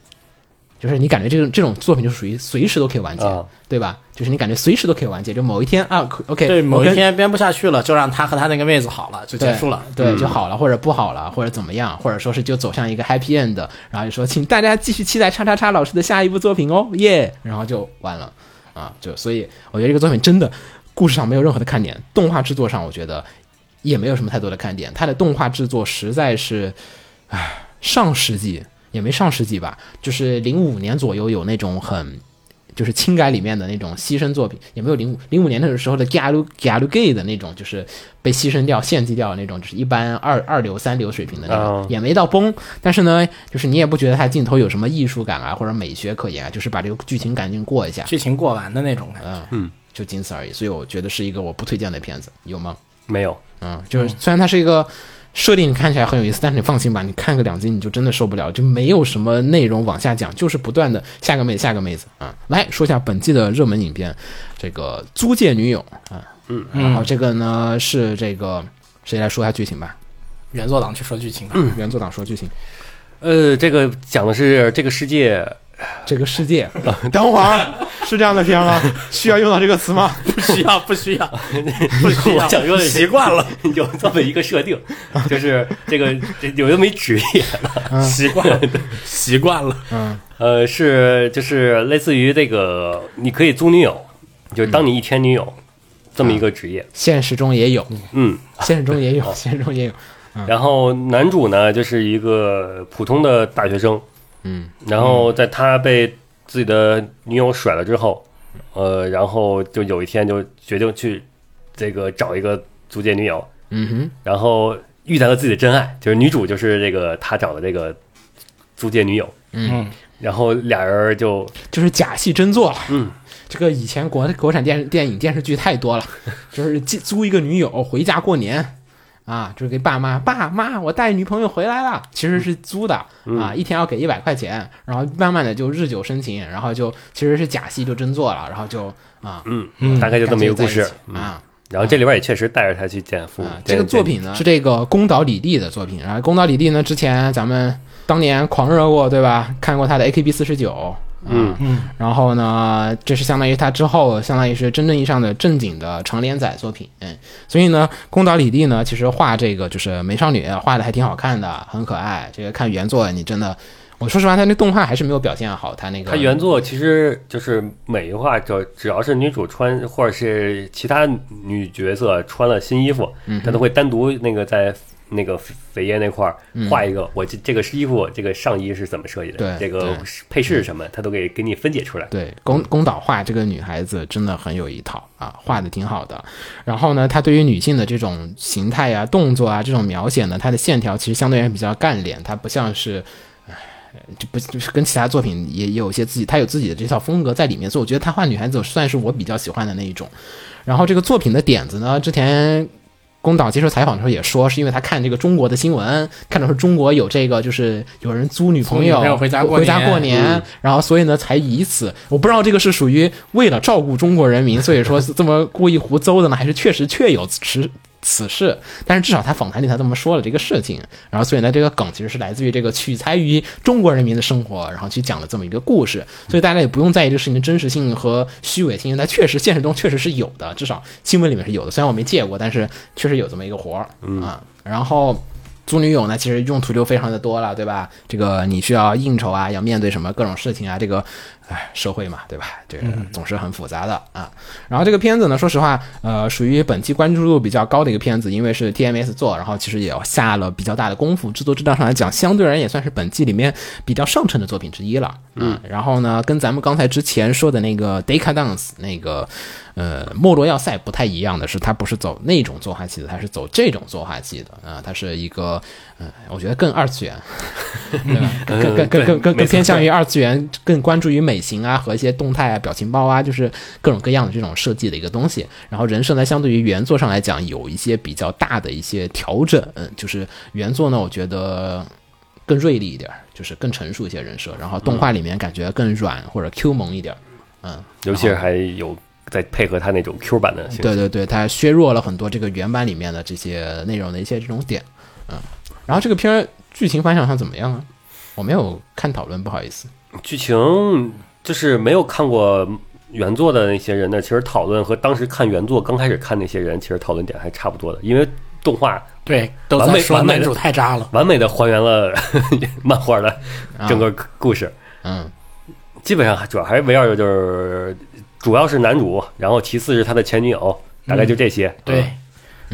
C: 就是你感觉这种这种作品就属于随时都可以完结，
B: 啊
C: 对吧？就是你感觉随时都可以完结，就某一天啊可，OK，
E: 对，
C: 我
E: 某
C: 跟
E: 一天编不下去了，就让他和他那个妹子好了，就结束了。嗯
C: 对，对就好了，或者不好了，或者怎么样，或者说是就走向一个 happy end，然后就说请大家继续期待叉叉叉老师的下一部作品哦，耶，然后就完了啊，就所以我觉得这个作品真的故事上没有任何的看点，动画制作上我觉得也没有什么太多的看点，它的动画制作实在是，唉，上世纪也没上世纪吧，就是零五年左右有那种很。就是轻改里面的那种牺牲作品，也没有零五零五年那个时候的 galu galu gay 的那种，就是被牺牲掉、献祭掉的那种，就是一般二二流、三流水平的那种，
B: 嗯
C: 也没到崩。但是呢，就是你也不觉得它镜头有什么艺术感啊，或者美学可言啊，就是把这个剧情赶紧过一下，
E: 剧情过完的那种感
C: 啊
E: 觉，
C: 就仅此而已。所以我觉得是一个我不推荐的片子，有吗？
B: 没有，
C: 嗯，就是虽然它是一个设定，你看起来很有意思，但是你放心吧，你看个两集你就真的受不了，就没有什么内容往下讲，就是不断的下个妹子下个妹子啊。来说一下本季的热门影片，这个《租借女友》啊，嗯，然后这个呢是这个谁来说一下剧情吧？
E: 原作党去说剧情吧。
C: 原作党说剧情，
B: 呃，这个讲的是这个世 界，
C: 这个世界，呃等会儿啊嗯是这样的片吗？需要用到这个词吗？
E: 不需要，不需要，不需
B: 我
E: 要，
B: 讲究的
E: 习惯了，，
B: 有这么一个设定，就是这个这有这么一职业，
E: 习惯了， 习惯了。
B: 呃，是就是类似于这个，你可以租女友，就是当你一天女友这么一个职业，
C: 现实中也有，
B: 嗯，
C: 现实中也有，现实中也有，
B: 然后男主呢就是一个普通的大学生，
C: 嗯，
B: 然后在他被自己的女友甩了之后，呃，然后就有一天就决定去这个找一个租借女友，
C: 嗯哼，
B: 然后遇到了自己的真爱，就是女主就是这个他找的这个租借女友，
E: 嗯，
B: 然后俩人就
C: 就是假戏真做了。
B: 嗯，
C: 这个以前国国产电电影电视剧太多 了，就是借租一个女友回家过年。啊，就是给爸妈，爸妈，我带女朋友回来
B: 嗯
C: 了，其实是租的、啊，一天要给一百块钱，然后慢慢的就日久生情，然后就其实是假戏就真做了，然后就啊，嗯，
B: 嗯，大概就这么一个故
C: 在
B: 事嗯
C: 起。啊。
B: 然后这里边也确实带着他去见父母
C: 啊，。这
B: 见
C: 个作品呢是这个宫岛李地的作品，然后宫岛李地呢之前咱们当年狂热过，对吧？看过他的 AKB 四十九，嗯嗯，然后呢，这是相当于他之后相当于是真正意义上的正经的长连载作品，嗯，所以呢，宫岛李地呢其实画这个就是美少女画的还挺好看的，很可爱。这个看原作你真的，我说实话，他那动画还是没有表现好，他那个
B: 他原作其实就是每一话，就只要是女主穿或者是其他女角色穿了新衣服，
C: 嗯
B: 他都会单独那个在那个扉页那块儿画一个，我这这个衣服这个上衣是怎么设计的，
C: 嗯对
B: 这个
C: 对嗯
B: 是配饰是什么，他都给给你分解出来。
C: 对，宫宫岛画这个女孩子真的很有一套啊，画的挺好的。然后呢，她对于女性的这种形态啊、动作啊这种描写呢，她的线条其实相对而言比较干练，她不像是。唉就不就是跟其他作品也也有一些自己，她有自己的这套风格在里面，所以我觉得她画女孩子算是我比较喜欢的那一种。然后这个作品的点子呢，之前宫岛接受采访的时候也说，是因为他看这个中国的新闻，看到说中国有这个就是有人租女朋
E: 租女朋
C: 回
E: 友嗯回家
C: 过
E: 过年嗯
C: 年，然后所以呢才以此，我不知道这个是属于为了照顾中国人民，所以说是这么故意胡诌的呢，还是确实确有此此事，但是至少他访谈里他这么说了这个事情，然后所以呢，这个梗其实是来自于这个取材于中国人民的生活，然后去讲了这么一个故事，所以大家也不用在意这个事情的真实性和虚伪性，它确实现实中确实是有的，至少新闻里面是有的，虽然我没见过，但是确实有这么一个活儿啊。然后租女友呢，其实用途就非常的多了，对吧？这个你需要应酬啊，要面对什么各种事情啊，这个，哎，社会嘛，对吧？这个总是很复杂的啊。然后这个片子呢，说实话，呃，属于本期关注度比较高的一个片子，因为是 TMS 做，然后其实也下了比较大的功夫，制作质量上来讲，相对而言也算是本季里面比较上乘的作品之一了。嗯，然后呢，跟咱们刚才之前说的那个 Decadence 那个。呃，莫罗要塞不太一样的是，它不是走那种作画系的，它是走这种作画系的啊、它是一个，嗯、我觉得更二次元，对吧？更更更更更更偏向于二次元，更关注于美型啊和一些动态啊、表情包啊，就是各种各样的这种设计的一个东西。然后人设呢，相对于原作上来讲，有一些比较大的一些调整，嗯，就是原作呢，我觉得更锐利一点儿，就是更成熟一些人设，然后动画里面感觉更软或者 Q 萌一点儿，嗯，
B: 尤其是还有再配合他那种 Q 版的形
C: 对对对，它削弱了很多这个原版里面的这些内容的一些这种点，嗯。然后这个片儿剧情反响上怎么样啊？我没有看讨论，不好意思。
B: 剧情就是没有看过原作的那些人呢，其实讨论和当时看原作刚开始看那些人，其实讨论点还差不多的，因为动画
E: 对，都
B: 完
E: 在
B: 美
E: 说
B: 完美
E: 男
B: 的
E: 主太渣了。
B: 完美的还原了 漫画的整个故事，
C: 嗯
B: 基本上还主要还是围绕着就是主要是男主，然后其次是他的前女友，大概就这些。
E: 嗯对，
C: 嗯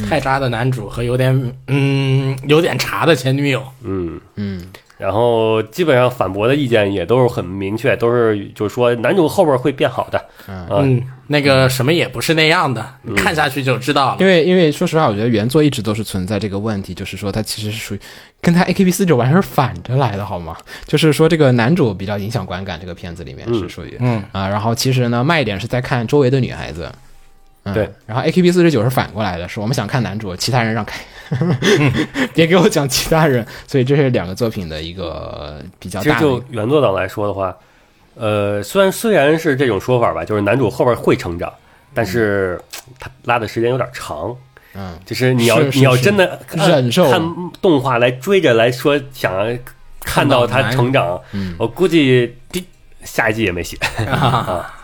E: 太渣的男主和有点嗯有点茶的前女友，
B: 嗯，
C: 嗯
B: 然后基本上反驳的意见也都是很明确，都是就是说男主后边会变好的，啊
E: 嗯，那个什么也不是那样的，
C: 嗯
E: 你看下去就知道了
C: 因。为因为说实话，我觉得原作一直都是存在这个问题，就是说它其实是属于跟它 AKB 四九完全是反着来的，好吗？就是说这个男主比较影响观感，这个片子里面是属于
E: 嗯
C: 啊，然后其实呢卖点是在看周围的女孩子。嗯、
B: 对，
C: 然后 AKB 四十九是反过来的，是我们想看男主，其他人让开，
B: 嗯
C: 别给我讲其他人。所以这是两个作品的一个比较
B: 其实
C: 大的一
B: 就
C: 个，
B: 原作党来说的话，呃，虽然虽然是这种说法吧，就是男主后边会成长，但是嘖他拉的时间有点长。
C: 嗯，
B: 就是你要
C: 是是
B: 你要
C: 是
B: 真的看
C: 忍受
B: 看动画来追着来说，想要看到他成长，
C: 嗯
B: 我估计第下一季也没写。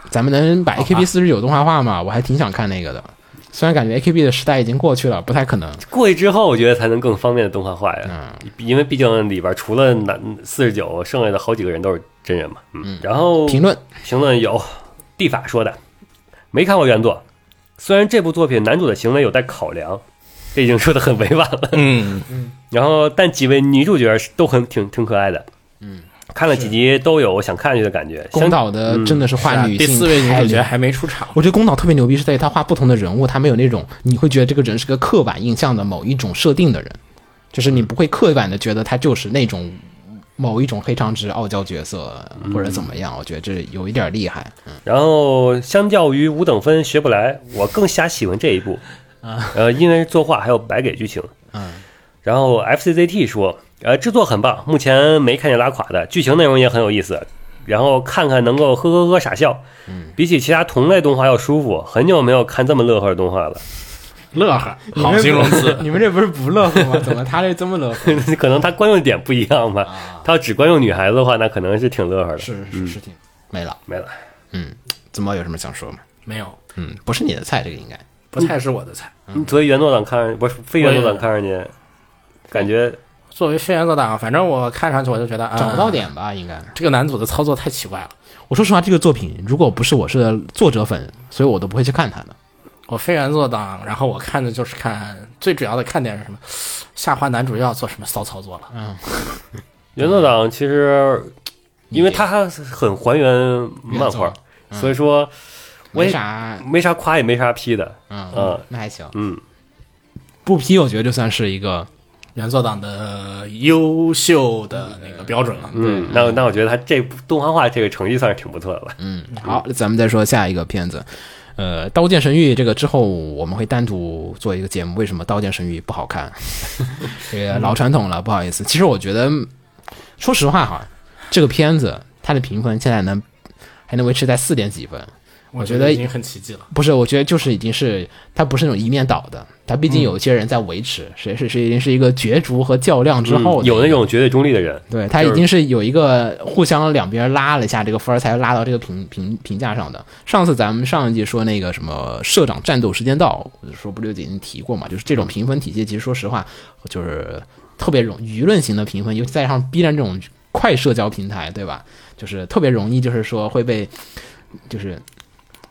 C: 咱们能把 AKB 四十九动画化吗？我还挺想看那个的，虽然感觉 AKB 的时代已经过去了，不太可能。
B: 过去之后，我觉得才能更方便的动画化呀，
C: 嗯
B: 因为毕竟里边除了男四十九，剩下的好几个人都是真人嘛。嗯，然后
C: 评论
B: 评论有地法说的，没看过原作，虽然这部作品男主的行为有待考量，这已经说的很委婉了。
E: 嗯，
B: 然后，但几位女主角都很挺挺可爱的，嗯，看了几集都有想看下去的感觉。
C: 宫
B: 相
C: 岛的真的是
E: 是
C: 画
E: 啊
C: 女
E: 第
C: 性
E: 四位女
C: 太
E: 主
C: 厉
E: 角
C: 害
E: 还没出场，
C: 我觉得宫岛特别牛逼，是在于他画不同的人物，他没有那种你会觉得这个人是个刻板印象的某一种设定的人，就是
E: 嗯
C: 你不会刻板的觉得他就是那种某一种黑长直傲娇角色
E: 嗯
C: 或者怎么样。我觉得这有一点厉害。。
B: 然后，相较于五等分学不来，我更加喜欢这一部。啊，呃，因为作画还有白给剧情。嗯。然后 FCZT 说，呃，制作很棒，目前没看见拉垮的，剧情内容也很有意思，然后看看能够呵呵呵傻笑，比起其他同类动画要舒服，很久没有看这么乐呵的动画了，
E: 乐呵，好形容词
C: 你们这不 是不乐呵吗？怎么他这这么乐呵？
B: 可能他关注点不一样吧。他要只关注女孩子的话，那可能是挺乐呵的。嗯
C: 是是是挺没了。
B: 没了。
C: 怎么有什么想说吗？
E: 没有，
C: 嗯，不是你的菜，这个应该。
E: 不太是我的菜。
B: 作为原作党看上，不是非原作党看上去，感觉
E: 作为轩辕作党，反正我看上去我就觉得啊，
C: 找不到点吧，应该。
E: 这个男主的操作太奇怪了。
C: 我说实话，这个作品如果不是我是作者粉，所以我都不会去看他的。
E: 我非原作党，然后我看的就是看最主要的看点是什么？下滑男主又要做什么骚操作
C: 嗯
E: 了？
B: 原作党其实，因为它还很还嗯原嗯漫画，所以说我
C: 没
B: 也
C: 啥，
B: 没啥夸也没啥批的。
C: 嗯
B: 嗯，
E: 呃
C: 那还行。
B: 嗯，
C: 不批，我觉得就算是一个
E: 原作党的优秀的那个标准了。
B: 嗯，那那我觉得他这部动画化这个成绩算是挺不错的了。
C: 好，咱们再说下一个片子。呃，《刀剑神域》这个之后我们会单独做一个节目，为什么《刀剑神域》不好看？ 这
B: 嗯
C: 个老传统了，不好意思。其实我觉得，说实话哈，这个片子它的评分现在能还能维持在四点几分，
E: 我
C: 觉得
E: 已经很奇迹了。
C: 不是，我觉得就是已经是它不是那种一面倒的，它毕竟
B: 嗯
C: 有一些人在维持，谁是谁已经是一个角逐和较量之后的、
B: 嗯有那种绝对中立的人，
C: 对，它
B: 就
C: 已
B: 是
C: 经是有一个互相两边拉了一下这个分儿，才拉到这个评评评价上的。上次咱们上一季说那个什么社长战斗时间到，我就说不就已经提过嘛，就是这种评分体系，其实说实话就是特别容舆论型的评分，尤其再加上 B 站这种快社交平台，对吧？就是特别容易，就是说会被就是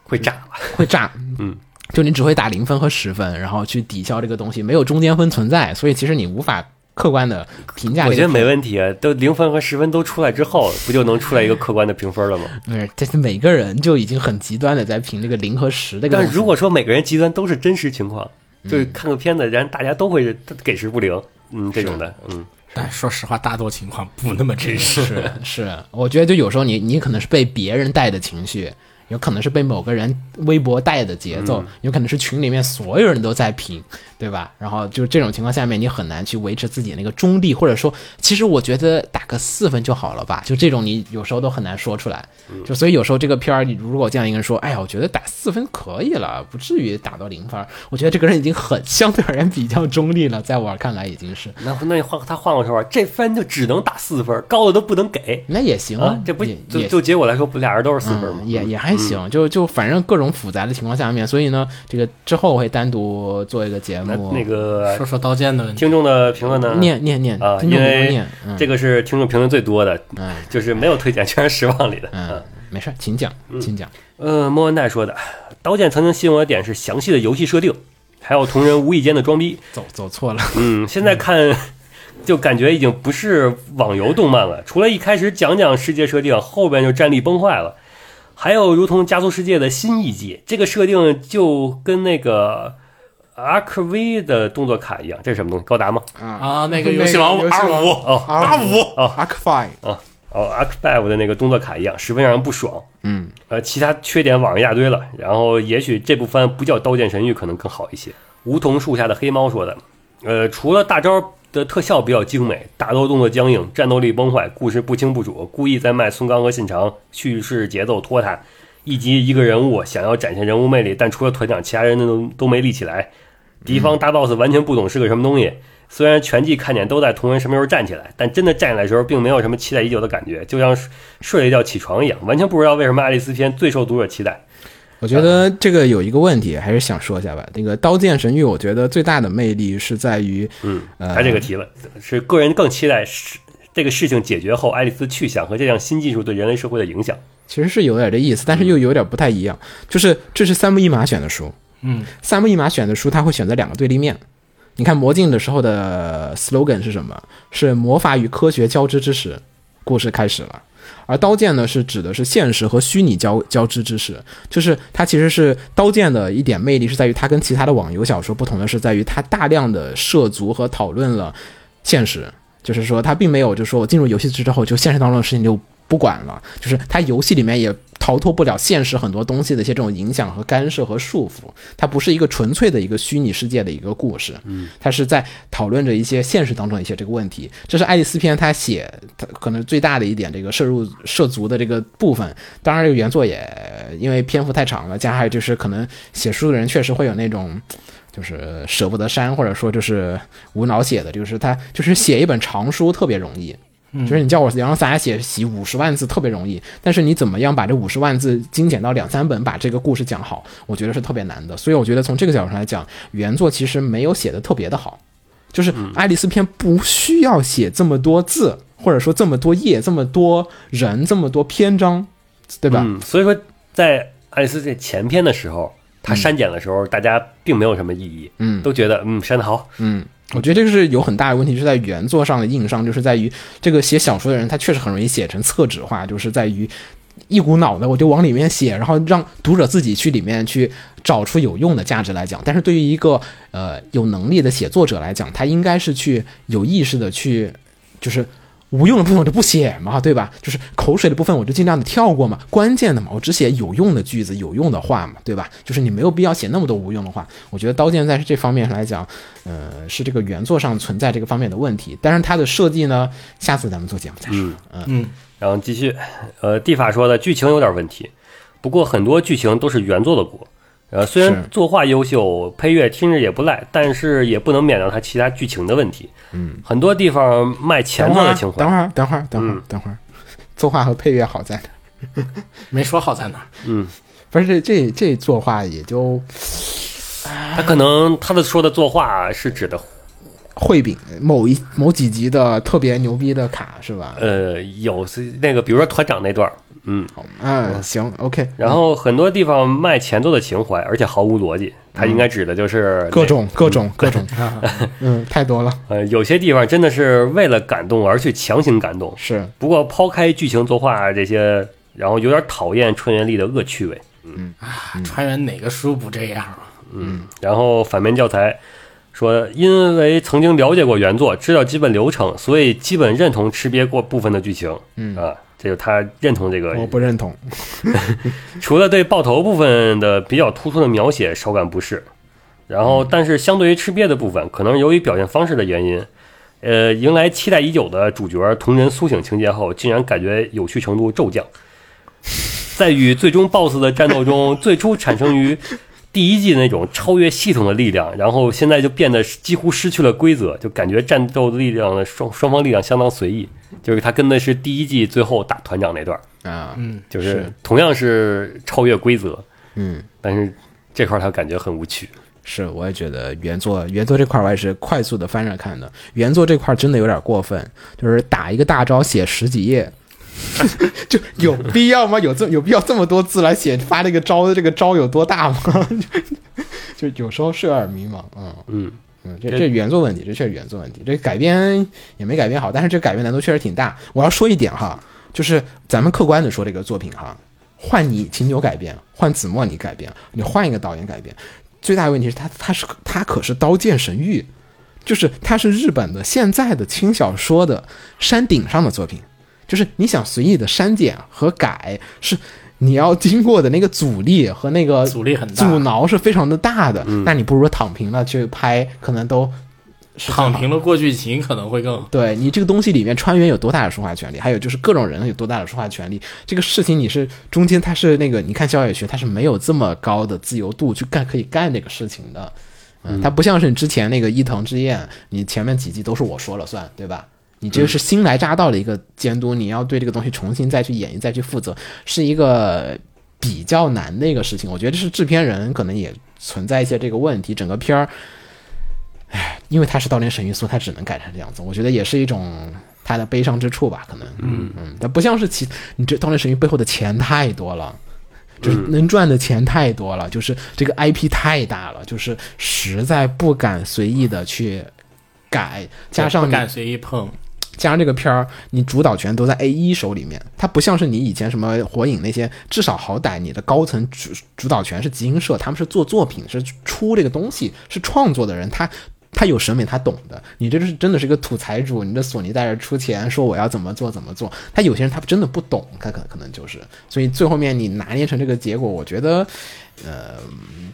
B: 会炸。
C: 会炸，嗯，就你只会打零分和十分，然后去抵消这个东西，没有中间分存在，所以其实你无法客观的评价这个
B: 我
C: 片。
B: 觉得没问题啊，都零分和十分都出来之后，不就能出来一个客观的评分了吗？
C: 不是，这是每个人就已经很极端的在评这个零和十这个东
B: 但
C: 西。
B: 是如果说每个人极端都是真实情况，就是
C: 嗯
B: 看个片子，然后大家都会给十不零，嗯，这种的，嗯，
E: 但哎说实话，大多情况不那么真实。
C: 是是，我觉得就有时候你你可能是被别人带的情绪，有可能是被某个人微博带的节
B: 嗯
C: 奏，有可能是群里面所有人都在评，对吧？然后就这种情况下面，你很难去维持自己那个中立，或者说，其实我觉得打个四分就好了吧，就这种你有时候都很难说出来。
B: 嗯
C: 就所以有时候这个片儿，你如果这样一个人说，哎呀，我觉得打四分可以了，不至于打到零分儿，我觉得这个人已经很相对而言比较中立了，在我看来已经是。
B: 那那换他换过头儿，这分就只能打四分，高的都不能给
C: 那也行
B: 啊，这不
C: 也
B: 就
C: 也
B: 就结果来说，不俩人都是四分吗
C: 嗯、？也也还行，就就反正各种复杂的情况下面，所以呢，这个之后我会单独做一个节
B: 那
C: 目，
B: 那个
E: 说说刀剑的问题，
B: 听众的评论呢？
C: 念念念
B: 啊，
C: 听
B: 因
C: 众朋友
B: 为
C: 念，嗯
B: 这个是听众评论最多的，
C: 嗯
B: 就是没有推荐，全是失望里的。
C: 嗯，没事儿，请讲，请讲，
B: 呃，莫文戴说的，《刀剑》曾经吸引我的点是详细的游戏设定，还有同人无意间的装逼。
C: 走走错了，
B: 嗯，现在看就感觉已经不是网游动漫了，除了一开始讲讲世界设定，后边就战力崩坏了。还有如同《加速世界》的新一季，这个设定就跟那个 RKV 的动作卡一样，这是什么东西？高达吗？
E: 啊，那个游戏王
F: 那个游戏
E: R
F: 王
E: 五
B: 哦
E: R 五，
F: Arc Five，
B: 哦 a r c b i v e 的那个动作卡一样，十分让人不爽。
C: 嗯，
B: 呃，其他缺点网上一大堆了。然后也许这部番不叫《刀剑神域》可能更好一些。梧桐树下的黑猫说的，呃，除了大招的特效比较精美，打斗动作僵硬，战斗力崩坏，故事不清不楚，故意在卖孙刚和信长，叙事节奏拖沓，一集一个人物，想要展现人物魅力，但除了团长，其他人都都没立起来。敌方大 boss 完全不懂是个什么东西。虽然全季看点都在同人什么时候站起来，但真的站起来的时候，并没有什么期待已久的感觉，就像睡睡了一觉起床一样，完全不知道为什么《爱丽丝》篇最受读者期待。
C: 我觉得这个有一个问题，还是想说一下吧。那个《刀剑神域》，我觉得最大的魅力是在于，
B: 嗯，
C: 呃
B: 他这个提问是个人更期待是这个事情解决后，爱丽丝去向和这项新技术对人类社会的影响。
C: 其实是有点这意思，但是又有点不太一样。就是这是三木一马选的书，
E: 嗯，
C: 三木一马选的书，他会选择两个对立面。你看《魔镜》的时候的 slogan 是什么？是魔法与科学交织之时，故事开始了。而《刀剑》呢，是指的是现实和虚拟交交织之时，就是它其实是《刀剑》的一点魅力是在于它跟其他的网游小说不同的是在于它大量的涉足和讨论了现实，就是说它并没有就是说我进入游戏之后就现实当中的事情就不管了，就是它游戏里面也逃脱不了现实很多东西的一些这种影响和干涉和束缚，它不是一个纯粹的一个虚拟世界的一个故事，嗯，它是在讨论着一些现实当中的一些这个问题。这是爱丽丝篇它写它可能最大的一点这个涉入涉足的这个部分。当然，这个原作也因为篇幅太长了，加上还有就是可能写书的人确实会有那种。就是舍不得删，或者说就是无脑写的，就是他就是写一本长书特别容易，就是你叫我洋洋洒洒写写五十万字特别容易，但是你怎么样把这五十万字精简到两三本，把这个故事讲好，我觉得是特别难的。所以我觉得从这个角度上来讲，原作其实没有写的特别的好，就是《爱丽丝篇》不需要写这么多字，或者说这么多页、这么多人、这么多篇章，对吧？
B: 嗯，所以说在爱丽丝这前篇的时候，他删减的时候，大家并没有什么异议，
C: 嗯
B: 都觉得嗯删得好，
C: 嗯，我觉得这个是有很大的问题，是在原作上的硬伤，就是在于这个写小说的人，他确实很容易写成厕纸化，就是在于一股脑的我就往里面写，然后让读者自己去里面去找出有用的价值来讲。但是对于一个呃有能力的写作者来讲，他应该是去有意识的去，就是无用的部分我就不写嘛，对吧？就是口水的部分我就尽量的跳过嘛，关键的嘛，我只写有用的句子、有用的话嘛，对吧？就是你没有必要写那么多无用的话。我觉得《刀剑》在这方面来讲，呃，是这个原作上存在这个方面的问题，但是它的设计呢，下次咱们做节目
B: 嗯
C: 再说。
B: 然后继续，呃，地法说的剧情有点问题，不过很多剧情都是原作的锅。呃，虽然
C: 是
B: 作画优秀，配乐听着也不赖，但是也不能免掉它其他剧情的问题。嗯，很多地方卖前
C: 等
B: 头
C: 会
B: 的
C: 儿，
B: 情嗯
C: 等
B: 怀，
C: 会儿，等会儿，等会儿，等会儿， 作画和配乐好在哪儿？
E: 没说好在哪儿。
C: 不是这这这作画也就
B: 他可能他的说的作画是指的，
C: 绘饼某一某几集的特别牛逼的卡是吧？
B: 呃，有是那个，比如说团长那段儿，嗯，
C: 嗯，行，OK，
B: 然后很多地方卖前作的情怀，而且毫无逻辑，他应该指的就是
C: 嗯各
B: 那
C: 种各种各 种，嗯，太多了，
B: 呃，有些地方真的是为了感动而去强行感动。
C: 是
B: 不过抛开剧情作画这些，然后有点讨厌川原丽的恶趣味。嗯
E: 船员哪个书不这样啊？
B: 然后反面教材说，因为曾经了解过原作，知道基本流程，所以基本认同吃瘪过部分的剧情。嗯啊，这就是他认同这个
C: 我不认同，
B: 除了对爆头部分的比较突出的描写手感不适，然后但是相对于吃瘪的部分，可能由于表现方式的原因，呃，迎来期待已久的主角同人苏醒情节后，竟然感觉有趣程度骤降。在与最终 BOSS 的战斗中，最初产生于第一季那种超越系统的力量，然后现在就变得几乎失去了规则，就感觉战斗力量的双双方力量相当随意。就是他跟的是第一季最后打团长那段，
C: 啊，
B: 嗯就是同样是超越规则，
C: 嗯，
B: 但是这块儿他感觉很无趣。
C: 是，我也觉得原作原作这块儿我也是快速的翻着看的，原作这块儿真的有点过分，就是打一个大招写十几页。 就有必要吗？有这有必要这么多字来写发这个招的这个招有多大吗？ 就就有时候是有点迷茫，嗯
B: 嗯
C: 嗯，这这原作问题，这确实原作问题，这改编也没改编好，但是这改编难度确实挺大。我要说一点哈，就是咱们客观的说这个作品哈，换你秦牛改编，换子墨你改编，你换一个导演改编，最大的问题是他他是他可是《刀剑神域》，就是它是日本的现在的轻小说的山顶上的作品，就是你想随意的删减和改是。你要经过的那个阻力和那个
E: 阻力很大嗯
C: 阻挠是非常的大的。那你不如说躺平了去拍，可能都是
E: 躺平了过剧情可能会更
C: 对你这个东西里面，川原有多大的说话权利，还有就是各种人有多大的说话权利，这个事情你是中间他是那个，你看小野学他是没有这么高的自由度去干可以干这个事情的，嗯，他不像是你之前那个伊藤之彦，你前面几季都是我说了算，对吧？你这个是新来乍到的一个监督，你要对这个东西重新再去演绎、再去负责，是一个比较难的一个事情。我觉得这是制片人可能也存在一些这个问题，整个片儿因为他是道连神域素，他只能改成这样子。我觉得也是一种他的悲伤之处吧，可能。嗯嗯，但不像是其你这道连神域背后的钱太多了。就是能赚的钱太多了，就是这个 IP 太大了，就是实在不敢随意的去改，加上
E: 不
C: 你
E: 敢随意碰。
C: 加上这个片儿，你主导权都在 A 一手里面，它不像是你以前什么火影那些，至少好歹你的高层主主导权是集英社，他们是做作品，是出这个东西，是创作的人，他。他有审美，他懂的。你这是真的是个土财主，你这索尼在这儿出钱说我要怎么做怎么做。他有些人他真的不懂，他可可能就是，所以最后面你拿捏成这个结果，我觉得，呃，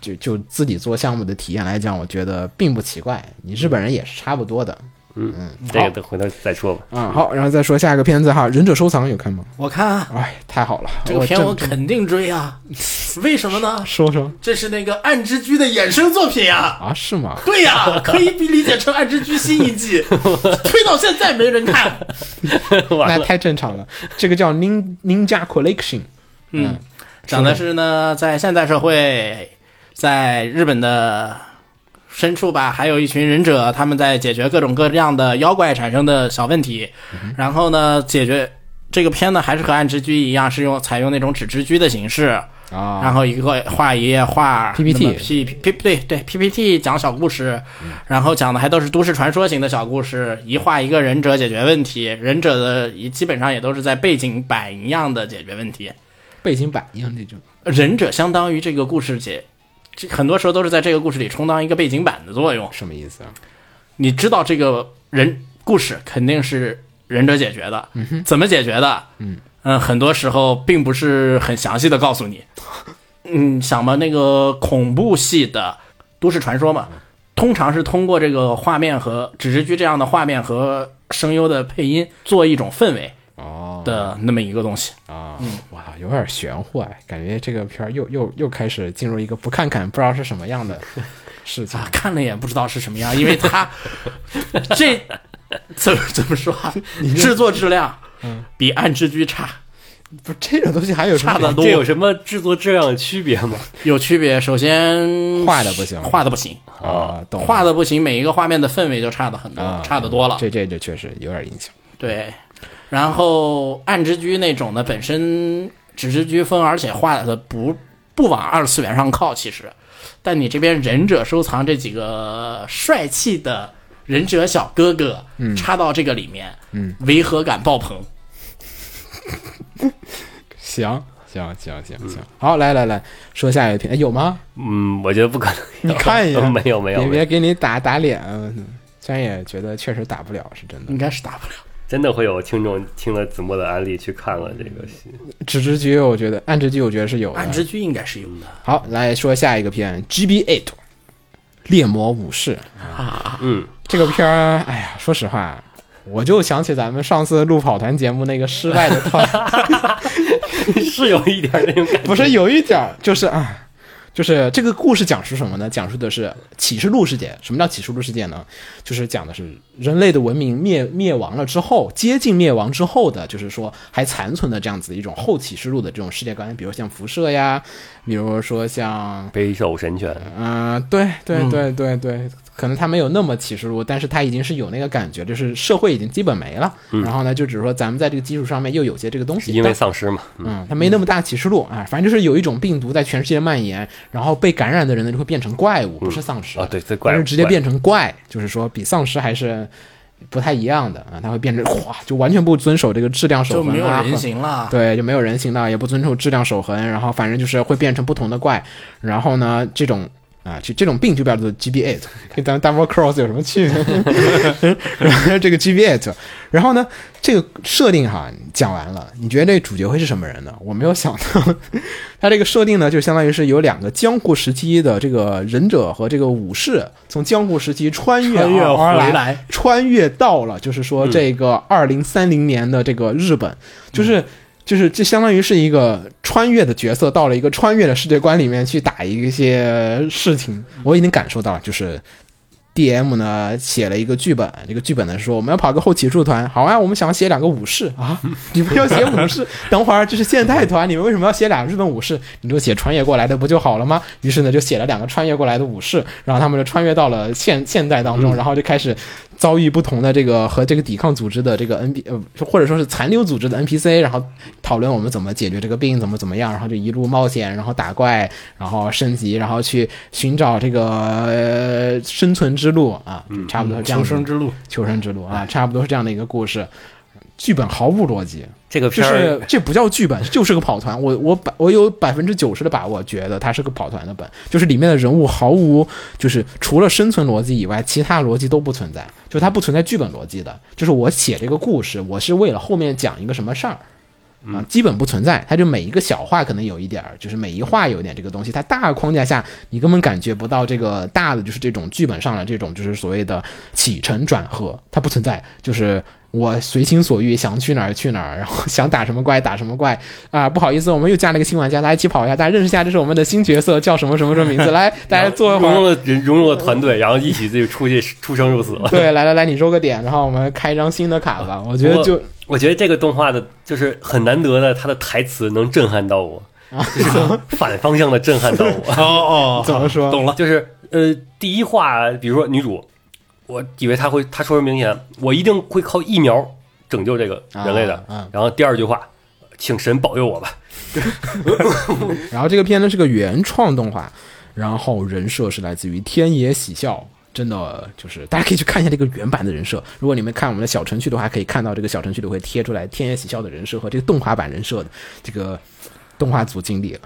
C: 就就自己做项目的体验来讲，我觉得并不奇怪。你日本人也是差不多的，嗯
B: 这个等回头再说吧。
C: 啊、好，然后再说下一个片子哈，《忍者收藏》有看吗？
E: 我看啊，
C: 哎，太好了，
E: 这个片我
C: 真
E: 肯定 追啊，为什么呢？
C: 说说
E: 这是那个暗之居的衍生作品呀、
C: 啊，是吗？
E: 对呀、 可以理解成《暗之居》新一季，推到现在没人看。
C: 那太正常了，这个叫 Nin Ninja Collection，
E: 嗯，讲的是呢，在现代社会，在日本的深处吧，还有一群忍者，他们在解决各种各样的妖怪产生的小问题，然后呢，解决这个片呢，还是和《暗之居》一样，是用采用那种纸之居的形式，
C: 啊
E: 然后一个画一页画
C: PPT
E: 那么 P 嗯 P 对对 PPT 讲小故事，然后讲的还都是都市传说型的小故事，一画一个忍者解决问题，忍者的也基本上也都是在背景板一样的解决问题。
C: 背景板一样这种，
E: 忍者相当于这个故事解，这很多时候都是在这个故事里充当一个背景板的作用。
C: 什么意思啊？
E: 你知道这个人故事肯定是忍者解决的，怎么解决的？嗯很多时候并不是很详细的告诉你。嗯，想吧，那个恐怖系的都市传说嘛，通常是通过这个画面和纸质剧这样的画面和声优的配音做一种氛围
C: 哦
E: 的那么一个东西。
C: 啊，哇，有点玄乎哎，感觉这个片儿又又又开始进入一个不看看不知道是什么样 的事情
E: 啊，看了也不知道是什么样，因 为它这怎么怎么说 啊？制作质量
C: 嗯
E: 比《暗之居》差，
C: 不是这种东西还有什么
E: 差的多
B: 这，有什么制作质量的区别吗？
E: 有区别。首先
C: 画得不行
E: 画的不行，
C: 啊？懂了
E: 画的不行，每一个画面的氛围就差的很多，
C: 啊，
E: 差的多了。
C: 这这这确实有点影响。
E: 对，然后《暗之居》那种的本身只是居风，而且画的不不往二次元上靠，其实。但你这边忍者收藏这几个帅气的忍者小哥哥，插到这个里面，嗯，违和感爆棚。
C: 行行行行行，好，来来来说下一篇，哎有吗？
B: 嗯，我觉得不可能。
C: 你看一下，
B: 没有没有
C: 别
B: 没
C: 别
B: 有，
C: 给你打打脸。啊虽然也觉得确实打不了，是真的
E: 应。该是打不了。
B: 真的会有听众听了子墨的案例去看了这个戏。
C: 纸质局我觉得暗之局我觉得是有的。
E: 暗之居应该是有的，
C: 好，来说下一个片 GB Eight，猎魔武士。啊
B: 嗯，
C: 这个片儿，哎呀，说实话，我就想起咱们上次录跑团节目那个失败的 团，
B: 是有一点那种感觉。
C: 不是有一点儿就是啊。就是这个故事讲述什么呢？讲述的是启示录事件。什么叫启示录事件呢？就是讲的是人类的文明灭灭亡了之后，接近灭亡之后的，就是说还残存的这样子一种后启示录的这种世界观，比如像辐射呀，比如说像
B: 北手神拳，
C: 嗯，对对对对对，可能他没有那么启示录，但是他已经是有那个感觉，就是社会已经基本没了。然后呢，就只是说咱们在这个基础上面又有些这个东西，
B: 嗯因为
C: 但
B: 丧尸嘛，嗯
C: 嗯，它没那么大启示录啊，反正就是有一种病毒在全世界蔓延，然后被感染的人呢就会变成怪物，不是丧尸
B: 啊对这怪物
C: 而是直接变成怪，就是说比丧尸还是。不太一样的啊，它会变成哗，就完全不遵守这个质量守
E: 就
C: 恒，
E: 没有
C: 啊
E: 人形了。
C: 对，就没有人行道，也不遵守质量守恒，然后反正就是会变成不同的怪，然后呢，这种啊，这这种病就叫做 GB8，跟咱们 Double Cross 有什么区别？ 然后这个 GB8，然后呢，这个设定哈讲完了，你觉得这主角会是什么人呢？我没有想到，他这个设定呢，就相当于是有两个江户时期的这个忍者和这个武士从江户时期穿越
E: 穿越
C: 而
E: 回
C: 来
E: 来，
C: 穿越到了就是说这个二零三零年的这个日本，就是。就是这相当于是一个穿越的角色到了一个穿越的世界观里面去打一些事情，我已经感受到了，就是 D M 呢写了一个剧本，这个剧本呢说我们要跑个后起助团，好啊，我们想写两个武士啊， 你们要写武士，等会儿啊这是现代团，你们为什么要写俩日本武士？你就写穿越过来的不就好了吗？于是呢就写了两个穿越过来的武士，然后他们就穿越到了现现代当中，然后就开始遭遇不同的这个和这个抵抗组织的这个 N P 呃或者说是残留组织的 N P C，然后讨论我们怎么解决这个病，怎么怎么样，然后就一路冒险，然后打怪，然后升级，然后去寻找这个、呃生存之路啊，差不多是这样的
E: 嗯求生之路，
C: 求生之路啊，差不多是这样的一个故事。剧本毫无逻辑，
B: 这个
C: 就
B: 片儿
C: 是这不叫剧本，就是个跑团。我我百我有百分之九十的把握，觉得它是个跑团的本，就是里面的人物毫无，就是除了生存逻辑以外，其他逻辑都不存在，就它不存在剧本逻辑的。就是我写这个故事，我是为了后面讲一个什么事儿。啊，基本不存在，它就每一个小话可能有一点儿，就是每一话有一点这个东西，它大框架下你根本感觉不到这个大的就是这种剧本上的这种就是所谓的起承转合，它不存在，就是我随心所欲想去哪儿去哪儿，然后想打什么怪打什么怪啊、不好意思，我们又加了一个新玩家，大家一起跑一下，大家认识一下，这是我们的新角色叫什么什么什么名字，来大家坐一
B: 融
C: 会儿
B: 入。了融入了团队，然后一起就出去出生入死 了。
C: 对，来来来，你揉个点，然后我们开一张新的卡吧。我觉得
B: 我
C: 就
B: 我觉得这个动画的就是很难得的，它的台词能震撼到我，
C: 啊
B: 就是反方向的震撼 到我。
E: 哦哦，
C: 怎么说
E: 懂了。
B: 就是呃，第一话，比如说女主，我以为她会，她说明显，我一定会靠疫苗拯救这个人类的。
C: 啊嗯
B: 然后第二句话，请神保佑我吧。
C: 然后这个片呢是个原创动画，然后人设是来自于天野喜孝，真的就是大家可以去看一下这个原版的人设。如果你们看我们的小程序的话，可以看到这个小程序里会贴出来天野喜孝的人设和这个动画版人设的这个。动画组经理了。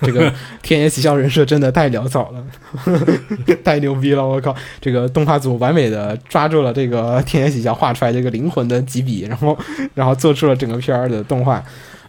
C: 这个《天野喜孝人设》真的太潦草了， 太牛逼了！我靠，这个动画组完美的抓住了这个天野喜孝画出来这个灵魂的几笔，然后然后做出了整个片儿的动画。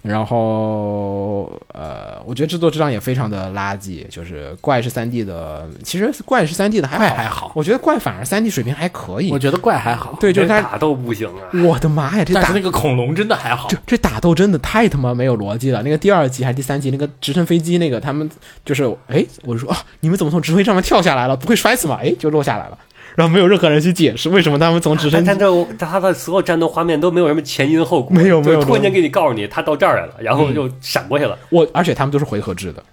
C: 然后，呃，我觉得制作质量也非常的垃圾，就是怪是三 D 的，其实怪是三 D 的还
E: 怪
C: 好，
E: 还好
C: 我觉得怪反而三 D 水平还可以。
E: 我觉得怪还好，
C: 对，就是
B: 连
C: 它，
B: 打斗不行啊，
C: 我的妈呀，这
E: 但
C: 打
E: 是那个恐龙真的还好
C: 这。这打斗真的太他妈没有逻辑了。那个第二集还是第三集，那个直升飞机那个他们就是，哎，我就说啊，你们怎么从直升机上面跳下来了？不会摔死吗？哎，就落下来了。然后没有任何人去解释为什么他们从直升
B: 但
C: 机
B: 但这他的所有战斗画面都没有什么前因后果，
C: 没有
B: 就
C: 没有
B: 突然间给你告诉你他到这儿来了，然后就闪过去了。
C: 我，而且他们都是回合制的，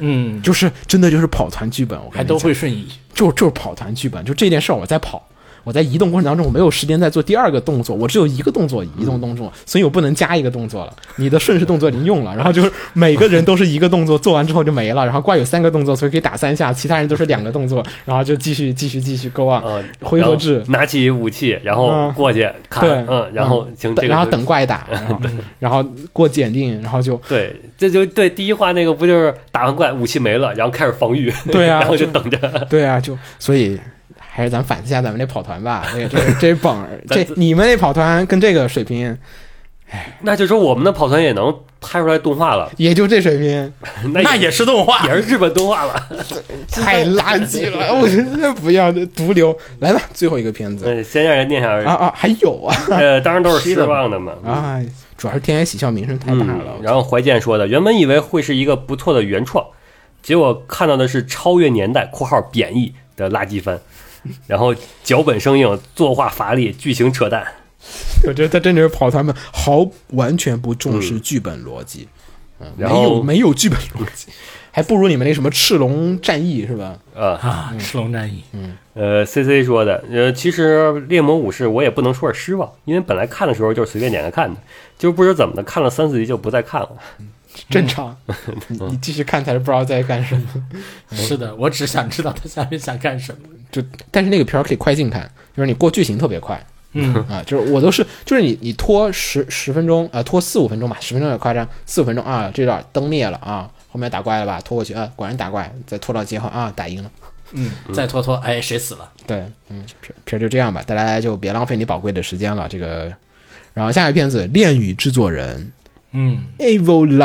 E: 嗯，
C: 就是真的就是跑团剧本，我跟
E: 还
C: 你
E: 都
C: 讲
E: 会瞬移。
C: 就就是跑团剧本，就这件事儿我在跑。我在移动过程当中，我没有时间再做第二个动作，我只有一个动作移
B: 嗯
C: 动动作，所以我不能加一个动作了。你的顺势动作已经用了，然后就是每个人都是一个动作，做完之后就没了。然后怪有三个动作，所以可以打三下，其他人都是两个动作，然后就继续继续继续 go on，、
B: 嗯，
C: 回合制
B: 然后，拿起武器，然后
C: 嗯
B: 过去看，
C: 对，
B: 嗯，然后
C: 嗯
B: 行，
C: 等
B: 这个
C: 然后
B: 就
C: 等怪 打，然后然后过检定，然后就
B: 对，这就对第一话那个不就是打完怪武器没了，然后开始防御，
C: 对啊
B: 然后就
C: 就
B: 等着。
C: 对啊，就所以还是咱反思一下咱们这跑团吧，这这 这本儿这
B: 咱
C: 你们那跑团跟这个水平
B: 那就说我们的跑团也能拍出来动 画了，
C: 也就这水平。
B: 那
E: 那也是动画
B: 也，是日本动画 了。
C: 太垃圾了， 我真的不要这毒瘤。来吧，最后一个片子
B: 嗯，先让人 念
C: 啊
B: 下，
C: 啊，还有啊
B: 呃，当然都是失望的嘛。
C: 啊，主要是天然喜笑名声太大了
B: 嗯。。然后怀建说的，原本以为会是一个不错的原创，结果看到的是超越年代（括号贬义）的垃圾番，然后脚本生硬，作画乏力，剧情扯淡。
C: 我觉得他真的是跑团们毫完全不重视剧本逻辑，
B: 嗯
C: 嗯
B: 然
C: 没有
B: 后
C: 没有剧本逻辑，还不如你们那什么赤龙战役是吧？
B: 呃
E: 啊，赤龙战役，
B: 呃，C C 说的，呃，其实《猎魔武士》我也不能说是失望，因为本来看的时候就是随便点开看的，就不知道怎么的，看了三四集就不再看了。
C: 正常，
B: 嗯
C: 你你继续看才是不知道在干什么。
E: 是的，我只想知道他下面想干什么。
C: 就但是那个片儿可以快进看，就是你过剧情特别快。嗯啊，就是我都是，就是你你拖十十分钟，啊，拖四五分钟吧，十分钟也夸张，四五分钟啊，这段灯灭了啊，后面打怪了吧，拖过去啊，果然打怪，再拖到街后啊，打赢了。
E: 嗯，再拖拖，哎，谁死了？
C: 对，嗯，片片儿就这样吧，大家就别浪费你宝贵的时间了。这个，然后下一个片子《恋与制作人
E: 嗯
C: Evil Love》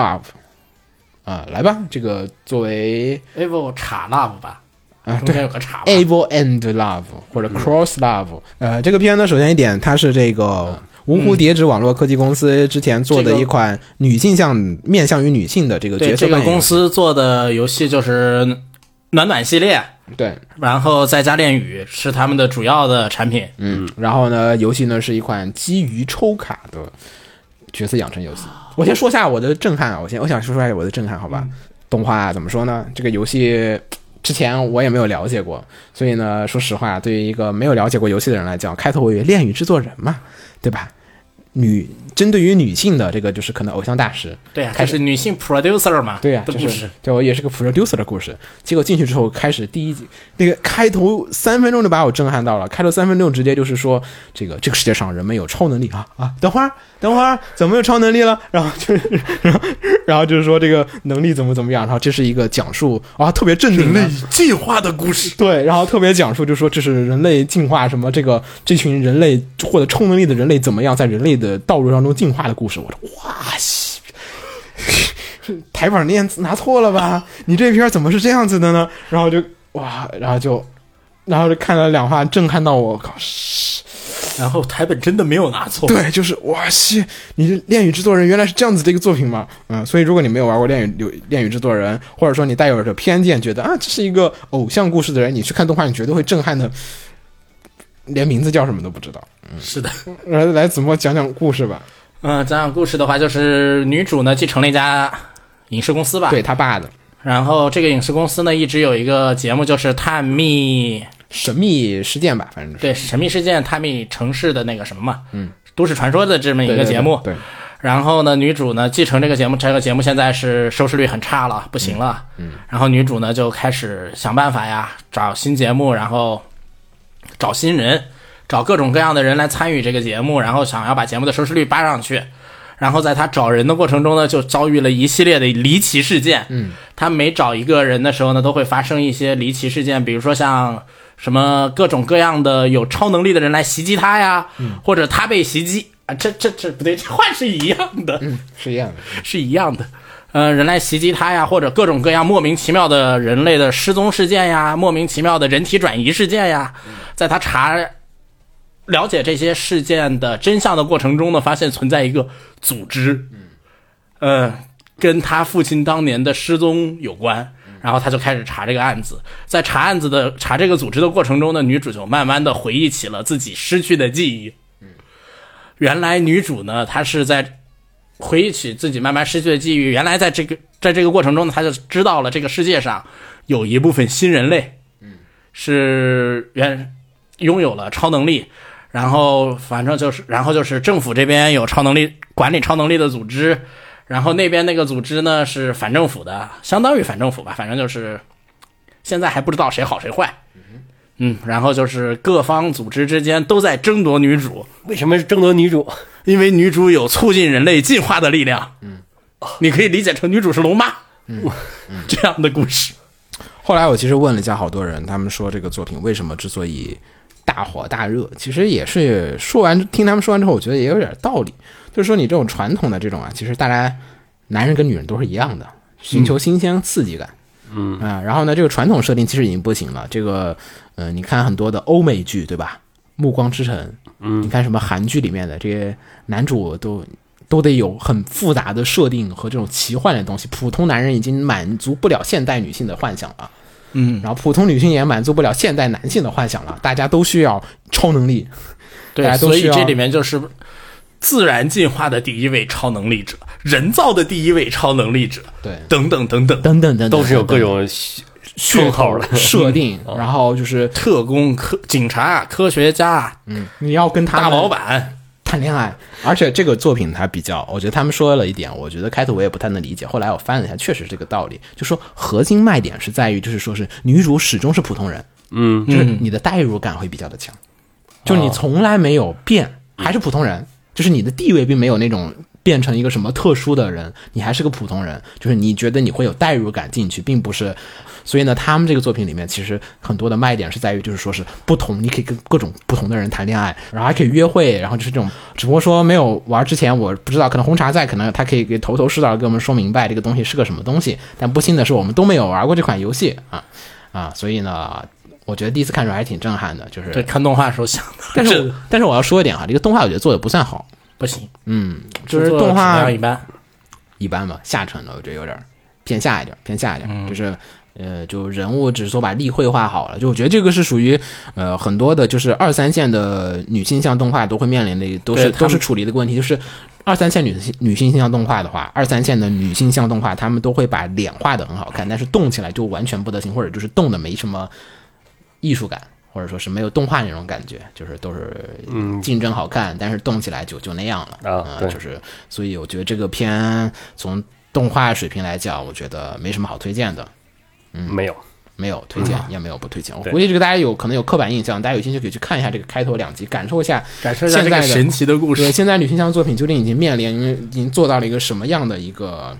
C: 啊，来吧，这个作为
E: ，Avo 查 Love 吧，
C: 啊，
E: 中
C: 对
E: 间，有个查吧。
C: Evil and Love 或者 Cross Love。呃，这个片呢，首先一点，它是这个芜湖叠纸网络科技公司之前做的
E: 这个
C: 一款女性向、面向于女性的这个
E: 对，
C: 角色
E: 这个
C: 扮演
E: 公司做的游戏就是暖暖系列，
C: 对，
E: 然后再加恋语是他们的主要的产品。
C: 嗯，然后呢，游戏呢是一款基于抽卡的角色养成游戏。我先说下我的震撼啊，我先我想说出来我的震撼，好吧？动画怎么说呢？这个游戏之前我也没有了解过，所以呢，说实话，对于一个没有了解过游戏的人来讲，开头我以为恋与制作人嘛，对吧？女针对于女性的这个就是可能偶像大师，
E: 对呀、啊，
C: 开
E: 它
C: 始
E: 是女性 producer 嘛，
C: 对呀、啊
E: 的
C: 就
E: 故
C: 是
E: 事。
C: 对我也是个 producer 的故事。结果进去之后，开始第一集那个开头三分钟就把我震撼到了，开头三分钟直接就是说这个这个世界上人们有超能力啊啊！等会儿等会儿怎么有超能力了？然后就是然后然后就是说这个能力怎么怎么样，然后这是一个讲述啊特别镇定的。
E: 进化的故事。
C: 对，然后特别讲述，就说这是人类进化什么，这个这群人类获得超能力的人类怎么样在人类的道路当中进化的故事。我说哇西，台本念拿错了吧？你这篇怎么是这样子的呢？然后就哇，然后就，然后就看了两话，震撼到我，靠！是
E: 然后台本真的没有拿错，
C: 对，就是哇西，你这《恋与制作人》原来是这样子的一个作品嘛？嗯，所以如果你没有玩过《恋与有恋与制作人》，或者说你带有着偏见，觉得啊这是一个偶像故事的人，你去看动画，你绝对会震撼的，连名字叫什么都不知道。
E: 是的。
C: 来来，子墨讲讲故事吧，
E: 嗯，讲讲故事的话，就是女主呢继承了一家影视公司吧，
C: 对。他爸的
E: 然后这个影视公司呢，一直有一个节目，就是探秘，
C: 神秘事件吧，反正是
E: 对神秘事件、探秘城市的那个什么嘛，嗯，都市传说的这么一
C: 对
E: 个
C: 对
E: 节
C: 对
E: 目。
C: 对，
E: 然后呢，女主呢继承这个节目，这个节目现在是收视率很差了，不行了。嗯。然后女主呢就开始想办法呀，找新节目，然后找新人，找各种各样的人来参与这个节目，然后想要把节目的收视率扒上去。然后在他找人的过程中呢，就遭遇了一系列的离奇事件。嗯，他每找一个人的时候呢，都会发生一些离奇事件，比如说像什么各种各样的有超能力的人来袭击他呀，或者他被袭击啊，这这这不对，这话是一样的。
C: 是一样的。
E: 是一样的。呃，人来袭击他呀，或者各种各样莫名其妙的人类的失踪事件呀，莫名其妙的人体转移事件呀，在他查了解这些事件的真相的过程中呢，发现存在一个组织，呃，跟他父亲当年的失踪有关。然后他就开始查这个案子，在查案子的查这个组织的过程中呢，女主就慢慢的回忆起了自己失去的记忆。原来女主呢，她是在回忆起自己慢慢失去的记忆，原来在这个在这个过程中呢，他就知道了这个世界上有一部分新人类，嗯，是原拥有了超能力，然后反正就是，然后就是政府这边有超能力管理超能力的组织，然后那边那个组织呢是反政府的，相当于反政府吧，反正就是现在还不知道谁好谁坏。嗯，然后就是各方组织之间都在争夺女主，
B: 为什么是争夺女主？
E: 因为女主有促进人类进化的力量。嗯，你可以理解成女主是龙妈。 嗯，这样的故事。
C: 后来我其实问了一下好多人，他们说这个作品为什么之所以大火大热，其实也是说完听他们说完之后，我觉得也有点道理。就是说你这种传统的这种啊，其实大家男人跟女人都是一样的，寻求新鲜刺激感。嗯啊、然后呢，这个传统设定其实已经不行了。这个，呃，你看很多的欧美剧，对吧？《暮光之城》，嗯，你看什么韩剧里面的这些男主都都得有很复杂的设定和这种奇幻的东西，普通男人已经满足不了现代女性的幻想了。嗯，然后普通女性也满足不了现代男性的幻想了，大家都需要超能力，大
E: 对，
C: 家都
E: 所以
C: 需要
E: 这里面就是自然进化的第一位超能力者，人造的第一位超能力者，
C: 对
E: 等等等等，
C: 等等等等
B: 都是有各种
C: 噱
B: 噱头
C: 头
B: 的。
C: 设定，然后就是
E: 特工、科警察、科学家、
C: 你要跟他
E: 大
C: 们
E: 老板。
C: 谈恋爱，而且这个作品它比较，我觉得他们说了一点，我觉得开头我也不太能理解，后来我翻了一下，确实是这个道理，就说核心卖点是在于，就是说是女主始终是普通人，嗯，就是你的代入感会比较的强，就是你从来没有变，还是普通人，就是你的地位并没有那种。变成一个什么特殊的人，你还是个普通人，就是你觉得你会有代入感进去，并不是。所以呢，他们这个作品里面其实很多的卖点是在于，就是说是不同，你可以跟各种不同的人谈恋爱，然后还可以约会，然后就是这种。只不过说没有玩之前，我不知道，可能红茶在，可能他可以给头头是道地给我们说明白这个东西是个什么东西。但不幸的是，我们都没有玩过这款游戏啊啊，所以呢，我觉得第一次看的时候还挺震撼的，就是。
E: 对，看动画的时候想的，
C: 但是
E: 这
C: 我但是我要说一点哈，啊这个动画我觉得做的不算好，
E: 不行，
C: 就是
E: 制作
C: 动
E: 质
C: 画
E: 量一般。
C: 一般吧，下沉了，我觉得有点儿偏下一点儿，偏下一点儿，
E: 嗯
C: 就是呃，就人物只是说把力绘画好了，就我觉得这个是属于呃很多的，就是二三线的女性向动画都会面临的，都是
E: 对他
C: 都
E: 们
C: 是处理的一个问题，就是二三线女性女性向动画的话，二三线的女性向动画，她们都会把脸画的很好看，但是动起来就完全不得行，或者就是动的没什么艺术感。或者说是没有动画那种感觉，就是都是竞争好看，但是动起来就就那样了
B: 嗯啊
C: 呃
B: 对
C: 就是所以我觉得这个片从动画水平来讲，我觉得没什么好推荐的，
B: 嗯没有，
C: 没有推荐，
B: 嗯
C: 也没有不推荐。我
B: 对
C: 估计这个大家有可能有刻板印象，大家有兴趣可以去看一下这个开头两集，感受一下
E: 感受一下
C: 现
E: 这
C: 在
E: 个
C: 的
E: 神奇的故
C: 对
E: 事，
C: 现在女性向作品究竟已经面临已经做到了一个什么样的一个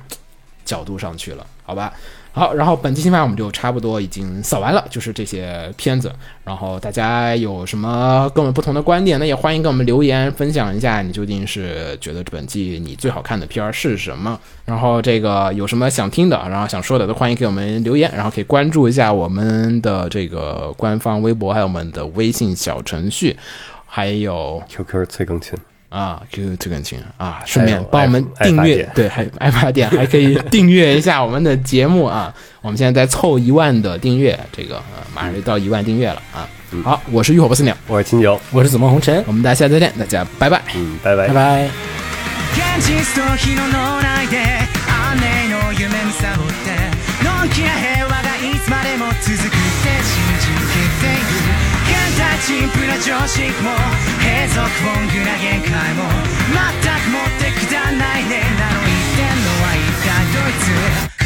C: 角度上去了，好吧？好，然后本期新番我们就差不多已经扫完了，就是这些片子。然后大家有什么跟我们不同的观点，那也欢迎跟我们留言分享一下，你究竟是觉得本季你最好看的片儿是什么？然后这个有什么想听的，然后想说的，都欢迎给我们留言，然后可以关注一下我们的这个官方微博，还有我们的微信小程序，还有
B: QQ 催更群，
C: 啊，QQ 这更群啊，顺便
B: 还有
C: 帮我们
B: F-
C: 订阅
B: F8 店，
C: 对，还有爱发店还可以订阅一下我们的节目啊。 我们现在在凑一万的订阅，这个、呃、马上就到一万订阅了啊。
B: 嗯
C: 好，我是浴火不死鸟，
B: 我是秦九，
E: 我是紫梦红尘，
C: 我们大家下次再见，大家拜拜。
B: 嗯，拜拜
E: 拜。拜。
F: 現実と日の脳内で姉の夢見サボってのんきな平和がいつまでも続くって信じきっている現代陳腐な常識も閉塞文具な限界も全くもってくだらないねなの言ってんのは一体どいつね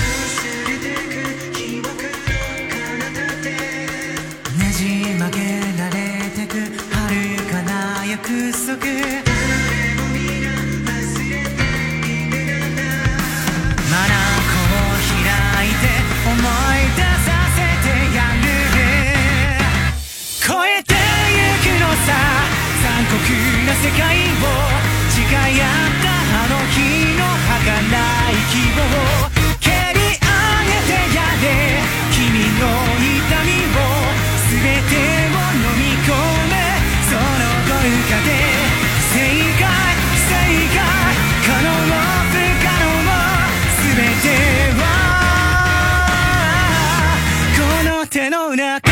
F: じ曲げられてく遥かな約束誰も皆忘れてな世界を誓い合ったあの日の儚い希望蹴り上げてやれ君の痛みを全てを飲み込めそのゴルカで正解正解可能も不可能も全てはこの手の中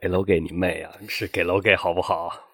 B: 给楼给你妹啊！是给楼给好不好？